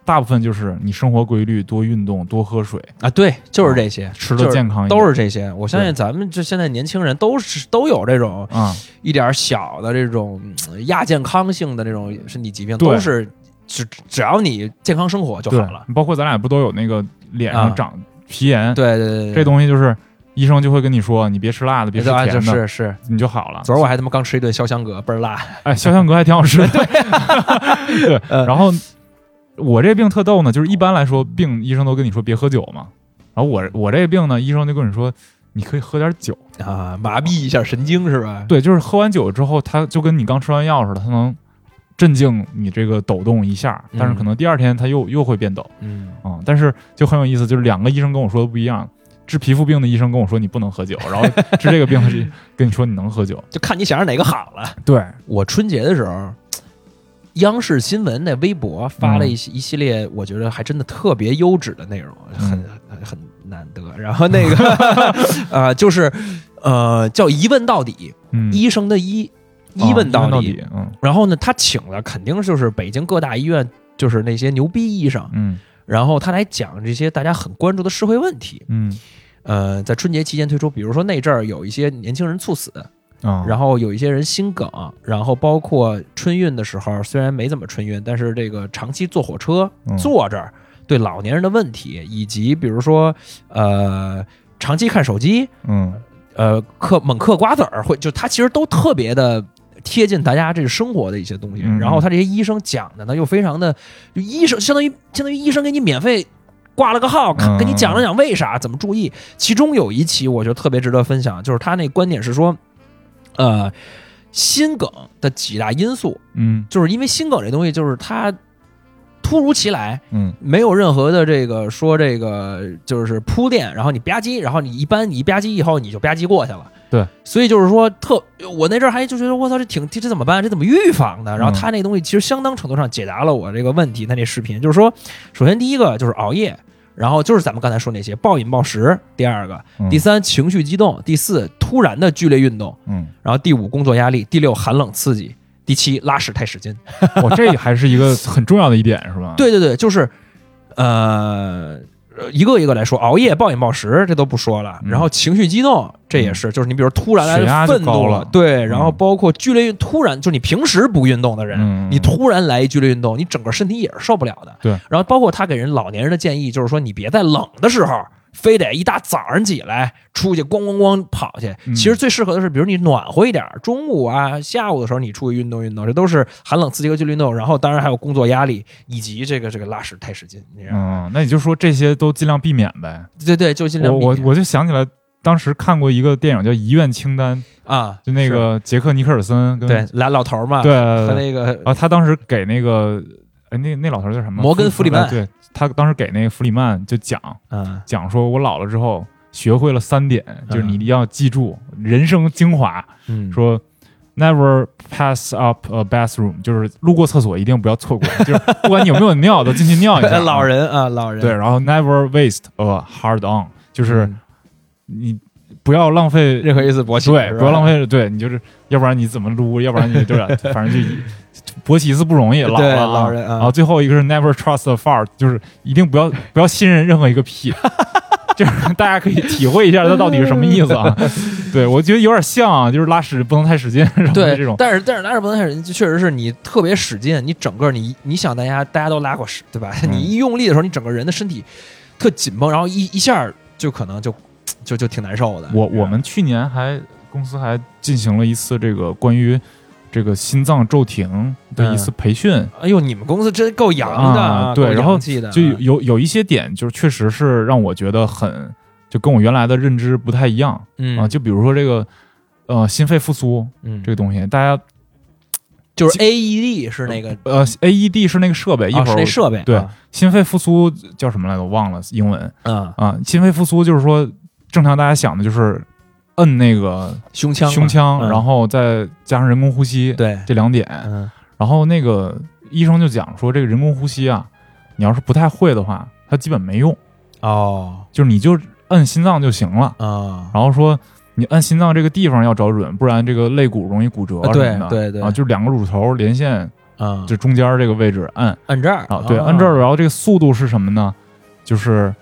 D: 大部分就是你生活规律、多运动、多喝水，
E: 啊，对，就是这些，
D: 吃
E: 就
D: 的
E: 是
D: 健康一点，
E: 都是这些。我相信
D: 啊对
E: 咱们这现在年轻人都是都有这种
D: 啊、
E: 一点小的这种嗯亚健康性的这种身体疾病，
D: 对
E: 都是只只要你健康生活就
D: 对
E: 好了。。
D: 包括咱俩不都有那个脸
E: 啊
D: 上长皮炎，
E: 对对对，对
D: 这东西就是医生就会跟你说，你别吃辣的，别吃
E: 啊
D: 甜的，
E: 就是是。
D: 你就好了。
E: 昨儿我还他妈刚吃一顿潇湘阁，倍儿辣
D: 哎，潇湘阁还挺好吃的。对，
E: 嗯
D: 然后我这病特逗呢，就是一般来说病医生都跟你说别喝酒嘛，然后我我这病呢，医生就跟你说你可以喝点酒。
E: 啊，麻痹一下神经是吧？
D: 对，就是喝完酒之后，他就跟你刚吃完药似的，他能镇静你这个抖动一下，但是可能第二天他又又会变抖
E: 嗯，
D: 啊、但是就很有意思，就是两个医生跟我说的不一样。治皮肤病的医生跟我说你不能喝酒，然后治这个病的是跟你说你能喝 酒。
E: 就看你想让哪个好了。
D: 对，
E: 我春节的时候，央视新闻那微博发了一系一系列，我觉得还真的特别优质的内容，很很很难得。然后那 个呃，就是呃叫一问到底，
D: 嗯，
E: 医生的医，
D: 啊
E: 哦一问
D: 到
E: 到底。
D: 底，嗯
E: 然后呢，他请了肯定就是北京各大医院就是那些牛逼医生，
D: 嗯
E: 然后他来讲这些大家很关注的社会问题。
D: 嗯
E: 呃，在春节期间推出，比如说那阵儿有一些年轻人猝死，
D: 啊，
E: 然后有一些人心梗，然后包括春运的时候，虽然没怎么春运，但是这个长期坐火车
D: 嗯
E: 坐这儿对老年人的问题，以及比如说呃长期看手机，
D: 嗯
E: 呃嗑猛嗑瓜子儿，会就他其实都特别的。贴近大家这个生活的一些东西，
D: 嗯
E: 然后他这些医生讲的呢又非常的，就医生相当于相当于医生给你免费挂了个号，看
D: 嗯
E: 给你讲了讲为啥怎么注意。其中有一期我觉得特别值得分享，就是他那观点是说，呃，心梗的几大因素，
D: 嗯
E: 就是因为心梗这东西就是它突如其来，
D: 嗯
E: 没有任何的这个说这个就是铺垫，然后你吧唧，然后你一般你一吧唧以后你就吧唧过去了。
D: 对，
E: 所以就是说特，我那阵儿还就觉得我操，这挺这这怎么办？这怎么预防呢？然
D: 嗯
E: 后他那东西其实相当程度上解答了我这个问题。他那视频就是说，首先第一个就是熬夜，然后就是咱们刚才说那些暴饮暴食；第二个，
D: 嗯
E: 第三情绪激动；第四突然的剧烈运动；
D: 嗯，
E: 然后第五工作压力；第六寒冷刺激；第七拉屎太使劲。
D: 我哦这还是一个很重要的一点是吧？，
E: 对对对，就是，呃，呃一个一个来说，熬夜、暴饮暴食这都不说了，
D: 嗯
E: 然后情绪激动这也是，就是你比如突然
D: 血
E: 来
D: 压就
E: 愤怒
D: 高
E: 了
D: 了，
E: 对，然后
D: 嗯
E: 包括剧烈运，突然就是你平时不运动的人，
D: 嗯
E: 你突然来一剧烈运动，你整个身体也是受不了的。
D: 对，
E: 然后包括他给人老年人的建议就是说，你别在冷的时候。非得一大早上起来出去咣咣咣跑去，
D: 嗯
E: 其实最适合的是，比如你暖和一点，中午啊、下午的时候你出去运动运动，这都是寒冷刺激和剧烈运动。然后当然还有工作压力以及这个这个拉屎太使劲，你知道吗？
D: 嗯，那你就说这些都尽量避免呗。
E: 对对，就尽
D: 我
E: 量避
D: 我
E: 免
D: 我就想起来，当时看过一个电影叫《遗愿清单》，
E: 啊，
D: 就那个杰克尼克尔森
E: 是
D: 跟
E: 对俩老头儿嘛，
D: 对
E: 和
D: 对对
E: 那个
D: 啊，他当时给那个哎那那老头叫什么？
E: 摩根弗里曼
D: 啊对他当时给那个弗里曼就讲
E: 嗯
D: 讲说，我老了之后学会了三点，就是你一定要记住人生精华，
E: 嗯
D: 说 never pass up a bathroom，就是路过厕所一定不要错过， 就是不管你有没有尿都进去尿一下。
E: 老人啊老人
D: 对，然后 never waste a hard on，就是
E: 嗯
D: 你不要浪费
E: 任何一次勃起
D: 对
E: 是，吧
D: 不要浪费，对你就是，要不然你怎么撸，要不然你 就是，反正就一勃起一次不容易，老
E: 对
D: 了啊
E: 老人啊
D: 然后最后一个是 never trust a fart，就是一定不要不要信任任何一个屁， 就是大家可以体会一下它到底是什么意思 啊？对我觉得有点像啊，就是拉屎不能太使劲，什么
E: 对
D: 这种，
E: 但是但是拉屎不能太使劲，确实是你特别使劲，你整个你你想大家大家都拉过屎对吧？
D: 嗯
E: 你一用力的时候，你整个人的身体特紧绷，然后一一下就可能就就就挺难受的。
D: 我我们去年还公司还进行了一次这个关于这个心脏骤停的一次培训，
E: 哎呦，你们公司真够洋的
D: 啊对
E: 够
D: 然后
E: 洋气的嗯
D: 就有有有一些点，就是确实是让我觉得很，就跟我原来的认知不太一样、
E: 嗯
D: 啊。就比如说这个，呃，心肺复苏
E: 嗯
D: 这个东西，大家
E: 就是 AED 是那个
D: 呃，AED 是那个设备，一会
E: 哦是
D: 儿
E: 那
D: 我
E: 设备
D: 对
E: 啊
D: 心肺复苏叫什么来着？我忘了英文
E: 嗯
D: 啊。心肺复苏就是说，正常大家想的就是摁那个
E: 胸腔嘛
D: 胸腔，
E: 嗯
D: 然后再加上人工呼吸，
E: 对
D: 这两点。
E: 嗯
D: 然后那个医生就讲说，这个人工呼吸啊，你要是不太会的话，它基本没用。
E: 哦
D: 就是你就摁心脏就行了。
E: 啊
D: 然后说你摁心脏这个地方要找准，不然这个肋骨容易骨折
E: 啊
D: 什
E: 对
D: 么的。
E: 对对
D: 啊，就是两个乳头连线，
E: 啊
D: 就中间这个位置按
E: 按这儿
D: 啊，对，按
E: 嗯
D: 这儿。然后这个速度是什么呢？就是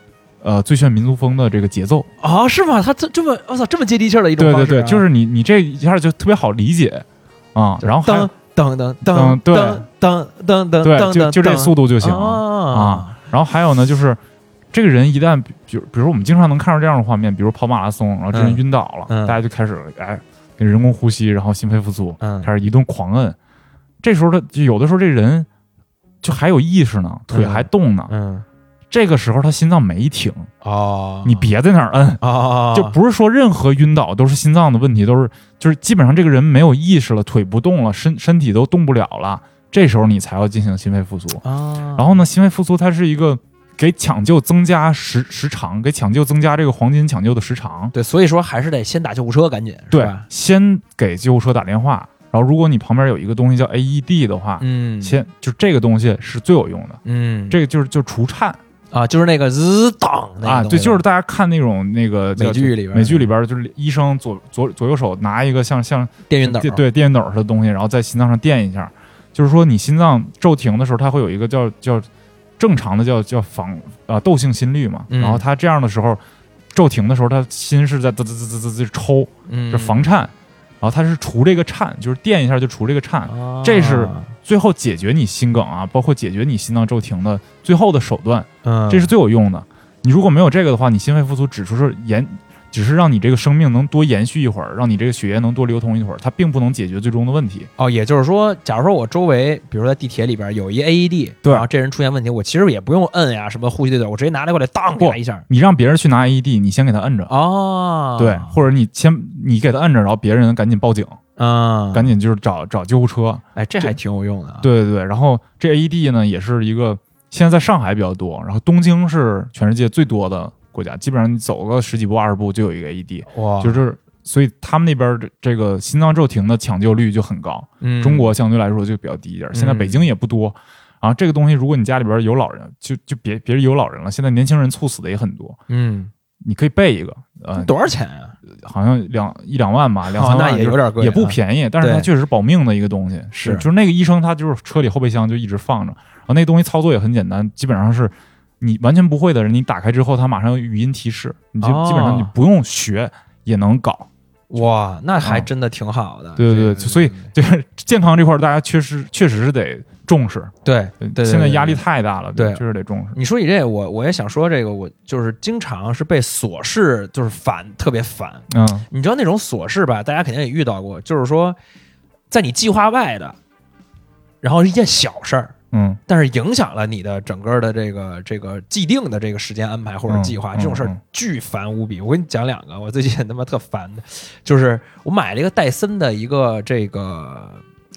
D: 呃最炫民族风的这个节奏。
E: 啊是吗？他这这么我操这么接地气儿的一种
D: 对
E: 方
D: 对
E: 式啊
D: 对，就是你你这一下就特别好理解啊。然后还
E: 噔
D: 有
E: 噔噔噔
D: 嗯对
E: 噔噔噔噔
D: 对，
E: 噔，
D: 就就这速
E: 度
D: 度就行了
E: 啊
D: 啊。然后还有呢，就是。这个人一旦，比如比如我们经常能看到这样的画面，比如跑马拉松，然后这人
E: 嗯
D: 晕倒了，
E: 嗯
D: 大家就开始哎给人工呼吸，然后心肺复苏，
E: 嗯
D: 开始一顿狂摁。这时候他就有的时候这人就还有意识呢，腿还动呢。
E: 嗯
D: 这个时候他心脏没停，
E: 哦
D: 你别在那儿摁，
E: 哦
D: 就不是说任何晕倒都是心脏的问题，都是就是基本上这个人没有意识了，腿不动了，身身体都动不了了。这时候你才要进行心肺复苏。
E: 啊
D: 然后呢，心肺复苏它是一个给抢救增加时时长，给抢救增加这个黄金抢救的时长。
E: 对，所以说还是得先打救护车，赶紧是
D: 对
E: 吧，
D: 先给救护车打电话，然后如果你旁边有一个东西叫 AED 的话，
E: 嗯
D: 先就这个东西是最有用的，
E: 嗯
D: 这个就是就除颤
E: 啊就是那个滋当那个
D: 啊，
E: 东
D: 对，
E: 西
D: 就是大家看那种那个叫
E: 美剧里边儿
D: 美剧里边儿就是医生左左左右手拿一个像像
E: 电熨斗
D: 电对电熨斗似的东西，然后在心脏上电一下，就是说你心脏骤停的时候，它会有一个叫叫正常的叫叫防啊窦性心律嘛。
E: 嗯
D: 然后他这样的时候，骤停的时候，他心是在滋滋滋滋滋抽，
E: 嗯
D: 就防颤。然后他是除这个颤，就是电一下就除这个颤。
E: 嗯
D: 这是
E: 啊
D: 最后解决你心梗啊，包括解决你心脏骤停的最后的手段，
E: 嗯，
D: 这是最有用的。你如果没有这个的话，你心肺复苏只是说延，只是让你这个生命能多延续一会儿，让你这个血液能多流通一会儿，它并不能解决最终的问题。
E: 哦，也就是说，假如说我周围，比如说在地铁里边有一 AED，
D: 对
E: 然后这人出现问题，我其实也不用摁呀，什么呼吸对对，我直接拿来过来当给他一下。
D: 你让别人去拿 AED，你先给他摁着，
E: 哦，
D: 对，或者你先你给他摁着，然后别人赶紧报警，
E: 嗯，
D: 赶紧就是找找救护车。
E: 哎，这还挺有用的啊。
D: 对对对，然后这 AED 呢也是一个现在在上海比较多，然后东京是全世界最多的国家，基本上你走个十几步二十步就有一个 E AED，
E: 哇，
D: 就是所以他们那边这这个心脏骤停的抢救率就很高，
E: 嗯
D: 中国相对来说就比较低一点。现在北京也不多，然后这个东西如果你家里边有老人，就就别别有老人了，现在年轻人猝死的也很多，
E: 嗯，
D: 你可以备一个，呃，
E: 多少钱啊？
D: 好像两一两万吧，两
E: 哦
D: 三万、
E: 那也
D: 就是
E: 有点贵啊
D: 也不便宜，但是它
E: 对
D: 确实是保命的一个东西。
E: 是
D: 就是那个医生他就是车里后备箱就一直放着，然后那东西操作也很简单，基本上是你完全不会的人，你打开之后它马上有语音提示，你就
E: 哦
D: 基本上你不用学也能搞。
E: 哇，那还
D: 啊
E: 真的挺好的。
D: 对对
E: 这
D: 对，
E: 个嗯
D: 所以就是健康这块儿大家确实确实是得重视，
E: 对对对，
D: 现在压力
E: 对。对
D: 太大了，
E: 对
D: 确实得重视。
E: 你说起这个，我我也想说这个，我就是经常是被琐事就是烦，特别烦。
D: 嗯
E: 你知道那种琐事吧？大家肯定也遇到过，就是说，在你计划外的，然后是一件小事儿，
D: 嗯，
E: 但是影响了你的整个的这个这个既定的这个时间安排或者
D: 嗯
E: 计划，
D: 嗯
E: 这种事儿
D: 嗯
E: 巨烦无比。我跟你讲两个，我最近他妈特烦的，就是我买了一个戴森的一个这个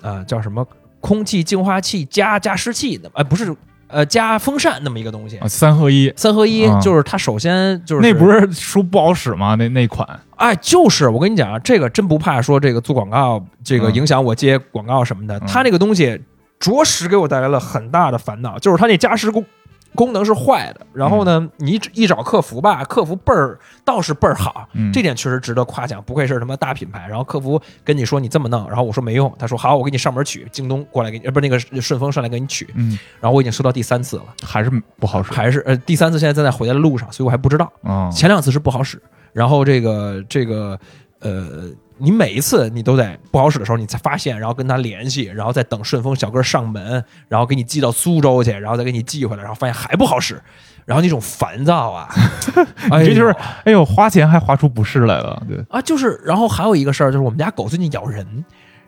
E: 呃叫什么空气净化器加加湿器的，呃不是呃加风扇那么一个东西
D: 啊，。三合一。
E: 三合一
D: 啊
E: 就是它，首先就是
D: 那不是说不好使吗？那那款，
E: 哎，就是我跟你讲啊，这个真不怕说这个做广告，这个
D: 嗯
E: 影响我接广告什么的。
D: 嗯
E: 它那个东西着实给我带来了很大的烦恼，就是它那加湿功功能是坏的。然后
D: 嗯
E: 呢，你一一找客服吧，客服倍儿倒是倍儿好，
D: 嗯
E: 这点确实值得夸奖，不愧是他妈大品牌。然后客服跟你说你这么弄，然后我说没用，他说好，我给你上门取，京东过来给你，呃，不是那个顺丰上来给你取。
D: 嗯，
E: 然后我已经收到第三次了，
D: 还是不好使。
E: 还是呃第三次现在正在回来的路上，所以我还不知道。
D: 啊，
E: 前两次是不好使，然后这个这个呃，你每一次你都得不好使的时候，你才发现，然后跟他联系，然后再等顺丰小哥上门，然后给你寄到苏州去，然后再给你寄回来，然后发现还不好使，然后那种烦 躁啊，哎呦
D: 这就是哎呦，花钱还花出不适来了，对，
E: 啊，就是，然后还有一个事儿就是我们家狗最近咬人，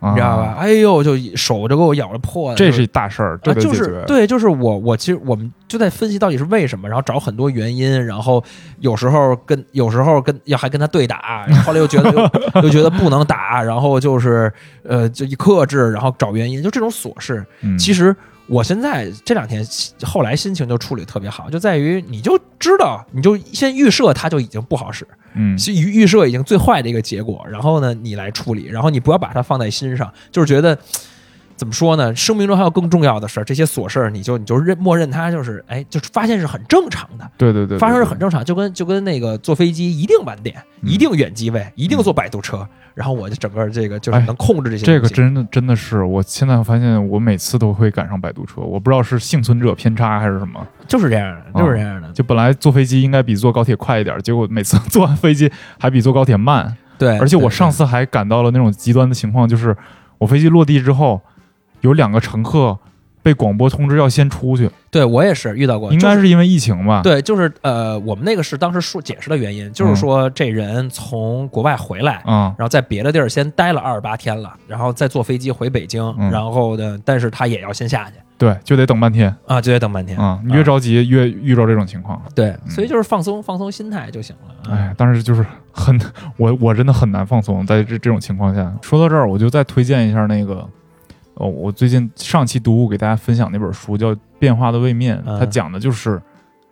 D: 啊
E: 你知道吧？？哎呦，就手就给我咬了破了，
D: 这
E: 就是
D: 一大事儿，这
E: 啊，
D: 得
E: 就
D: 解
E: 是
D: 决。
E: 对，就是我我其实我们就在分析到底是为什么，然后找很多原因，然后有时候跟有时候跟要还跟他对打，然后后来又觉得 又又觉得不能打，然后就是呃就一克制，然后找原因，就这种琐事，
D: 嗯
E: 其实。我现在这两天后来心情就处理得特别好，就在于你就知道，你就先预设它就已经不好使，
D: 嗯
E: 是预预设已经最坏的一个结果，然后呢，你来处理，然后你不要把它放在心上，就是觉得怎么说呢，生命中还有更重要的事儿，这些琐事儿你就你就认默认它就是，哎，就是发现是很正常的，
D: 对对对，
E: 发生是
D: 对
E: 很正常，就跟就跟那个坐飞机一定晚点，
D: 嗯
E: 一定远机位，一定坐摆渡车，然后我就整个这个就是
D: 哎
E: 能控制这些东西。
D: 这个真的真的是，我现在发现我每次都会赶上摆渡车，我不知道是幸存者偏差还是什么。
E: 就是这样的，
D: 啊
E: 就是这样的，
D: 就本来坐飞机应该比坐高铁快一点，结果每次坐完飞机还比坐高铁慢。
E: 哎对。
D: 而且我上
E: 次
D: 次还感到了那种极端的情况，就是我飞机落地之后，有两个乘客被广播通知要先出去，
E: 对我也是遇到过，
D: 应
E: 呃就
D: 该是因为疫情吧？，
E: 对，就是呃，我们那个是当时说解释的原因，
D: 嗯
E: 就是说这人从国外回来，
D: 啊
E: 然后在别的地儿先待了二十八天了，然后再坐飞机回北京，
D: 嗯
E: 然后呢，但是他也要先下去
D: 对，就得等半天
E: 啊，就得等半天
D: 啊，越着急越遇到这种情况。
E: 对，所以就是放松放松心态就行了。
D: 嗯
E: 啊
D: 哎，但是就是很，我我真的很难放松，在这这种情况下。说到这儿，我就再推荐一下那个，哦，我最近上期读物给大家分享那本书叫《变化的位面》，
E: 嗯
D: 它讲的就是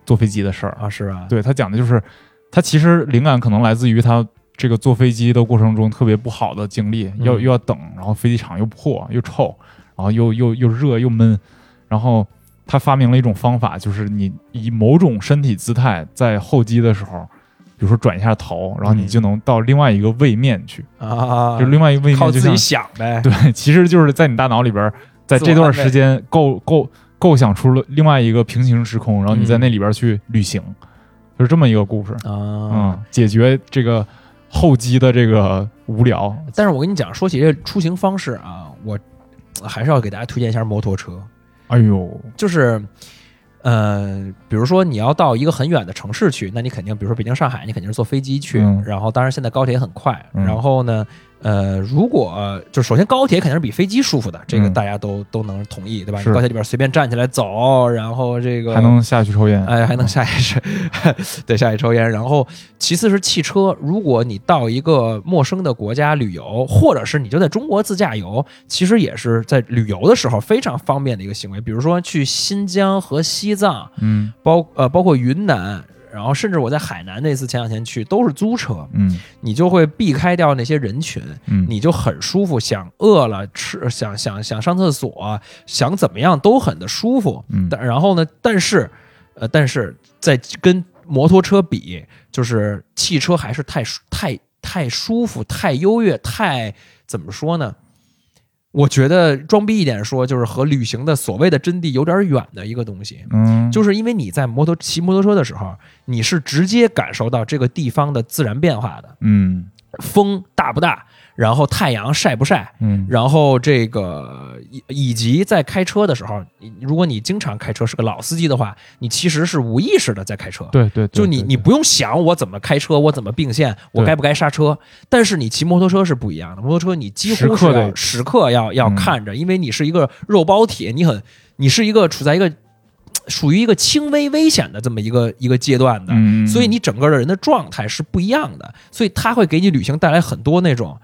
D: 坐飞机的事儿。
E: 啊，是吧？
D: 对，它讲的就是，它其实灵感可能来自于它这个坐飞机的过程中特别不好的经历，要
E: 嗯
D: 又要等，然后飞机场又破又臭，然后又又又热又闷，然后他发明了一种方法，就是你以某种身体姿态在候机的时候。比如说转一下头，然后你
E: 嗯
D: 就能到另外一个位面去，
E: 啊，
D: 就是另外一个位面
E: 靠
D: 就
E: 自
D: 像
E: 己想呗。啊
D: 对，其实就是在你大脑里边儿，在
E: 自我
D: 这段
E: 安慰
D: 时间构构构想出了另外一个平行时空，然后你
E: 嗯
D: 在那里边去旅行，就是这么一个故事。
E: 啊。
D: 嗯，解决这个候机的这个无聊。
E: 但是我跟你讲，说起这出行方式啊，我还是要给大家推荐一下摩托车。
D: 哎呦，
E: 就是，呃，比如说你要到一个很远的城市去，那你肯定，比如说北京、上海，你肯定是坐飞机去。
D: 嗯
E: 然后，当然现在高铁也很快。
D: 嗯
E: 然后呢，呃，如果就首先高铁肯定是比飞机舒服的，这个
D: 嗯
E: 大家都、都能同意，对吧？
D: 是
E: 你高铁里边随便站起来走，然后这个
D: 还能下去抽烟？
E: 哎，还能下去是， 对，下去抽烟。然后，其次是汽车。如果你到一个陌生的国家旅游，或者是你就在中国自驾游，其实也是在旅游的时候非常方便的一个行为。比如说去新疆和西藏，
D: 嗯
E: 包呃包括云南，然后甚至我在海南那次前两天去都是租车，
D: 嗯
E: 你就会避开掉那些人群，
D: 嗯，
E: 你就很舒服，想饿了吃，想想想上厕所，想怎么样都很的舒服。
D: 嗯
E: 但然后呢，但是，呃，但是在跟摩托车比，就是汽车还是太舒太太舒服、太优越、太怎么说呢？我觉得装逼一点说，就是和旅行的所谓的真谛有点远的一个东西。
D: 嗯，
E: 就是因为你在摩托骑摩托车的时候，你是直接感受到这个地方的自然变化的，
D: 嗯
E: 风大不大，然后太阳晒不晒，
D: 嗯
E: 然后这个以以及在开车的时候，你如果你经常开车是个老司机的话，你其实是无意识的在开车。
D: 对对，对
E: 就你，
D: 对
E: 你不用想我怎么开车，我怎么并线，我
D: 对
E: 该不该刹车。但是你骑摩托车是不一样的，摩托车你几
D: 时
E: 乎是
D: 刻
E: 要
D: 得
E: 时刻要要
D: 嗯
E: 看着，因为你是一个肉包铁，你很你是一个处在一个属于一个轻微危险的这么一个一个阶段的，
D: 嗯嗯
E: 所以你整个的人的状态是不一样的，所以它会给你旅行带来很多那种。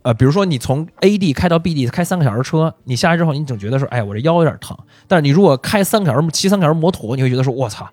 E: 呃，比如说你从 A 地开到 B 地，开三个小时车，你下来之后，你总觉得说，哎呀，我这腰有点疼。但是你如果开三个小时、骑三个小时摩托，你会觉得说，我操，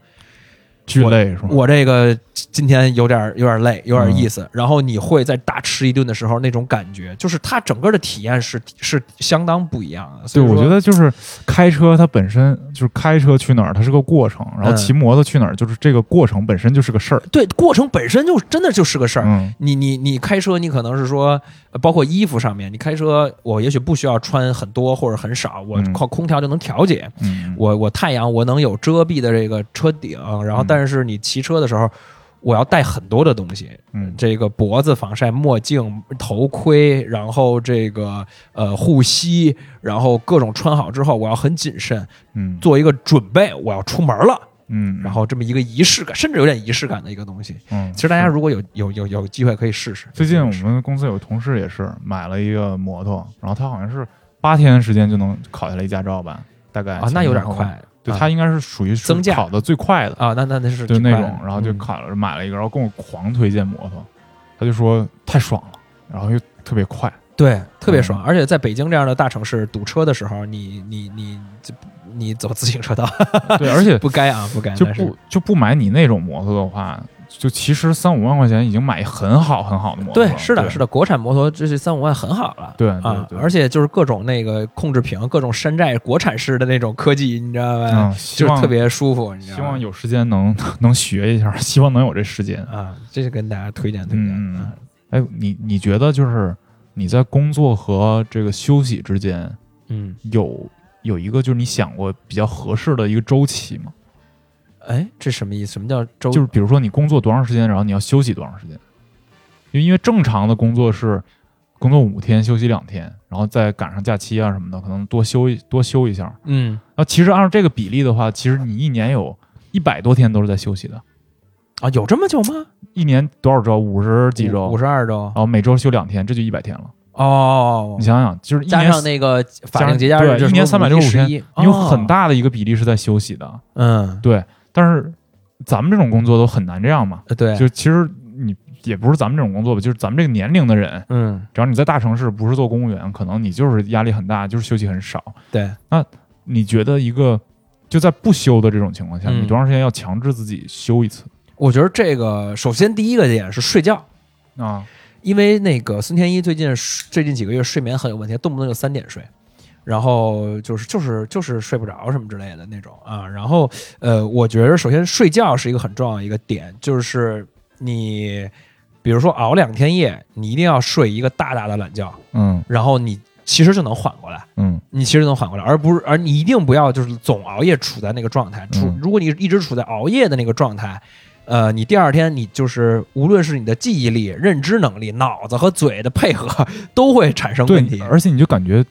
D: 巨累是吗？
E: 我这个今天有点有点累，有点意
D: 嗯
E: 思。然后你会在大吃一顿的时候那种感觉，就是它整个的体验是是相当不一样的。所
D: 对，
E: 以
D: 我
E: 说
D: 觉得就是开车，它本身就是开车去哪儿，它是个过程；然后
E: 嗯
D: 骑摩托去哪儿，就是这个过程本身就是个事儿。
E: 对过程本身就真的就是个事儿。
D: 嗯
E: 你你你开车，你可能是说，呃包括衣服上面，你开车，我也许不需要穿很多或者很少，我
D: 嗯
E: 靠空调就能调节。
D: 嗯，
E: 我我太阳我能有遮蔽的这个车顶，然后
D: 嗯
E: 但是你骑车的时候，我要带很多的东西，
D: 嗯
E: 这个脖子防晒、墨镜、头盔，然后这个呃护膝，然后各种穿好之后，我要很谨慎，
D: 嗯
E: 做一个准备，我要出门了，
D: 嗯，
E: 然后这么一个仪式感，甚至有点仪式感的一个东西。
D: 嗯，
E: 其实大家如果有有有有机会可以试试。
D: 最近我们公司有同事也是买了一个摩托，然后他好像是八天时间就能考下来一驾照吧，大概
E: 啊，那有
D: 前前
E: 点
D: 后后
E: 快。
D: 对
E: 啊
D: 他应该是属于是
E: 增驾
D: 考的最快的，
E: 啊，那那那是
D: 就
E: 挺
D: 那
E: 快的
D: 种，然后就
E: 嗯
D: 考了买了一个，然后跟我狂推荐摩托，他就说太爽了，然后又特别 快，
E: 对，特别
D: 嗯
E: 爽。而且在北京这样的大城市堵车的时候，你你你就你走自行车道
D: 对，而且
E: 不该啊，不该，
D: 就
E: 但是
D: 不就不买你那种摩托的话，就其实三五万块钱已经买很好很好的摩托了。
E: 对，是的，
D: 的，
E: 是的，国产摩托这是三五万很好了。
D: 对对
E: 啊，
D: 对
E: 而且就是各种那个控制屏，各种山寨国产式的那种科技，你知道吧
D: 嗯？
E: 就
D: 希
E: 是
D: 望
E: 特别舒服，你知道
D: 希
E: 吗
D: 望有时间能能学一下，希望能有这时间。
E: 啊，这是跟大家推荐推荐
D: 嗯
E: 啊
D: 嗯。，哎，你你觉得就是你在工作和这个休息之间
E: 嗯，
D: 有有一个就是你想过比较合适的一个周期吗？
E: 哎，这什么意思？什么叫周？
D: 就是比如说你工作多长时间，然后你要休息多长时间？因为因为正常的工作是工作五天，休息两天，然后再赶上假期啊什么的，可能多休一多休一下。
E: 嗯，
D: 那其实按照这个比例的话，其实你一年有一百多天都是在休息的，
E: 啊，有这么久吗？
D: 一年多少周？五十几周，哦
E: 五十二周
D: 然后每周休两天，这就一百天了。
E: 哦
D: 你，想想，就是一
E: 加
D: 年
E: 上那个法定节假
D: 加
E: 日，
D: 上对一年365天，你有
E: 哦
D: 很。大的一个比例是在休息的，
E: 嗯，
D: 对。但是咱们这种工作都很难这样嘛，
E: 呃对，
D: 就其实你也不是咱们这种工作吧，就是咱们这个年龄的人，
E: 嗯，
D: 只要你在大城市不是做公务员，可能你就是压力很大，就是休息很少。
E: 对，
D: 你觉得一个就在不休的这种情况下，
E: 嗯
D: 你多长时间要强制自己休一次
E: 我觉得这个首先第一个点是睡觉，
D: 啊？
E: 因为那个孙天一最近最近几个月睡眠很有问题，动不动就三点睡。然后就是就是就是睡不着什么之类的那种啊，然后呃，我觉得首先睡觉是一个很重要的一个点，就是你比如说熬两天夜，你一定要睡一个大大的懒觉，
D: 嗯
E: 然后你其实就能缓过来。
D: 嗯
E: 你其实能缓过来，而不是而你一定不要就是总熬夜处在那个状态。处、
D: 嗯
E: 如果你一直处在熬夜的那个状态，呃，你第二天你就是无论是你的记忆力、认知能力、脑子和嘴的配合都会产生问
D: 嗯对
E: 题，。
D: 而且你就感觉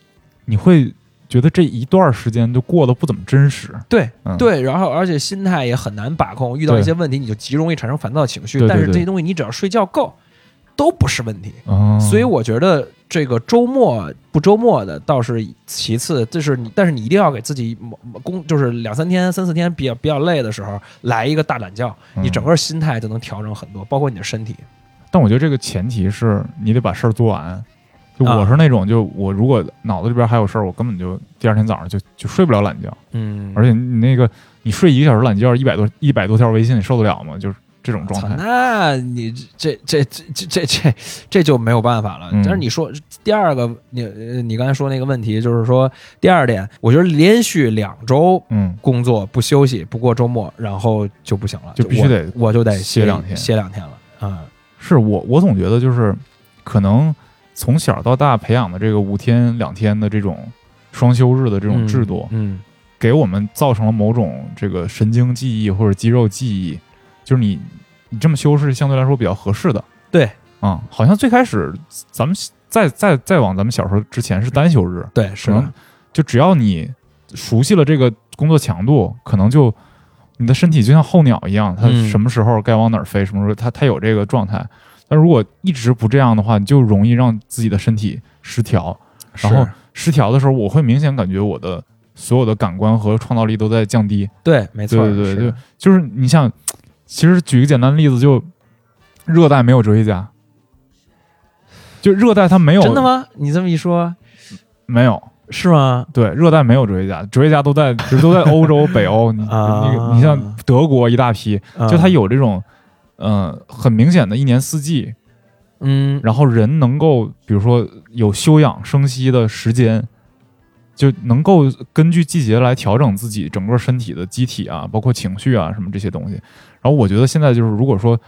D: 你会觉得这一段时间就过得不怎么真实，
E: 对
D: 嗯
E: 对，然后而且心态也很难把控，遇到
D: 对
E: 一些问题你就极容易产生烦躁情绪。
D: 对对
E: 但是
D: 对
E: 这些东西你只要睡觉够，都不是问题。
D: 哦，
E: 所以我觉得这个周末不周末的倒是其次，就是你，但是你一定要给自己某某工，就是两三天、三四天比较比较累的时候，来一个大懒觉，
D: 嗯
E: 你整个心态就能调整很多，包括你的身体。
D: 但我觉得这个前提是你得把事儿做完。就
E: 啊
D: 我是那种，就我如果脑子里边还有事儿，我根本就第二天早上就就睡不了懒觉。
E: 嗯
D: 而且你那个你睡一个小时懒觉，一百多一百多条微信，你受得了吗？就是这种状
E: 操，
D: 态。
E: 那你这这这这这这这就没有办法了。
D: 嗯
E: 但是你说第二个，你呃你刚才说那个问题，就是说第二点，我觉得连续两周
D: 嗯，
E: 工作不休息，不过周末，然后就不行了，
D: 就必须
E: 我
D: 得
E: 我就得
D: 歇两天
E: 歇两天了啊。
D: 是我我总觉得就是可能从小到大培养的这个五天两天的这种双休日的这
E: 这
D: 种制度，
E: 嗯，
D: 给我们造成了某种这个神经记忆或者肌肉记忆，就是你你这么修饰相对来说比较合适的。
E: 对
D: 啊、好像最开始咱们再再再往咱们小时候之前是单休日，
E: 对，是
D: 可能
E: 的，
D: 就只要你熟悉了这个工作强度，可能就你的身体就像候鸟一样，它
E: 嗯
D: 什么时候该往哪儿飞，什么时候它它有这个状态。但如果一直不这样的话，你就容易让自己的身体失调。然后
E: 是
D: 失调的时候，我会明显感觉我的所有的感官和创造力都在降低。
E: 对，没错，
D: 对对
E: 是
D: 对，就就是你像，其实举个简单的例子，就热带没有折叠夹，就热带它没有
E: 真的？吗？你这么一说，
D: 没有，
E: 是吗？
D: 对，热带没有折叠夹，折叠夹都在，其实都在欧洲、北欧。你
E: 啊
D: 你你像德国一大批，
E: 嗯
D: 就它，有这种，呃，很明显的一年四季，
E: 嗯，
D: 然后人能够，比如说有休养生息的时间，就能够根据季节来调整自己整个身体的机体啊，包括情绪啊什么这些东西。然后我觉得现在就是，如果说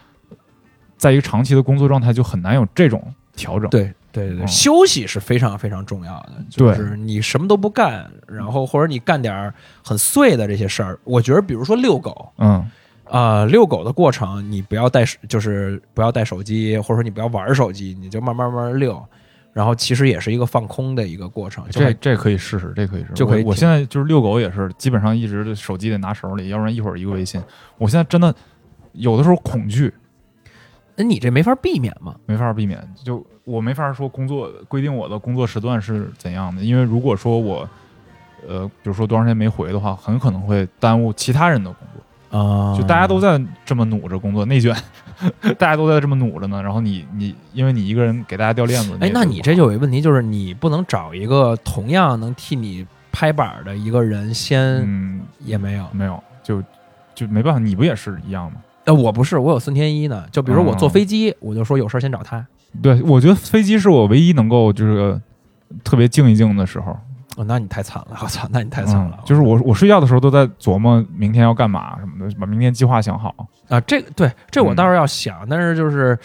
D: 在一个长期的工作状态，就很难有这种调整。
E: 对对对对，
D: 嗯
E: 休息是非常非常重要的，就
D: 对
E: 是你什么都不干，然后或者你干点儿很碎的这些事儿，我觉得比如说遛狗。
D: 嗯，
E: 啊，遛狗的过程，你不要带手，就是不要带手机，或者说你不要玩手机，你就慢慢慢慢遛，然后其实也是一个放空的一个过程，就
D: 这
E: 还
D: 这可以试试，这可以试试。
E: 就可以
D: 我我
E: 停
D: 现在就是遛狗也是，基本上一直手机得拿手里，要不然一会儿一个微信。我现在真的有的时候恐惧，
E: 那你这没法避免嘛，
D: 没法避免。就我没法说工作规定我的工作时段是怎样的，因为如果说我呃，比如说多长时间没回的话，很可能会耽误其他人的工作。
E: 啊
D: 就大家都在这么努着工作内卷， 大家都在这么努着呢，然后你你因为你一个人给大家掉链子，
E: 哎
D: 也，
E: 那
D: 做
E: 你
D: 不
E: 这
D: 好
E: 就有一个问题，就是你不能找一个同样能替你拍板儿的一个人，先
D: 嗯
E: 也没有。
D: 没有就就没办法，你不也是一样吗？
E: 呃，我不是，我有孙天一呢。就比如我坐
D: 哦
E: 飞机，我就说有事儿先找他。
D: 对，我觉得飞机是我唯一能够就是特别静一静的时候，
E: 哦，那你太惨了，我操，那你太惨了
D: 嗯。就是我我睡觉的时候都在琢磨明天要干嘛什么的，把明天计划想好。
E: 啊，这个对，这我
D: 嗯
E: 倒是要想，但是就是，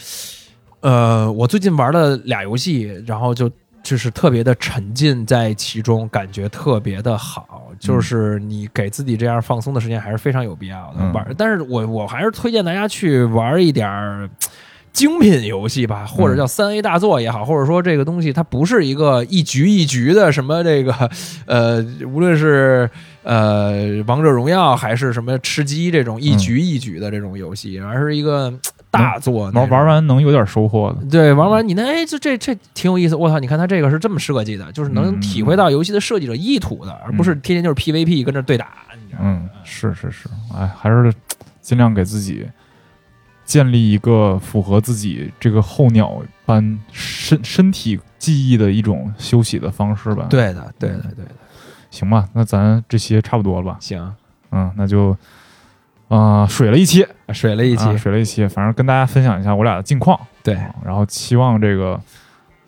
E: 呃，我最近玩了俩游戏，然后就就是特别的沉浸在其中，感觉特别的好。
D: 嗯
E: 就是你给自己这样放松的时间还是非常有必要的。
D: 嗯
E: 玩，但是我我还是推荐大家去玩一点儿。精品游戏吧，或
D: 嗯
E: 者叫三 A 大作也好，或者说这个东西它不是一个一局一局的什么这个呃，无论是呃王者荣耀还是什么吃鸡这种一局一局的这种游戏，而是一个嘖大作那嗯
D: 玩
E: 种。
D: 玩完能有点收获的，
E: 对，玩完你那哎，这这这挺有意思。我操，你看他这个是这么设计的，就是能
D: 嗯
E: 体会到游戏的设计者意图的，而不是天天就是 PVP 跟着对打。你知道吗
D: 嗯，是是是，哎，还是尽量给自己建立一个符合自己这个候鸟般身身体记忆的一种休息的方式吧。，
E: 对的，对的，对的。
D: 行吧，那咱这些差不多了吧？
E: 行，
D: 嗯，那就啊、呃水了一期。
E: 水了一期，
D: 啊，水了一期，反正跟大家分享一下我俩的近况，
E: 对，
D: 啊然后期望这个，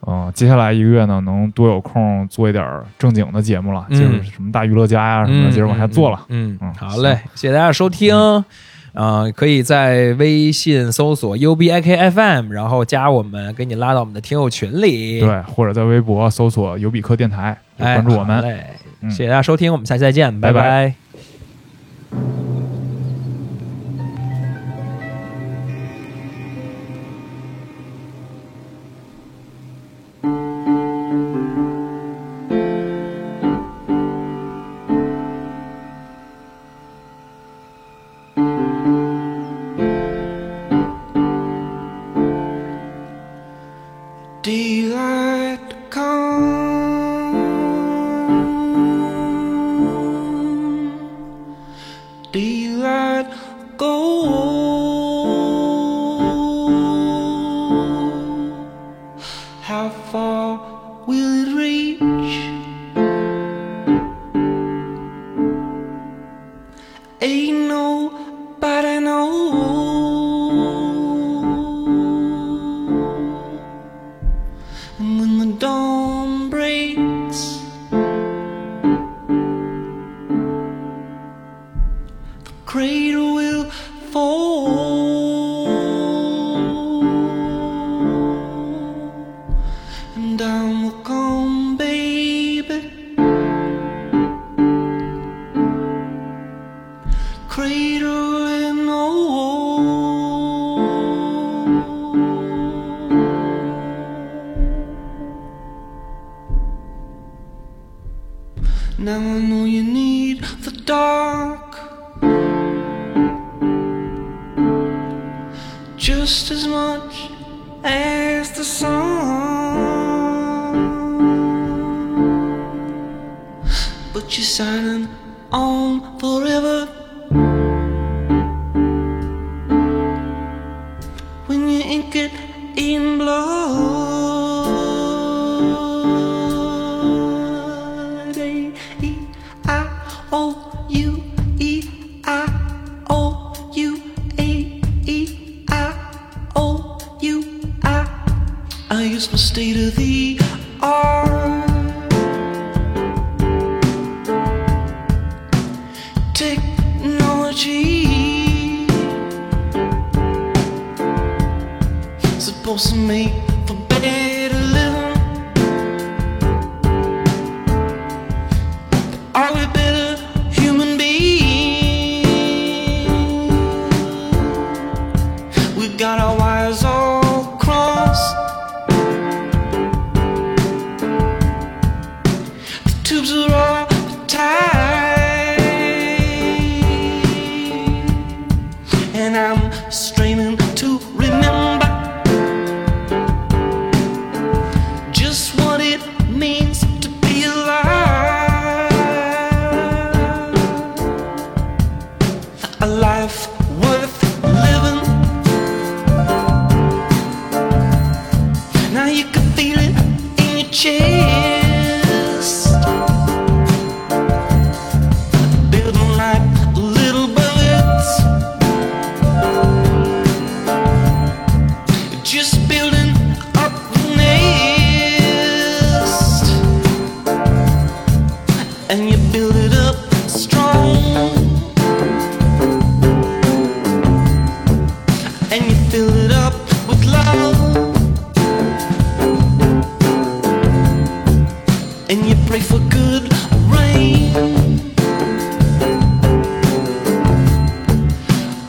D: 呃，接下来一个月呢，能多有空做一点儿正经的节目了，
E: 嗯
D: 啊就是什么大娱乐家呀、什么的，接着往下做了。
E: 嗯。嗯，
D: 嗯
E: 好嘞，谢谢大家收听。呃，可以在微信搜索 UBIKFM，然后加我们，给你拉到我们的听友群里。，
D: 对，或者在微博搜索“尤比克电台”，就
E: 哎，
D: 关注我
E: 好
D: 们。
E: 嘞，
D: 嗯
E: 谢谢大家收听，我们下期再见，
D: 拜拜
E: 拜
B: Daylight come, daylight go. How far will it reach? Ain't nobody knows. And when the dawn breaks, the cradle will fall, and down will come, baby. Cradle and all. Now I know you need the dark just as much as the sun. But you're signing on forever when you ink it in blood. A E I O U E I O U A E I O U E I. I use my state of the art technology. supposed to make for better living. Are we better human beings? We've got our wires all crossed. The tubes are all tied. And I'm straining to remember just what it means to be alive. A life worth living. Now you can feel it in your chest. Building like little bullets. Just building up the nest, and you build it up strong, and you fill it up with love, and you pray for good rain.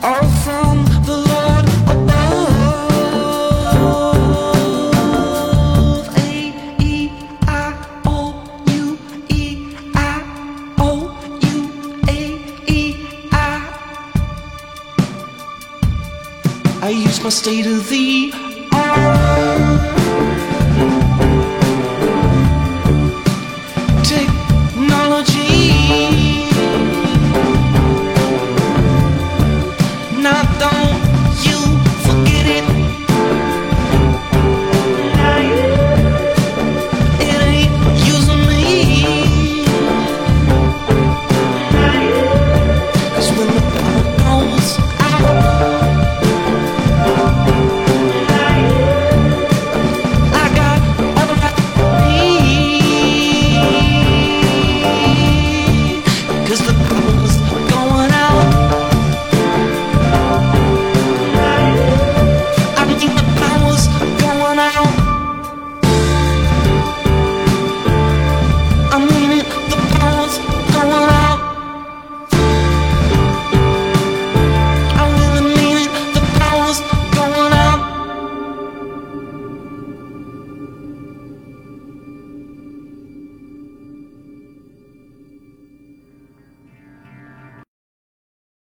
B: All from the Lord above. A E I O U E I O U A E I. I use my state of the